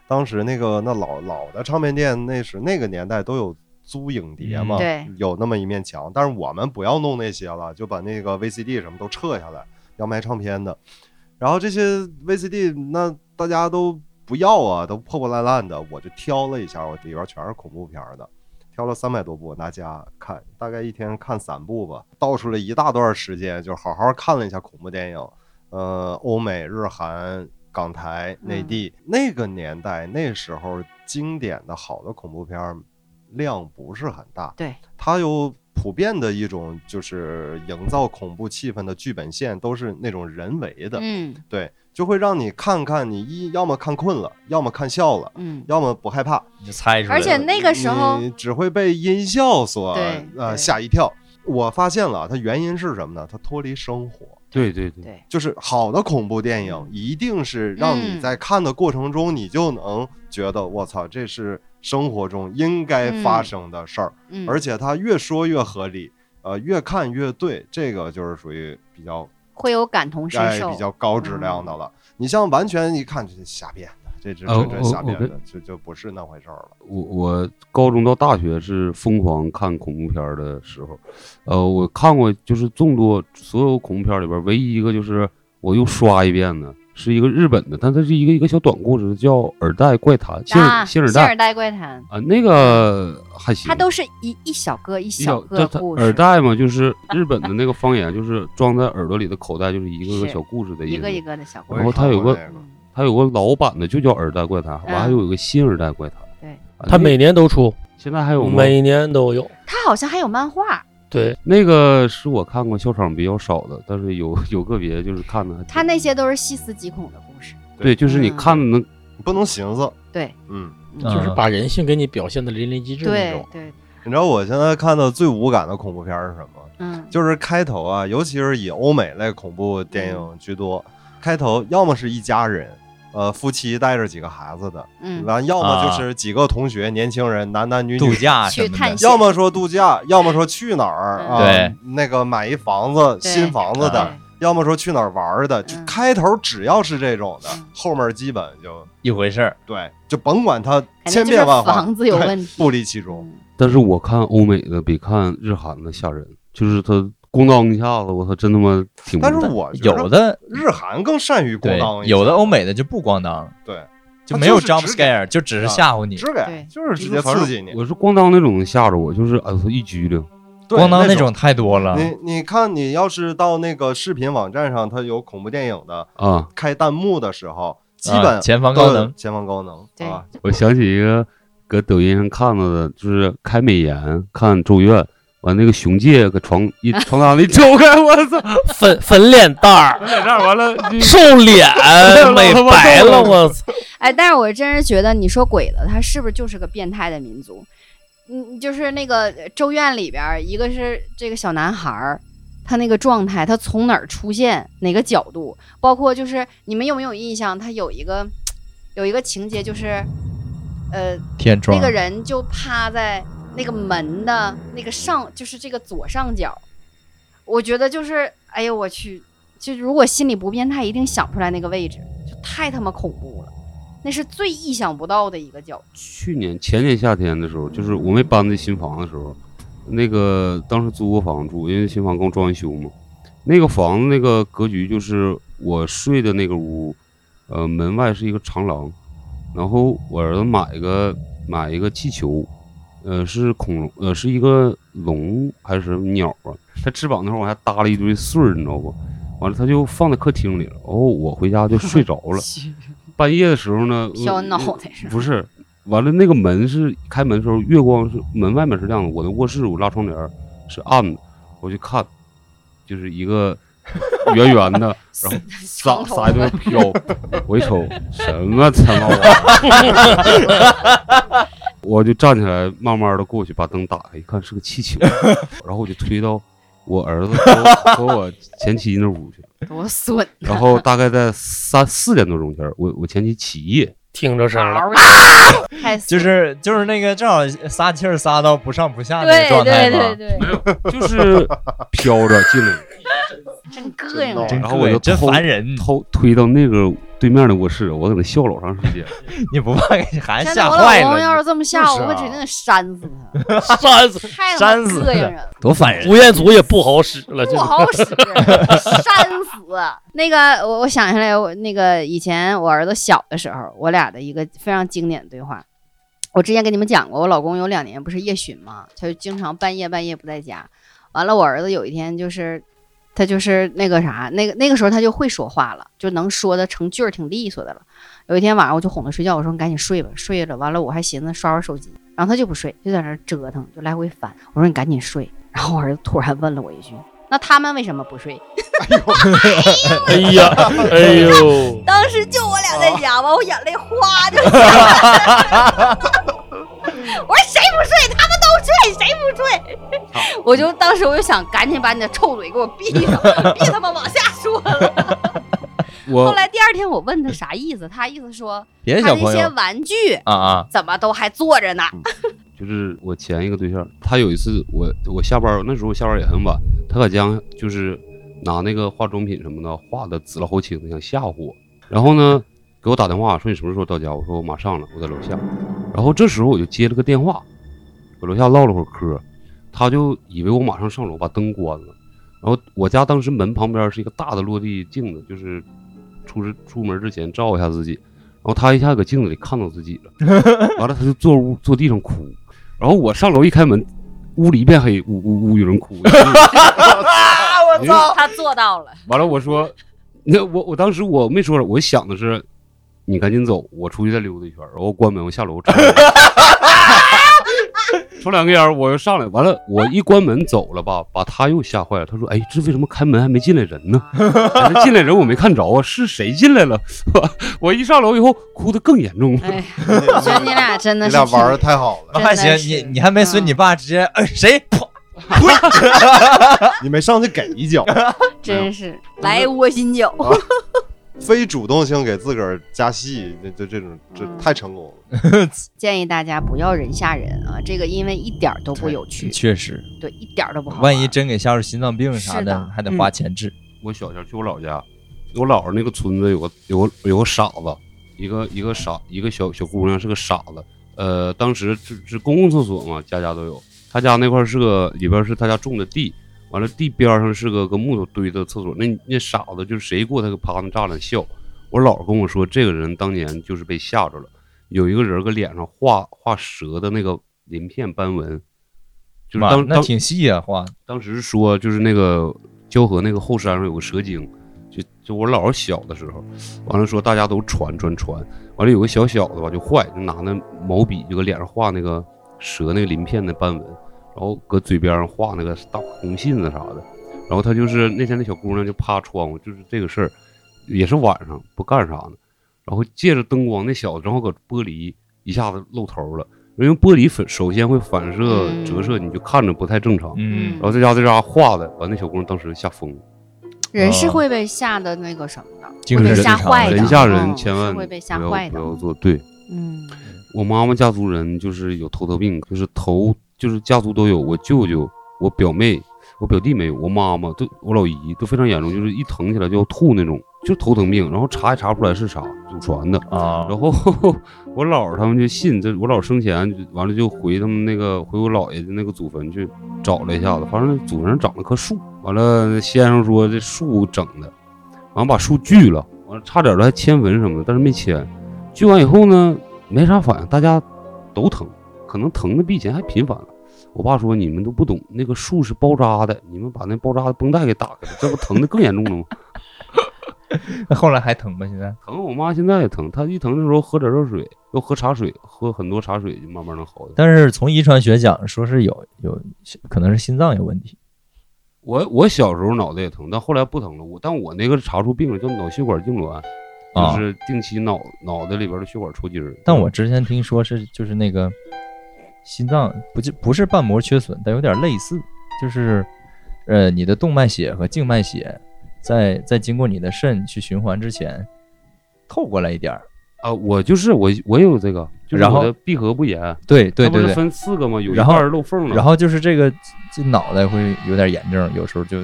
Speaker 4: 当时那个那老老的唱片店，那是那个年代都有租影碟嘛，
Speaker 2: 嗯
Speaker 5: 对
Speaker 4: 有那么一面墙，但是我们不要弄那些了，就把那个 VCD 什么都撤下来。要卖唱片的。然后这些 VCD 那大家都不要啊，都破破烂烂的。我就挑了一下，我里边全是恐怖片儿的，挑了三百多部拿家看，大概一天看三部吧，倒出了一大段时间，就好好看了一下恐怖电影。呃，欧美、日韩、港台、内地、
Speaker 5: 嗯
Speaker 4: 那个年代那时候经典的好的恐怖片儿量不是很大，
Speaker 5: 对，
Speaker 4: 它有普遍的一种就是营造恐怖气氛的剧本线都是那种人为的，
Speaker 5: 嗯
Speaker 4: 对，就会让你看看你一要么看困了，要么看笑了，
Speaker 5: 嗯，
Speaker 4: 要么不害怕，
Speaker 2: 你就猜出来
Speaker 5: 而
Speaker 2: 了。
Speaker 5: 且那个时候，
Speaker 4: 你只会被音效所
Speaker 5: 对
Speaker 4: 呃
Speaker 5: 对
Speaker 4: 吓一跳。我发现了，它原因是什么呢？它脱离生活。
Speaker 7: 对对对，
Speaker 5: 对，
Speaker 4: 就是好的恐怖电影，一定是让你
Speaker 5: 嗯
Speaker 4: 在看的过程中，你就能觉得我操，这是生活中应该发生的事儿，
Speaker 5: 嗯，
Speaker 4: 而且它越说越合理，呃，越看越对，这个就是属于比较
Speaker 5: 会有感同身
Speaker 4: 哎
Speaker 5: 受，啊嗯
Speaker 4: 比较高质量的了。你像完全一看就是瞎编的，这这
Speaker 7: 哦
Speaker 4: 纯纯
Speaker 7: 我
Speaker 4: 瞎
Speaker 7: 我
Speaker 4: 编
Speaker 7: 跟
Speaker 4: 的，就就不是那回事儿了。
Speaker 7: 我我高中到大学是疯狂看恐怖片儿的时候，呃，我看过就是众多所有恐怖片儿里边儿唯一一个就是我又刷一遍的，是一个日本的，但它是一个一个小短故事，叫《耳带怪谈》，信
Speaker 5: 啊
Speaker 7: 耳信耳
Speaker 5: 信
Speaker 7: 带
Speaker 5: 耳带怪谈，
Speaker 7: 啊，那个还行，
Speaker 5: 它都是一一小个一
Speaker 7: 比
Speaker 5: 小
Speaker 7: 较
Speaker 5: 个
Speaker 7: 它它
Speaker 5: 故事，
Speaker 7: 耳带嘛，就是日本的那个方言，就是装在耳朵里的口袋，就是一个个
Speaker 5: 是
Speaker 7: 小故事的意思。
Speaker 5: 一个一个的小故
Speaker 4: 我也
Speaker 5: 事
Speaker 7: 然后它
Speaker 4: 看
Speaker 7: 有
Speaker 4: 过
Speaker 7: 个
Speaker 4: 那
Speaker 5: 嗯
Speaker 7: 它有个老版的，就叫《耳带怪谈》，完还
Speaker 5: 嗯
Speaker 7: 有一个新《耳带怪谈》
Speaker 5: 对
Speaker 7: 啊。
Speaker 3: 他
Speaker 7: 那
Speaker 3: 每年都出，
Speaker 7: 现在还有吗？
Speaker 3: 每年都有。
Speaker 5: 它好像还有漫画，
Speaker 3: 对，
Speaker 7: 那个是我看过笑场比较少的，但是有 有个别就是看的还挺。
Speaker 5: 它那些都是细思极恐的故事，
Speaker 7: 对，就是你看的能，
Speaker 4: 你不能寻思，
Speaker 5: 对，
Speaker 4: 嗯。
Speaker 5: 嗯
Speaker 2: 嗯
Speaker 6: 就是把人性给你表现的淋漓尽致那
Speaker 5: 对
Speaker 6: 种。
Speaker 5: 对，
Speaker 4: 你知道我现在看的最无感的恐怖片儿是什么？
Speaker 5: 嗯，
Speaker 4: 就是开头啊，尤其是以欧美类恐怖电
Speaker 5: 嗯
Speaker 4: 影居多，开头要么是一家人，呃，夫妻带着几个孩子的，
Speaker 5: 嗯
Speaker 4: 完、要么就是几个同学，年轻人，男男女
Speaker 2: 啊度
Speaker 4: 女。
Speaker 2: 假
Speaker 5: 去
Speaker 2: 什么
Speaker 5: 探
Speaker 2: 的
Speaker 5: 险，
Speaker 4: 要么说度假，要么说去哪儿啊？
Speaker 2: 对，
Speaker 4: 那个买一房子，
Speaker 5: 嗯对
Speaker 4: 新房子的
Speaker 5: 对，
Speaker 4: 要么说去哪儿玩儿的，就
Speaker 5: 嗯
Speaker 4: 开头只要是这种的
Speaker 5: 嗯，
Speaker 4: 后面基本就
Speaker 2: 一回事儿。
Speaker 4: 对，就甭管它
Speaker 5: 感觉
Speaker 4: 千
Speaker 5: 就是
Speaker 4: 变万化，
Speaker 5: 房子有
Speaker 4: 对
Speaker 5: 问题
Speaker 4: 不离其中。
Speaker 5: 嗯
Speaker 7: 但是我看欧美的比看日韩的吓人，就是他咣当一下子，我操，真他妈挺不
Speaker 4: 但
Speaker 7: 懂。
Speaker 4: 是我觉
Speaker 2: 有
Speaker 4: 得
Speaker 2: 的
Speaker 4: 日韩更善于咣
Speaker 2: 对
Speaker 4: 当，一下，
Speaker 2: 有的欧美的就不咣当，
Speaker 4: 对，
Speaker 2: 就没有
Speaker 4: 它就是
Speaker 2: jump
Speaker 4: 直给
Speaker 2: scare，就只是吓唬你。
Speaker 4: 直给
Speaker 5: 对
Speaker 4: 就是直接刺激你。
Speaker 7: 我是咣当那种能吓着我，就是哎我操一激灵。
Speaker 4: 对
Speaker 2: 咣当
Speaker 4: 那
Speaker 2: 那种，啊太多了。
Speaker 4: 你你看，你要是到那个视频网站上，它有恐怖电影的
Speaker 7: 啊！
Speaker 4: 开弹幕的时候，基
Speaker 2: 啊
Speaker 4: 本
Speaker 2: 前方
Speaker 4: 都有
Speaker 2: 高能，
Speaker 4: 前方高能，
Speaker 5: 对
Speaker 4: 啊，
Speaker 7: 我想起一个搁抖音上看到的，就是开美颜看《咒怨》，完那个熊介搁床一床单里 抽开，我操，
Speaker 3: 粉粉脸蛋儿，
Speaker 7: 在那儿完了就
Speaker 3: 瘦 脸美白了，我操！
Speaker 5: 哎，但是我真是觉得你说鬼子，他是不是就是个变态的民族？嗯，就是那个《咒怨》里边儿，一个是这个小男孩儿，他那个状态，他从哪儿出现，哪个角度，包括就是你们有没有印象，他有一个有一个情节就是，呃，
Speaker 2: 天窗
Speaker 5: 那个人就趴在那个门的那个上，就是这个左上角。我觉得就是，哎呦我去，就如果心理不变态，一定想出来那个位置，就太他妈恐怖了，那是最意想不到的一个角度。
Speaker 7: 去年前年夏天的时候，就是我没搬这新房的时候，那个当时租过房住，因为新房刚装完修嘛。那个房子那个格局就是我睡的那个屋，呃，门外是一个长廊，然后我儿子买一个买一个气球，呃，是恐龙，呃，是一个龙还是什么鸟啊？它翅膀那块儿往下搭了一堆穗儿，你知道不？完了，他就放在客厅里了。然后我回家就睡着了。半夜的时候呢，呃
Speaker 5: 飘脑袋上，
Speaker 7: 不是，完了那个门是开门的时候，月光是门外面是亮的，我的卧室我拉窗帘儿是暗的，我就看，就是一个圆圆的，然后撒
Speaker 5: 长头
Speaker 7: 撒一
Speaker 5: 发
Speaker 7: 堆飘，我一瞅什么他妈玩意儿，啊我就站起来，慢慢的过去把灯打开，一看是个气球，然后我就推到我儿子和和我前妻那屋去，
Speaker 5: 多损！
Speaker 7: 然后大概在三四点多钟前儿，我我前妻起夜。
Speaker 3: 听着声了，
Speaker 5: 太 损
Speaker 2: 就是就是那个正好撒气儿撒到不上不下那
Speaker 5: 对
Speaker 2: 个状态
Speaker 5: 对
Speaker 2: 嘛。
Speaker 5: 对对，
Speaker 7: 就是飘着进来，
Speaker 5: 真膈应人。
Speaker 2: 真
Speaker 7: 然后
Speaker 2: 膈
Speaker 7: 我
Speaker 2: 应
Speaker 7: 就
Speaker 2: 真
Speaker 7: 偷
Speaker 2: 烦人，
Speaker 7: 偷推到那个对面的卧室，我搁那笑老长时间。
Speaker 2: 你不怕给孩子
Speaker 5: 真
Speaker 2: 吓
Speaker 5: 的，我
Speaker 2: 坏
Speaker 5: 老公要
Speaker 2: 了
Speaker 5: 是
Speaker 2: 你？
Speaker 5: 这么吓
Speaker 4: 就
Speaker 5: 我，
Speaker 4: 是啊
Speaker 5: 我指定得扇死他，
Speaker 2: 啊
Speaker 3: 扇子
Speaker 5: 太他
Speaker 2: 扇
Speaker 5: 妈
Speaker 2: 死
Speaker 5: 膈应人了。
Speaker 2: 多烦人！
Speaker 3: 吴彦祖也不好使了，就
Speaker 5: 不
Speaker 3: 是
Speaker 5: 好使，扇死。那个，我我想起来，我那个以前我儿子小的时候，我俩的一个非常经典的对话。我之前跟你们讲过，我老公有两年不是夜巡嘛，他就经常半夜半夜不在家。完了，我儿子有一天就是，他就是那个啥，那个那个时候他就会说话了，就能说的成句儿，挺利索的了。有一天晚上我就哄他睡觉，我说你赶紧睡吧，睡了。完了我还寻思刷刷手机，然后他就不睡，就在那儿折腾，就来回翻。我说你赶紧睡。然后我儿子突然问了我一句：“那他们为什么不睡
Speaker 3: 哎呀，哎 呦？”，
Speaker 5: 当时就我俩在家吧，我眼泪哗就 下来了。我说谁不睡？他们都睡，谁不睡？我就当时我就想赶紧把你的臭嘴给我闭 上，别他妈往下说了。后
Speaker 7: 我
Speaker 5: 来第二天我问他啥意思，他意思说
Speaker 2: 别
Speaker 5: 他
Speaker 2: 的小
Speaker 5: 那
Speaker 2: 朋
Speaker 5: 些
Speaker 2: 友
Speaker 5: 玩具
Speaker 2: 啊啊，
Speaker 5: 怎么都还坐着呢？
Speaker 7: 就是我前一个对象，他有一次我我下班儿那时候我下班儿也很晚，他搁家就是拿那个化妆品什么的画的紫了后青的，想吓唬我。然后呢，给我打电话说你什么时候到家？我说我马上了，我在楼下。然后这时候我就接了个电话，搁楼下唠了会儿嗑，他就以为我马上上楼，把灯关了。然后我家当时门旁边是一个大的落地镜子，就是出之出门之前照一下自己。然后他一下搁镜子里看到自己了，完了他就坐屋坐地上哭。然后我上楼一开门，屋里一片黑，呜呜呜有人哭。我操！
Speaker 5: 他做到了，
Speaker 7: 完了，我说，那我我当时我没说了，我想的是，你赶紧走，我出去再溜达一圈，然后关门，我下楼抽两根抽两根烟，我又上来，完了，我一关门走了吧，把他又吓坏了。他说：“哎，这为什么开门还没进来人呢？哎这进来人我没看着啊，是谁进来了？” 我一上楼以后，哭得更严重了。
Speaker 5: 哎呀，我觉得你俩真
Speaker 4: 你
Speaker 5: 的是
Speaker 4: 俩玩的太好了，
Speaker 5: 真的
Speaker 2: 还行，
Speaker 5: 是嗯
Speaker 2: 你你还没损你爸，直接哎谁啪
Speaker 4: 你没上去给一脚，
Speaker 5: 真是来窝心脚。
Speaker 4: 非主动性给自个儿加戏，那就这种这
Speaker 5: 嗯
Speaker 4: 太成功 了。
Speaker 5: 建议大家不要人吓人啊，这个因为一点儿都不有 趣，
Speaker 2: 确实，
Speaker 5: 对，一点儿都不好玩。
Speaker 2: 万一真给吓出心脏病啥
Speaker 5: 是
Speaker 2: 的
Speaker 5: 的，嗯
Speaker 2: 还得花钱治。
Speaker 7: 我小时候去我姥家，我姥儿那个村子有个有个有个傻子，一个一个傻一个小小姑娘是个傻子。呃，当时是是公共厕所嘛，家家都有。他家那块儿是个里边儿是他家种的地，完了地边儿上是个个木头堆的厕所。那那傻子就是谁过他就趴那栅栏笑。我姥儿跟我说，这个人当年就是被吓着了，有一个人搁脸上画画蛇的那个鳞片斑纹，就是
Speaker 2: 妈
Speaker 7: 当
Speaker 2: 那
Speaker 7: 当
Speaker 2: 挺细啊，画
Speaker 7: 当时说就是那个交河那个后山上有个蛇精，就就我姥儿小的时候，完了说大家都传传传，完了有个小小子吧就坏，就拿那毛笔就搁脸上画那个蛇那个鳞片的斑纹，然后搁嘴边上画那个大红信子啥的，然后他就是那天那小姑娘就趴窗户，就是这个事儿，也是晚上不干啥呢，然后借着灯光那小子正好搁玻璃一下子露头了。因为玻璃反首先会反射
Speaker 5: 嗯
Speaker 7: 折射，你就看着不太正常。
Speaker 2: 嗯
Speaker 7: 然后在家在家画的，完那小姑娘当时吓疯了。
Speaker 5: 人是
Speaker 2: 啊
Speaker 5: 会被吓的那个什么的，
Speaker 2: 精
Speaker 5: 会
Speaker 2: 神
Speaker 5: 被
Speaker 2: 正
Speaker 5: 吓
Speaker 2: 常
Speaker 5: 坏的，
Speaker 7: 哦人吓
Speaker 5: 嗯
Speaker 7: 人，千
Speaker 5: 是
Speaker 7: 万
Speaker 5: 会被吓
Speaker 7: 不要
Speaker 5: 坏的哦
Speaker 7: 不。要做。对
Speaker 5: 嗯，
Speaker 7: 我妈妈家族人就是有头疼病，就是头就是家族都有。我舅舅、我表妹、我表弟没有，我妈妈都我老姨都非常严重，就是一疼起来就要吐那种，就是头疼病，然后查也查不出来是啥，祖传的。
Speaker 2: 啊
Speaker 7: 然后 我姥儿他们就信这，我姥儿生前就完了就回他们那个回我姥爷的那个祖坟去找了一下子，发现那祖坟上长了棵树，完了先生说这树整的，完了把树锯了，完了差点儿还签文什么的，但是没签。锯完以后呢，没啥反应，大家都疼，可能疼的比以前还频繁了。我爸说你们都不懂，那个树是包扎的，你们把那包扎的绷带给打开了，这不疼的更严重了吗？
Speaker 2: 那后来还疼吗？现在
Speaker 7: 疼，我妈现在也疼，她一疼的时候喝点热水，又喝茶水，喝很多茶水就慢慢能好的。
Speaker 2: 但是从遗传学讲，说是有有可能是心脏有问题。
Speaker 7: 我我小时候脑袋也疼，但后来不疼了。我但我那个查出病了，叫脑血管痉挛，
Speaker 2: 啊
Speaker 7: 就是定期脑脑袋里边的血管抽筋儿。
Speaker 2: 但我之前听说是就是那个心脏不就不是瓣膜缺损，但有点类似，就是呃你的动脉血和静脉血在在经过你的肾去循环之前透过来一点儿。
Speaker 7: 啊，我就是我我也有这个，就是
Speaker 2: 然后
Speaker 7: 我的闭合不严，
Speaker 2: 对对
Speaker 7: 它不
Speaker 2: 对
Speaker 7: 是
Speaker 2: 对，
Speaker 7: 分四个吗？有一
Speaker 2: 然后
Speaker 7: 半儿漏缝了。
Speaker 2: 然后就是这个这脑袋会有点炎症，有时候就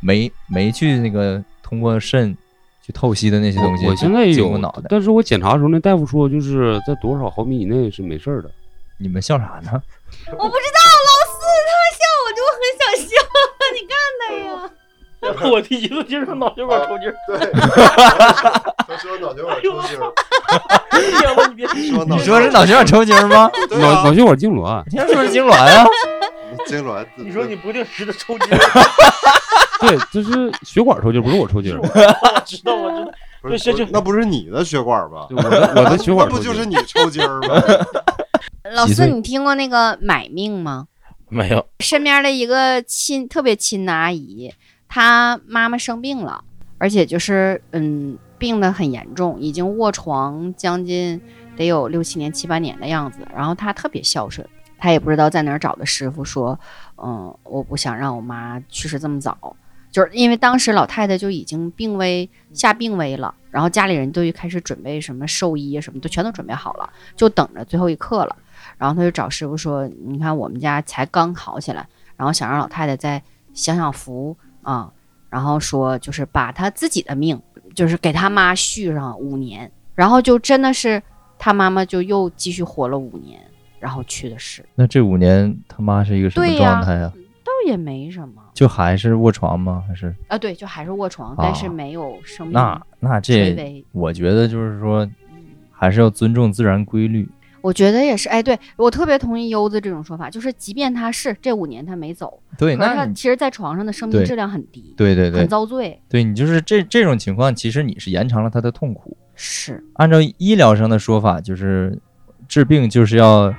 Speaker 2: 没没去那个通过肾去透析的那些东西，
Speaker 7: 我现在也
Speaker 2: 经
Speaker 7: 有
Speaker 2: 过脑袋。
Speaker 7: 但是我检查的时候，那大夫说就是在多少毫米以内是没事儿的。
Speaker 2: 你们笑啥呢？
Speaker 1: 我不知道，老四他笑我就很想笑，你看他呀。
Speaker 6: 我第一次接触脑血管抽筋儿，
Speaker 5: 哎
Speaker 4: 对，他说脑血管抽筋儿，
Speaker 6: 哎呀我你别
Speaker 4: 说
Speaker 2: 你说是脑血管抽筋儿吗？
Speaker 4: 对
Speaker 7: 脑
Speaker 4: 啊
Speaker 7: 脑血管痉 挛，
Speaker 2: 你先说是痉挛啊？
Speaker 4: 痉挛，
Speaker 6: 不定时的 抽筋儿，
Speaker 7: 对，就是血管抽筋，不是我抽筋儿。
Speaker 6: 我知道我知道。
Speaker 4: 不是
Speaker 6: 就就
Speaker 4: 那不是你的血管吧
Speaker 7: 对？我的我的血 管
Speaker 4: 那不
Speaker 7: 抽筋
Speaker 4: 就
Speaker 7: 儿，
Speaker 4: 是你抽筋儿吗？
Speaker 5: 老
Speaker 2: 几岁
Speaker 5: 四，你听过那个买命吗？
Speaker 6: 没有，
Speaker 5: 身边的一个亲特别亲的阿姨，她妈妈生病了，而且就是嗯病得很严重，已经卧床将近得有六七年七八年的样子。然后她特别孝顺，她也不知道在哪儿找的师傅说，嗯，我不想让我妈去世这么早，就是因为当时老太太就已经病危下病危了，然后家里人都开始准备什么寿衣啊什么都全都准备好了，就等着最后一刻了。然后他就找师傅说：“你看我们家才刚好起来，然后想让老太太再享享福啊、然后说就是把她自己的命，就是给她妈续上五年，然后就真的是她妈妈就又继续活了五年，然后去的世，
Speaker 2: 那这五年他妈是一个什么
Speaker 5: 对呀
Speaker 2: 状态呀、
Speaker 5: 倒也没什么
Speaker 2: 就还是卧床吗？还是
Speaker 5: 啊，对，就还是卧床，但是没有生命
Speaker 2: 那那
Speaker 5: 垂
Speaker 2: 这，
Speaker 5: 危。
Speaker 2: 我觉得就是说，还是要尊重自然规律。
Speaker 5: 我觉得也是，哎，对我特别同意优子这种说法，就是即便她是这五年她没走，
Speaker 2: 对，
Speaker 5: 可是
Speaker 2: 那
Speaker 5: 她
Speaker 2: 你
Speaker 5: 其实在床上的生命
Speaker 2: 对
Speaker 5: 质量很低，
Speaker 2: 对对
Speaker 5: 很
Speaker 2: 对
Speaker 5: 遭罪，
Speaker 2: 对，你就是这这种情况，其实你是延长了他的痛苦。
Speaker 5: 是
Speaker 2: 按照医疗上的说法，就是治病就是要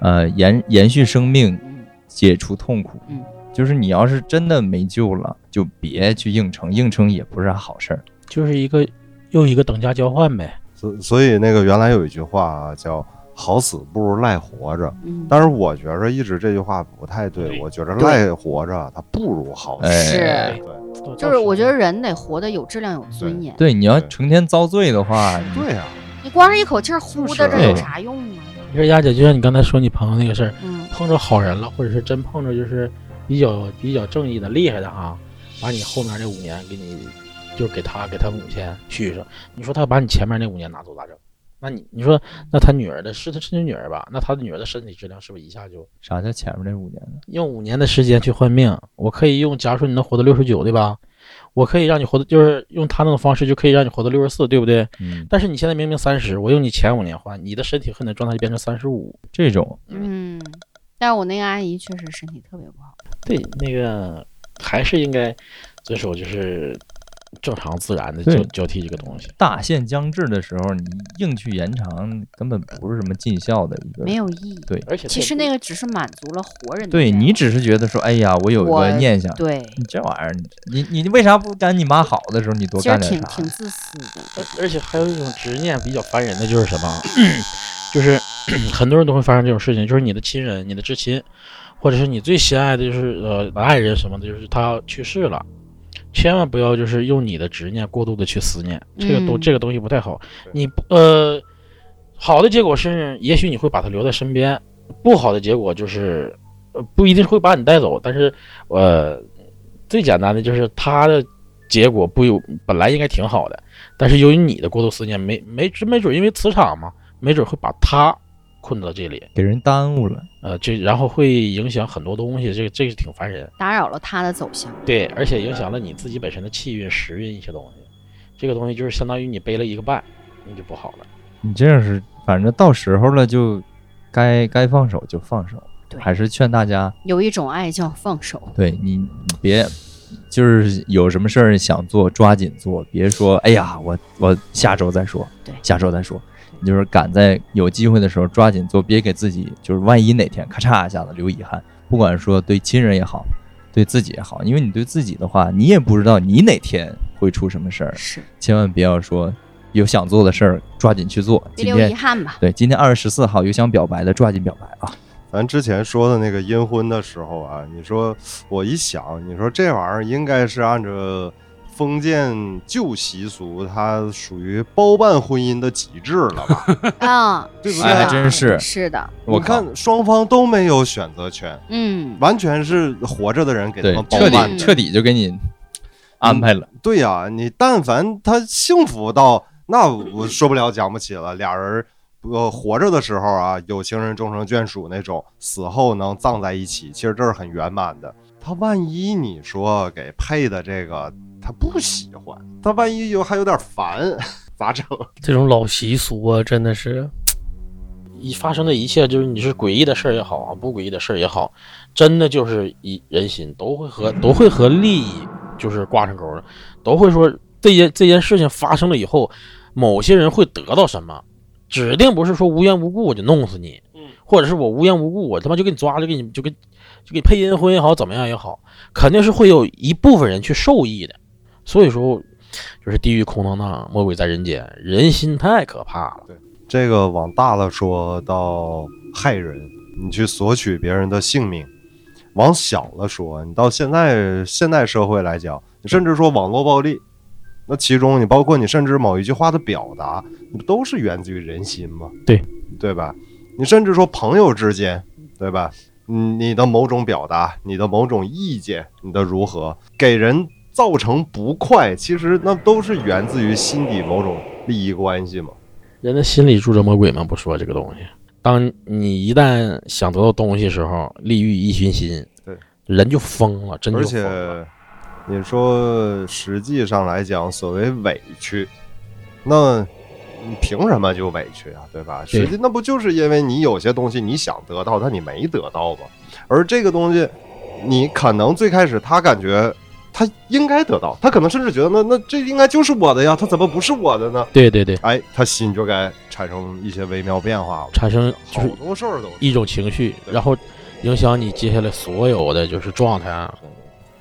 Speaker 2: 呃延延续生命，
Speaker 5: 嗯
Speaker 2: 解除痛苦。
Speaker 5: 嗯，
Speaker 2: 就是你要是真的没救了，就别去硬撑，硬撑也不是啥好事儿。
Speaker 6: 就是一个又一个等价交换呗。
Speaker 4: 所所以那个原来有一句话啊，叫“好死不如赖活着”，
Speaker 5: 嗯，
Speaker 4: 但是我觉着一直这句话不太对，
Speaker 6: 对
Speaker 4: 我觉着赖活着它不如好死。
Speaker 2: 哎
Speaker 5: 是
Speaker 4: 对
Speaker 5: 就是我觉得人得活得有质量、有尊严。
Speaker 2: 对，你要
Speaker 4: 对
Speaker 2: 成天遭罪的话，你
Speaker 4: 对呀、
Speaker 5: 你光是一口气儿呼的
Speaker 4: 就
Speaker 5: 着
Speaker 2: 是
Speaker 5: 有啥用啊？
Speaker 6: 你说丫姐，就像你刚才说你朋友那个事儿，
Speaker 5: 嗯，
Speaker 6: 碰着好人了，或者是真碰着就是比较比较正义的、厉害的啊，把你后面这五年给你，就是给他给他母亲续上。你说他把你前面那五年拿走咋整？那你你说，那他女儿的是他是他女儿吧？那他的女儿的身体质量是不是一下就
Speaker 2: 啥叫前面这五年呢？
Speaker 6: 用五年的时间去换命？我可以用，假如说你能活到六十九，对吧？我可以让你活到，就是用他那种方式就可以让你活到六十四，对不对？
Speaker 2: 嗯，
Speaker 6: 但是你现在明明三十，我用你前五年换，你的身体和你的状态就变成三十五，
Speaker 2: 这种
Speaker 5: 嗯，但是我那个阿姨确实身体特别不好。
Speaker 6: 对，那个还是应该遵守就是正常自然的
Speaker 2: 对
Speaker 6: 交交替这个东西。
Speaker 2: 大限将至的时候，你硬去延长，根本不是什么尽孝的一个。
Speaker 5: 没有意义。
Speaker 2: 对
Speaker 6: 而且
Speaker 5: 其实那个只是满足了活人的
Speaker 2: 对
Speaker 5: 愿望
Speaker 2: 你只是觉得说，哎呀，我有一
Speaker 5: 我
Speaker 2: 个念想，
Speaker 5: 对，
Speaker 2: 你这玩意儿，你你你为啥不赶你妈好的时候，你多
Speaker 5: 其实
Speaker 2: 干点
Speaker 5: 挺
Speaker 2: 啥
Speaker 5: 挺？自私的。
Speaker 6: 而而且还有一种执念比较烦人的就是什么，就是 很多人都会发生这种事情，就是你的亲人、你的至亲，或者是你最心爱的就是呃爱人什么的，就是他去世了。千万不要就是用你的执念过度的去思念，这个都
Speaker 5: 嗯
Speaker 6: 这个东西不太好。
Speaker 4: 对
Speaker 6: 你不呃，好的结果是也许你会把他留在身边，不好的结果就是呃不一定会把你带走，但是呃最简单的就是他的结果不有本来应该挺好的，但是由于你的过度思念，没没真没准因为磁场嘛，没准会把他困到这里，
Speaker 2: 给人耽误了。
Speaker 6: 呃，这然后会影响很多东西，这个这个挺烦人，
Speaker 5: 打扰了他的走向。
Speaker 6: 对，啊而且影响了你自己本身的气运、时运一些东西，这个东西就是相当于你背了一个绊，那就不好了。
Speaker 2: 你这样是，反正到时候了就该该放手就放手，
Speaker 5: 对
Speaker 2: 还是劝大家，
Speaker 5: 有一种爱叫放手，
Speaker 2: 对你你别就是有什么事儿想做抓紧做，别说哎呀我我下周再说，
Speaker 5: 对
Speaker 2: 下周再说。你就是赶在有机会的时候抓紧做，别给自己就是万一哪天咔嚓一下子留遗憾，不管说对亲人也好，对自己也好，因为你对自己的话，你也不知道你哪天会出什么事儿，
Speaker 5: 是
Speaker 2: 千万不要说有想做的事儿抓紧去做。
Speaker 5: 别
Speaker 2: 今
Speaker 5: 留
Speaker 2: 天
Speaker 5: 遗憾吧。
Speaker 2: 对，今天二月十四号有想表白的，抓紧表白啊！
Speaker 4: 咱之前说的那个阴婚的时候啊，你说我一想，你说这玩意儿应该是按照封建旧习俗，它属于包办婚姻的极致了吧？
Speaker 5: 啊，
Speaker 4: 对不
Speaker 5: 是
Speaker 4: 对
Speaker 5: 的
Speaker 2: 哎真是
Speaker 5: 是的，
Speaker 2: 我
Speaker 4: 你看双方都没有选择权，
Speaker 5: 嗯，
Speaker 4: 完全是活着的人给他
Speaker 2: 对
Speaker 4: 们，包
Speaker 2: 彻
Speaker 4: 办
Speaker 2: 底
Speaker 5: 办
Speaker 4: 的。
Speaker 2: 彻底就给你安排了。
Speaker 4: 对呀、你但凡他幸福到那我说不了讲不起了，俩人呃活着的时候啊，有情人终成眷属那种，死后能葬在一起，其实这是很圆满的。他万一你说给配的这个他不喜欢，他万一有还有点烦， 咋整？
Speaker 3: 这种老习俗啊，真的是
Speaker 6: 一发生的一切，就是你是诡异的事儿也好啊，不诡异的事儿也好，真的就是一人心都会和都会和利益就是挂上钩儿的，都会说这件这件事情发生了以后，某些人会得到什么，指定不是说无缘无故我就弄死你，或者是我无缘无故我他妈就给你抓了，给你就给就给你配阴婚也好，怎么样也好，肯定是会有一部分人去受益的，所以说。就是地狱空荡荡，魔鬼在人间，人心太可怕了。
Speaker 4: 这个往大了说到害人，你去索取别人的性命；往小了说，你到现在现代社会来讲，你甚至说网络暴力，那其中你包括你甚至某一句话的表达，你不都是源自于人心吗？
Speaker 6: 对，
Speaker 4: 对吧？你甚至说朋友之间，对吧？嗯你的某种表达，你的某种意见，你的如何给人造成不快，其实那都是源自于心底某种利益关系嘛。
Speaker 6: 人的心里住着魔鬼吗？不说这个东西。当你一旦想得到东西时候，利欲一熏心，
Speaker 4: 对，
Speaker 6: 人就疯了，真就
Speaker 4: 而
Speaker 6: 疯了
Speaker 4: 且你说实际上来讲，所谓委屈，那你凭什么就委屈啊？对吧？
Speaker 6: 对
Speaker 4: 实际那不就是因为你有些东西你想得到，但你没得到吗？而这个东西，你可能最开始他感觉。他应该得到，他可能甚至觉得那那这应该就是我的呀，他怎么不是我的呢？
Speaker 6: 对对对，
Speaker 4: 哎，他心就该产生一些微妙变化了。
Speaker 6: 产生就
Speaker 4: 好
Speaker 6: 是
Speaker 4: 多事儿都是
Speaker 6: 一种情绪，
Speaker 4: 对
Speaker 6: 然后影响你接下来所有的就是状态啊。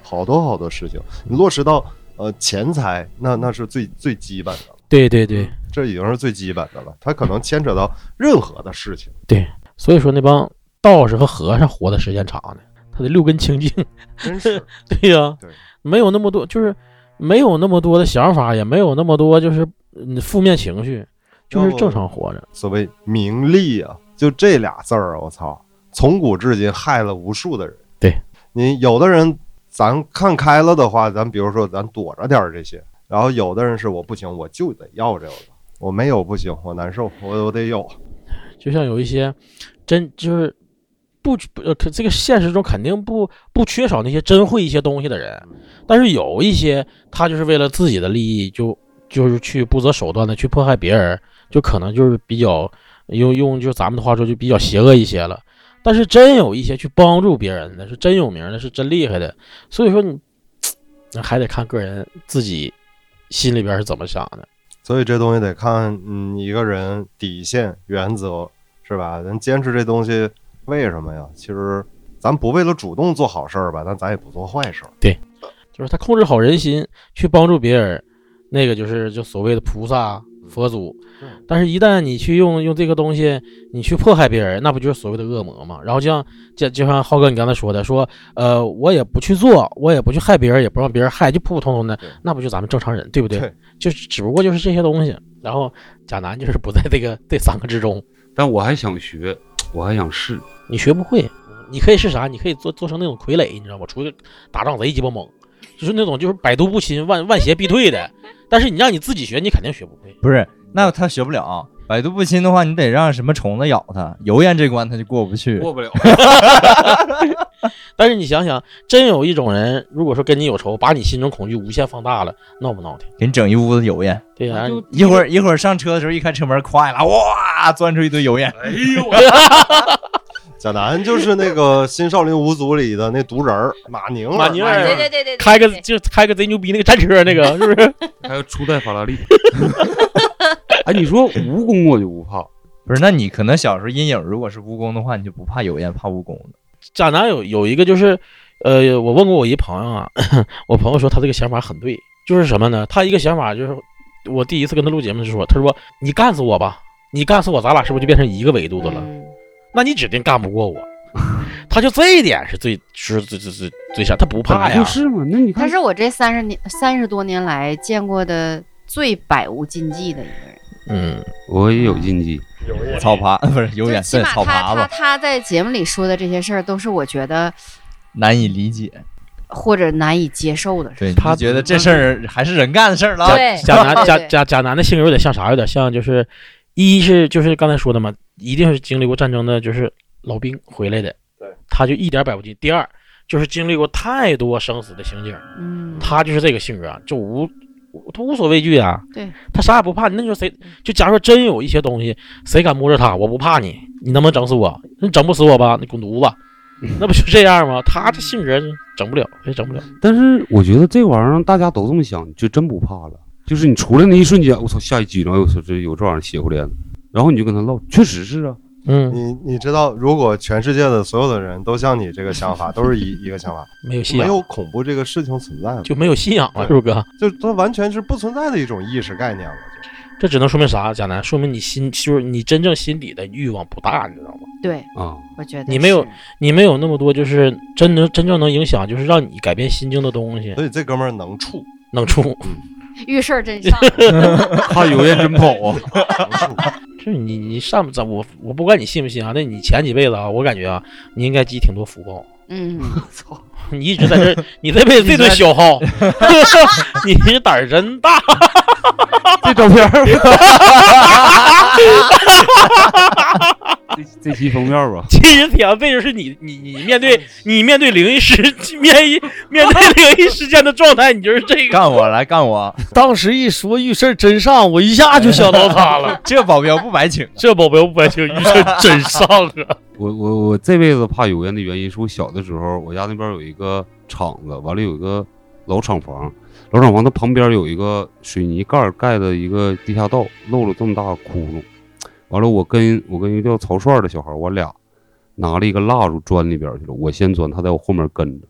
Speaker 4: 好多好多事情，你落实到呃钱财，那那是最最基本的了，
Speaker 6: 对对对，
Speaker 4: 这已经是最基本的了。它可能牵扯到任何的事情，
Speaker 6: 所以说那帮道士和和尚活的时间长呢，他得六根清净。
Speaker 4: 真是
Speaker 6: 对呀、
Speaker 4: 对
Speaker 6: 没有那么多，就是没有那么多的想法，也没有那么多就是嗯负面情绪，就是
Speaker 4: 要不
Speaker 6: 正常活着。
Speaker 4: 所谓名利啊，就这俩字儿啊，我操，从古至今害了无数的人。
Speaker 6: 对
Speaker 4: 你有的人，咱看开了的话，咱比如说咱躲着点儿这些，然后有的人是我不行，我就得要这个，我没有不行，我难受，我我得有。
Speaker 6: 就像有一些真就是不不呃，可这个现实中肯定不不缺少那些真会一些东西的人，但是有一些他就是为了自己的利益就就是去不择手段的去迫害别人，就可能就是比较用用就咱们的话说就比较邪恶一些了。但是真有一些去帮助别人的，是真有名的，是真厉害的。所以说你那还得看个人自己心里边是怎么想的。
Speaker 4: 所以这东西得看嗯一个人底线原则是吧？咱坚持这东西为什么呀？其实咱不为了主动做好事儿吧，但咱也不做坏事儿。
Speaker 6: 就是他控制好人心，去帮助别人，那个就是就所谓的菩萨、佛祖。但是，一旦你去用用这个东西，你去迫害别人，那不就是所谓的恶魔嘛？然后就像就就像浩哥你刚才说的，说呃，我也不去做，我也不去害别人，也不让别人害，就普普通通的
Speaker 4: 对，
Speaker 6: 那不就咱们正常人对不对？
Speaker 4: 对
Speaker 6: 就是只不过就是这些东西。然后贾南就是不在这个这三个之中，
Speaker 7: 但我还想学，我还想试。
Speaker 6: 你学不会，你可以是啥？你可以做做成那种傀儡，你知道吗？出去打仗贼鸡巴猛，就是那种就是百毒不侵、万万邪必退的。但是你让你自己学，你肯定学不会。
Speaker 2: 不是，那他学不了。百毒不侵的话，你得让什么虫子咬他，油烟这关他就过不去。
Speaker 7: 过不 了，
Speaker 6: 但是你想想，真有一种人，如果说跟你有仇，把你心中恐惧无限放大了，闹不闹挺？
Speaker 2: 给你整一屋子油烟，
Speaker 1: 嗯
Speaker 6: 对呀、
Speaker 7: 就
Speaker 2: 一会儿一会儿上车的时候一开车门，咵一拉，哇，钻出一堆油烟。
Speaker 7: 哎呦，
Speaker 4: 贾南就是那个《新少林五祖》里的那毒人儿马宁儿，
Speaker 6: 马宁儿
Speaker 1: 对对对对，对
Speaker 6: 开个
Speaker 1: 对
Speaker 6: 就开个贼牛逼那个战车，那个 是不是？
Speaker 7: 还有初代法拉利。 哎，你说蜈蚣我就不怕，
Speaker 2: 不是，那你可能小时候阴影，如果是蜈蚣的话，你就不怕油烟，怕蜈蚣了。
Speaker 6: 贾南有有一个就是，呃，我问过我一朋友啊， 我朋友说他这个想法很对，就是什么呢？他一个想法就是，我第一次跟他录节目的时候，他说你干死我吧，你干死我，咱俩是不是就变成一个维度的了？
Speaker 5: 嗯
Speaker 6: 那你指定干不过我。他就这一点是最是最最最最想，他不怕呀
Speaker 7: 不。是嘛？那你看
Speaker 5: 他是我这三十年三十多年来见过的最百无禁忌的一个人。
Speaker 6: 嗯，
Speaker 7: 我也有禁忌，
Speaker 2: 草爬不是油
Speaker 5: 就
Speaker 2: 烟，
Speaker 5: 起
Speaker 2: 对，
Speaker 5: 码
Speaker 2: 草
Speaker 5: 他
Speaker 2: 爬
Speaker 5: 他
Speaker 2: 吧，
Speaker 5: 他在节目里说的这些事儿，都是我觉得
Speaker 2: 难以理解。
Speaker 5: 或者难以接受的事。
Speaker 2: 对，
Speaker 6: 他
Speaker 2: 你觉得这事儿还是人干的事儿了？
Speaker 1: 对
Speaker 6: 贾南贾
Speaker 5: 对
Speaker 6: 贾贾南的性格有点像啥？有点像就是，一是就是刚才说的嘛，一定是经历过战争的，就是老兵回来的，
Speaker 4: 对，
Speaker 6: 他就一点儿摆不进。第二就是经历过太多生死的情景，
Speaker 5: 嗯，
Speaker 6: 他就是这个性格啊，就无无他无所畏惧啊，
Speaker 5: 对，嗯
Speaker 6: 他啥也不怕。你那时候谁就假如说真有一些东西，谁敢摸着他，我不怕你，你能不能整死我？你整不死我吧，你滚犊子！
Speaker 4: 嗯
Speaker 6: 那不就这样吗？他这性格整不了，也整不了。
Speaker 7: 但是我觉得这玩意儿大家都这么想，就真不怕了。就是你出来那一瞬间，我操，下一激灵，我操，这有这玩意儿邪乎脸，然后你就跟他唠，确实是啊，
Speaker 6: 嗯，
Speaker 4: 你你知道，如果全世界的所有的人都像你这个想法，都是一一个想法，
Speaker 6: 没有信
Speaker 4: 没
Speaker 6: 仰，
Speaker 4: 有恐怖这个事情存在了，
Speaker 6: 就没有信仰了，
Speaker 4: 对
Speaker 6: 是不是哥？
Speaker 4: 就它完全是不存在的一种意识概念了。就
Speaker 6: 这只能说明啥？贾楠，说明你心就是你真正心底的欲望不大，你知道吗？
Speaker 5: 对，
Speaker 7: 啊，
Speaker 5: 我觉得
Speaker 6: 你没有
Speaker 5: 是
Speaker 6: 你没有那么多就是真能真正能影响，就是让你改变心境的东西
Speaker 4: 所以这哥们儿能处，
Speaker 6: 能出。
Speaker 5: 遇事儿真上，
Speaker 7: 看油烟真跑啊，
Speaker 4: 能处。
Speaker 6: 就是你你上不咱我我不管你信不信啊，那你前几辈子啊，我感觉啊，你应该积挺多福报。
Speaker 5: 嗯，
Speaker 6: 你一直在这儿，你这辈子这顿消耗， 你这胆儿真大。
Speaker 7: 这照片儿，这这期封面吧，
Speaker 6: 其实挺背就是你你你面 对你面对灵异事面一面对灵异事件的状态，你就是这个。
Speaker 2: 干我来干 我，
Speaker 3: 当时一说遇事儿真上，我一下就想到他了。
Speaker 2: 这保镖不白请。
Speaker 6: 这保镖不白听，遇事儿真上啊！
Speaker 7: 我我我这辈子怕油烟的原因是我小的时候，我家那边有一个厂子，完了有一个老厂房，老厂房它旁边有一个水泥盖儿盖的一个地下道，漏了这么大窟窿。完了，我跟我跟一个叫曹帅的小孩儿，我俩拿了一个蜡烛钻里边儿去了，我先钻，他在我后面跟着。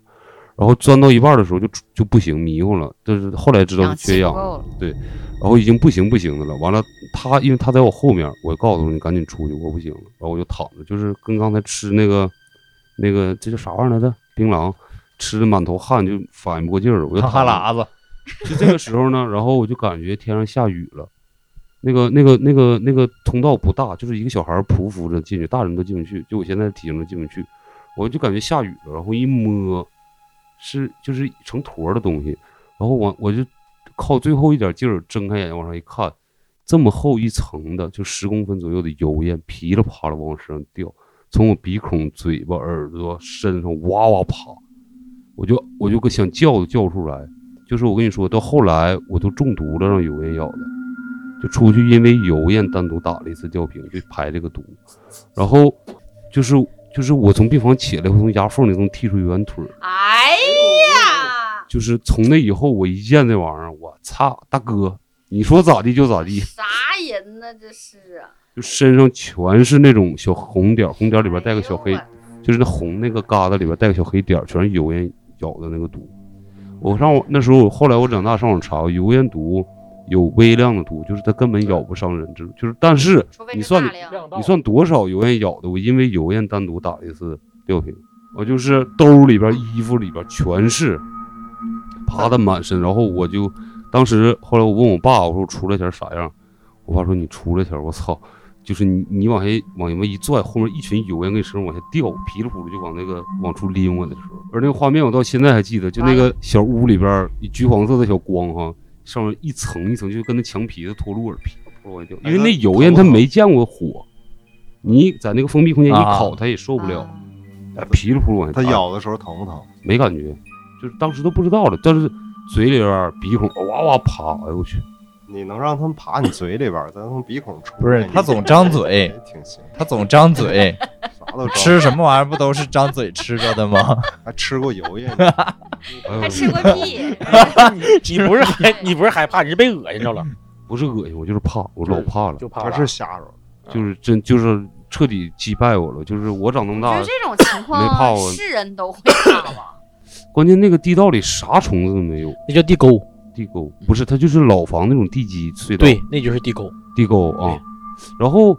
Speaker 7: 然后钻到一半儿的时候就就不行，迷糊了。但是后来知道是
Speaker 5: 氧
Speaker 7: 缺
Speaker 5: 气
Speaker 7: 氧
Speaker 5: 不
Speaker 7: 了，
Speaker 5: 够了，
Speaker 7: 然后已经不行不行的了。完了，他因为他在我后面，我告诉他你赶紧出去，我不行了。然后我就躺着，就是跟刚才吃那个那个这叫啥玩意儿来着？槟榔，吃的满头汗，就反应不过劲儿了。我就
Speaker 2: 哈
Speaker 7: 躺
Speaker 2: 哈
Speaker 7: 着
Speaker 2: 喇子，
Speaker 7: 就这个时候呢，然后我就感觉天上下雨了，那个、那个、那个、那个通道不大，就是一个小孩儿匍匐着进去，大人都进不去，就我现在体型都进不去，我就感觉下雨了，然后一摸，是就是成坨儿的东西，然后我我就靠最后一点劲儿睁开眼睛往上一看，这么厚一层的，就十公分左右的油烟噼里啪啦往我身上掉，从我鼻孔、嘴巴、耳朵、身上哇哇爬，我就我就个想叫都叫不出来。就是我跟你说，到后来我都中毒了，让油烟咬的，就出去因为油烟单独打了一次吊瓶，就排这个毒。然后就是就是我从病房起来，我从牙缝里能剔出一碗腿儿，
Speaker 1: 哎呀，
Speaker 7: 就是从那以后，我一见这玩意儿，我操，大哥，你说咋地就咋地，
Speaker 1: 啥人呢？这是啊，
Speaker 7: 就身上全是那种小红点儿，红点儿里边带个小黑
Speaker 1: 哎呦
Speaker 7: 就是那红那个疙瘩里边带个小黑点儿，全是油烟咬的那个毒。我上网那时候，我后来我长大上网查，油烟毒有微量的毒，就是它根本咬不伤人，就是就是，但是
Speaker 1: 除非
Speaker 7: 你
Speaker 1: 是
Speaker 7: 算
Speaker 1: 大
Speaker 7: 你
Speaker 1: 量
Speaker 7: 你算多少油烟咬的？我因为油烟单独打了一次吊瓶，我就是兜里边、衣服里边全是，爬的满身。然后我就当时后来我问我爸，我说我出来前啥样？我爸说你出来前，我操，就是你你往下往前面一拽，后面一群油烟跟你身上往下掉，噼里扑噜就往那个往出拎我的时候，而那个画面我到现在还记得，就那个小屋里边一橘黄色的小光哈，上面一层一层就跟那墙皮子脱落了，噼里扑噜往下掉，因为那油烟它没见过火。你在那个封闭空间一
Speaker 2: 啊
Speaker 7: 烤，它也受不了，
Speaker 5: 啊
Speaker 7: 噼里扑噜往下
Speaker 4: 它
Speaker 7: 掉
Speaker 4: 咬的时候疼不疼？
Speaker 7: 啊没感觉，就是当时都不知道了，但是嘴里边儿鼻孔哇哇爬，哎呦我去，
Speaker 4: 你能让他们爬你嘴里边儿，再从鼻孔出来。
Speaker 2: 不是
Speaker 4: 你
Speaker 2: 他总张嘴
Speaker 4: 也挺行，
Speaker 2: 他总张嘴，
Speaker 4: 啥都吃，
Speaker 2: 吃什么玩意儿不都是张嘴吃着的吗？
Speaker 4: 还吃过油烟。
Speaker 7: 哎呦
Speaker 1: 还
Speaker 7: 我
Speaker 1: 吃
Speaker 7: 去
Speaker 1: 过屁，
Speaker 6: 你不是害，你不是害怕，你是被恶心着了，
Speaker 7: 不是恶心，我就是怕，我老怕了，
Speaker 6: 就怕
Speaker 4: 他
Speaker 6: 了
Speaker 4: 是吓着，
Speaker 6: 啊
Speaker 7: 就是 真就是彻底击败我了，就是我长那么
Speaker 1: 我觉
Speaker 7: 大
Speaker 1: 得，这种情
Speaker 5: 啊
Speaker 7: 没怕
Speaker 1: 况
Speaker 7: 我
Speaker 1: 是人都会怕吧？
Speaker 7: 关键那个地道里啥虫子都没有，
Speaker 6: 那叫地沟，
Speaker 7: 地沟不是，它就是老房那种地基隧道，
Speaker 6: 对，那就是地沟。
Speaker 7: 地沟啊，然后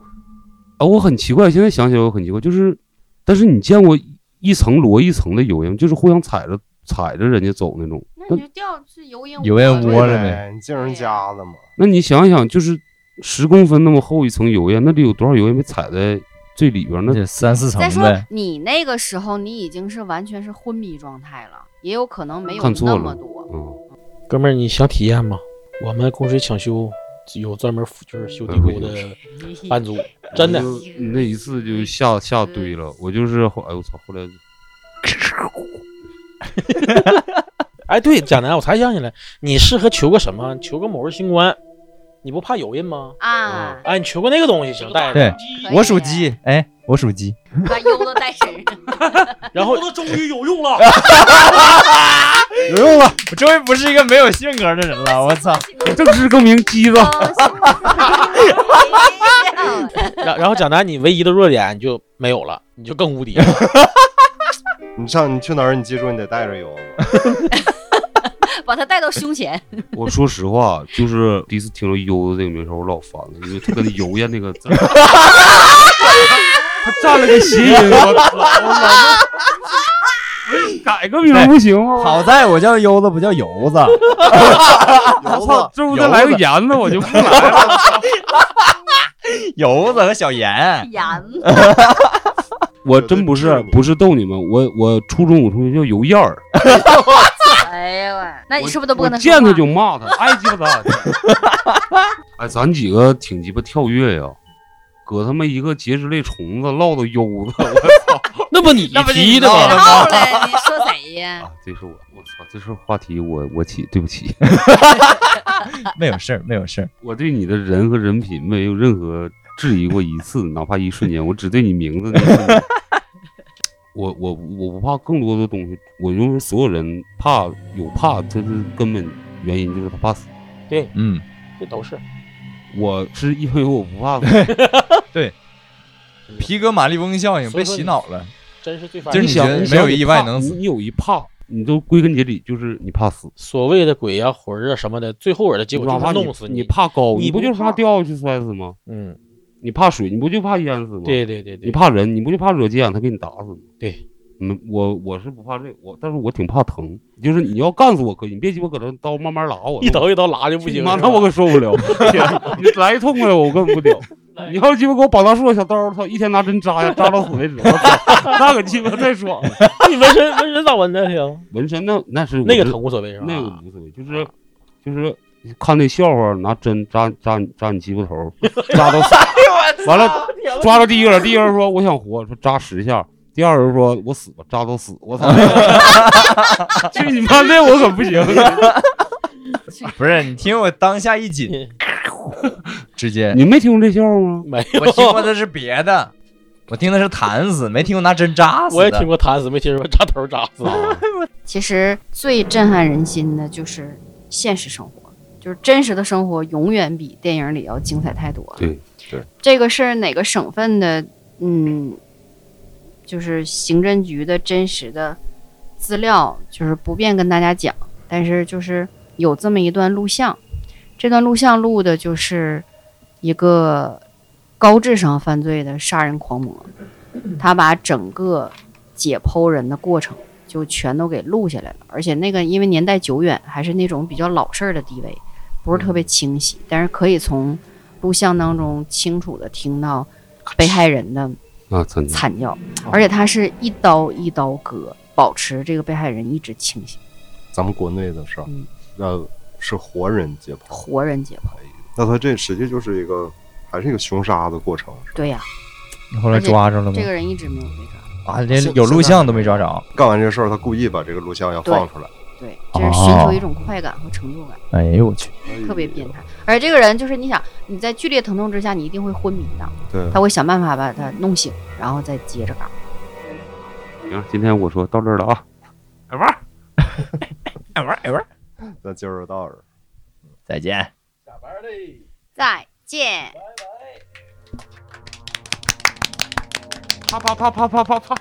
Speaker 7: 啊，我很奇怪，现在想起来我很奇怪，就是，但是你见过一层摞一层的油烟，就是互相踩着踩着人家走那种，
Speaker 1: 那你就掉去油烟
Speaker 2: 油烟窝
Speaker 1: 了
Speaker 2: 窝了
Speaker 1: 呗
Speaker 2: 呗
Speaker 4: 呗，你进人家了嘛？
Speaker 7: 那你想想，就是十公分那么厚一层油烟，那得有多少油烟被踩在最里边儿那
Speaker 2: 这三四层
Speaker 5: 再说
Speaker 2: 呗。
Speaker 5: 你那个时候，你已经是完全是昏迷状态了，也有可能没有
Speaker 7: 看错
Speaker 5: 那
Speaker 7: 了
Speaker 5: 么多。
Speaker 7: 嗯，
Speaker 6: 哥们儿，你想体验吗？我们供水抢修有专门服就是修地沟的班组，真的。
Speaker 7: 就那一次就下下堆了，我就是后哎呦我操，后来
Speaker 6: 哎，对，贾楠，我才想起来，你适合求个什么？求个某人新冠，你不怕有人吗？
Speaker 7: 哦
Speaker 5: 啊，
Speaker 6: 哎，你求个那个东西行，带着。
Speaker 2: 对，
Speaker 5: 可以啊
Speaker 2: 我属，鸡，哎，我属鸡，
Speaker 5: 把悠子带身上。
Speaker 6: 然后终于有用了。
Speaker 2: 有用了，我终于不是一个没有性格的人了，我操！
Speaker 7: 正式更名鸡子，
Speaker 5: 哦
Speaker 6: 然然后贾楠，你唯一的弱点你就没有了，你就更无敌了。
Speaker 4: 你上你去哪儿，你记住你得带着油。
Speaker 5: 把他带到胸 前，
Speaker 7: 我说实话，就是第一次听到“悠”这个名儿时候，我老烦了，因为他跟“油呀那个字儿， 他占了个谐音，我操，我老是改个名儿不行吗？
Speaker 2: 好在我叫悠子，不叫油子。
Speaker 7: 我操，这不再来个盐呢，我就不来了。
Speaker 2: 油子和小严，
Speaker 5: 盐
Speaker 7: 我真不是不是逗你们，我我初中我同学叫油燕儿，
Speaker 5: 哎呀喂，那你是不是都不
Speaker 7: 我
Speaker 5: 跟他说
Speaker 7: 见
Speaker 5: 话？
Speaker 7: 他就骂他，爱鸡巴他。 哎，咱几个挺鸡巴跳跃呀，搁他妈一个节肢类虫子落到疣子，我操！
Speaker 6: 那不你
Speaker 2: 那不是
Speaker 6: 提
Speaker 2: 你
Speaker 6: 的
Speaker 2: 闹的
Speaker 6: 吗？
Speaker 2: 吗
Speaker 5: 套嘞，你说谁呀？
Speaker 7: 啊，这是我，我操，这是话题我我起，对不起，
Speaker 2: 没有事儿，没有事儿。
Speaker 7: 我对你的人和人品没有任何质疑过一次，哪怕一瞬间，我只对你名字那一瞬间。我我我不怕更多的东西，我认为所有人怕有怕，他是根本原因就是他怕死。
Speaker 2: 嗯，
Speaker 6: 这都是
Speaker 7: 我是因为我不怕死，
Speaker 2: 皮革马利翁效应被洗脑了。
Speaker 6: 真是最烦
Speaker 2: 就是
Speaker 6: 人。
Speaker 7: 你
Speaker 2: 你觉
Speaker 7: 想
Speaker 2: 得
Speaker 7: 你
Speaker 2: 没有
Speaker 7: 想你
Speaker 2: 意外
Speaker 7: 怕
Speaker 2: 能死
Speaker 7: 你有一怕，你都归根结底就是你怕死，
Speaker 6: 所谓的鬼呀、魂儿啊什么的，最后尾的结果
Speaker 7: 哪
Speaker 6: 就
Speaker 7: 怕
Speaker 6: 是
Speaker 7: 你
Speaker 6: 弄死
Speaker 7: 你怕高，
Speaker 6: 你
Speaker 7: 你不
Speaker 6: 不
Speaker 7: 就是
Speaker 6: 怕
Speaker 7: 怕掉下去摔死吗？
Speaker 6: 嗯，
Speaker 7: 你怕水，你不就怕淹死吗？
Speaker 6: 对对对
Speaker 7: 你
Speaker 6: 对，
Speaker 7: 怕人，你不就怕惹急眼他给你打死吗？
Speaker 6: 对，
Speaker 7: 嗯，我我是不怕这，我但是我挺怕疼，就是你要干死我可以，你别鸡巴搁这刀慢慢拉我，
Speaker 6: 一刀一刀拉就不行。
Speaker 7: 妈
Speaker 6: 是
Speaker 7: 那
Speaker 6: 吧
Speaker 7: 我可受 不了，天你来一痛快我根本不了。你要鸡巴给我绑大树小刀，操，一天拿针扎呀，扎到死为止，我操， 那可鸡巴太爽了。
Speaker 6: 你纹身纹身咋纹的呀？
Speaker 7: 纹身那那 是我
Speaker 6: 那个
Speaker 7: 是
Speaker 6: 疼无所谓是吧？
Speaker 7: 那个无所谓，就是就是看那笑话，拿针扎扎你扎你鸡巴头 儿，扎到死完了抓着第一个人，第一个人说我想活，说扎十下，第二个人说我死吧，扎到死，我 操，就你妈那我可不 行，
Speaker 2: 不是，你听我当下一紧，直接
Speaker 7: 你没听过这笑话吗？
Speaker 6: 没
Speaker 2: 我听过的是别的，我听的是弹死，没听过拿针扎死的。
Speaker 6: 我也听过弹死，没听说扎头扎死。啊
Speaker 5: 其实最震撼人心的就是现实生活，就是真实的生活永远比电影里要精彩太多了。
Speaker 7: 对
Speaker 4: 对，
Speaker 5: 这个是哪个省份的？嗯，就是刑侦局的真实的资料，就是不便跟大家讲，但是就是有这么一段录像，这段录像录的就是一个高智商犯罪的杀人狂魔，他把整个解剖人的过程。就全都给录下来了。而且那个因为年代久远，还是那种比较老式儿的 DV，不是特别清晰，但是可以从录像当中清楚的听到被害人的
Speaker 7: 啊，真的，
Speaker 5: 惨叫，而且他是一刀一刀割，保持这个被害人一直清醒，
Speaker 4: 咱们国内的是吧
Speaker 5: 嗯，
Speaker 4: 呃，是活人解剖，
Speaker 5: 活人解剖。
Speaker 4: 那他这实际就是一个，还是一个凶杀的过程。
Speaker 5: 对呀、
Speaker 2: 你后来抓着了吗
Speaker 5: 这？个人一直没有被抓。
Speaker 2: 啊，连有录像都没抓着。
Speaker 4: 干完这事儿，他故意把这个录像要
Speaker 5: 对
Speaker 4: 放出来，
Speaker 5: 对，这是寻求一种快感和成就感，
Speaker 2: 哎呦我去！
Speaker 5: 特别变态。而这个人就是你想，你在剧烈疼痛之下，你一定会昏迷的，
Speaker 4: 对，
Speaker 5: 他会想办法把他弄醒，然后再接着干。
Speaker 7: 行，今天我说到这儿了啊，来玩儿。
Speaker 2: 爱玩爱玩，
Speaker 4: 那今儿就到这儿。
Speaker 2: 再见。
Speaker 5: 再见。
Speaker 7: 啪啪啪啪啪啪啪。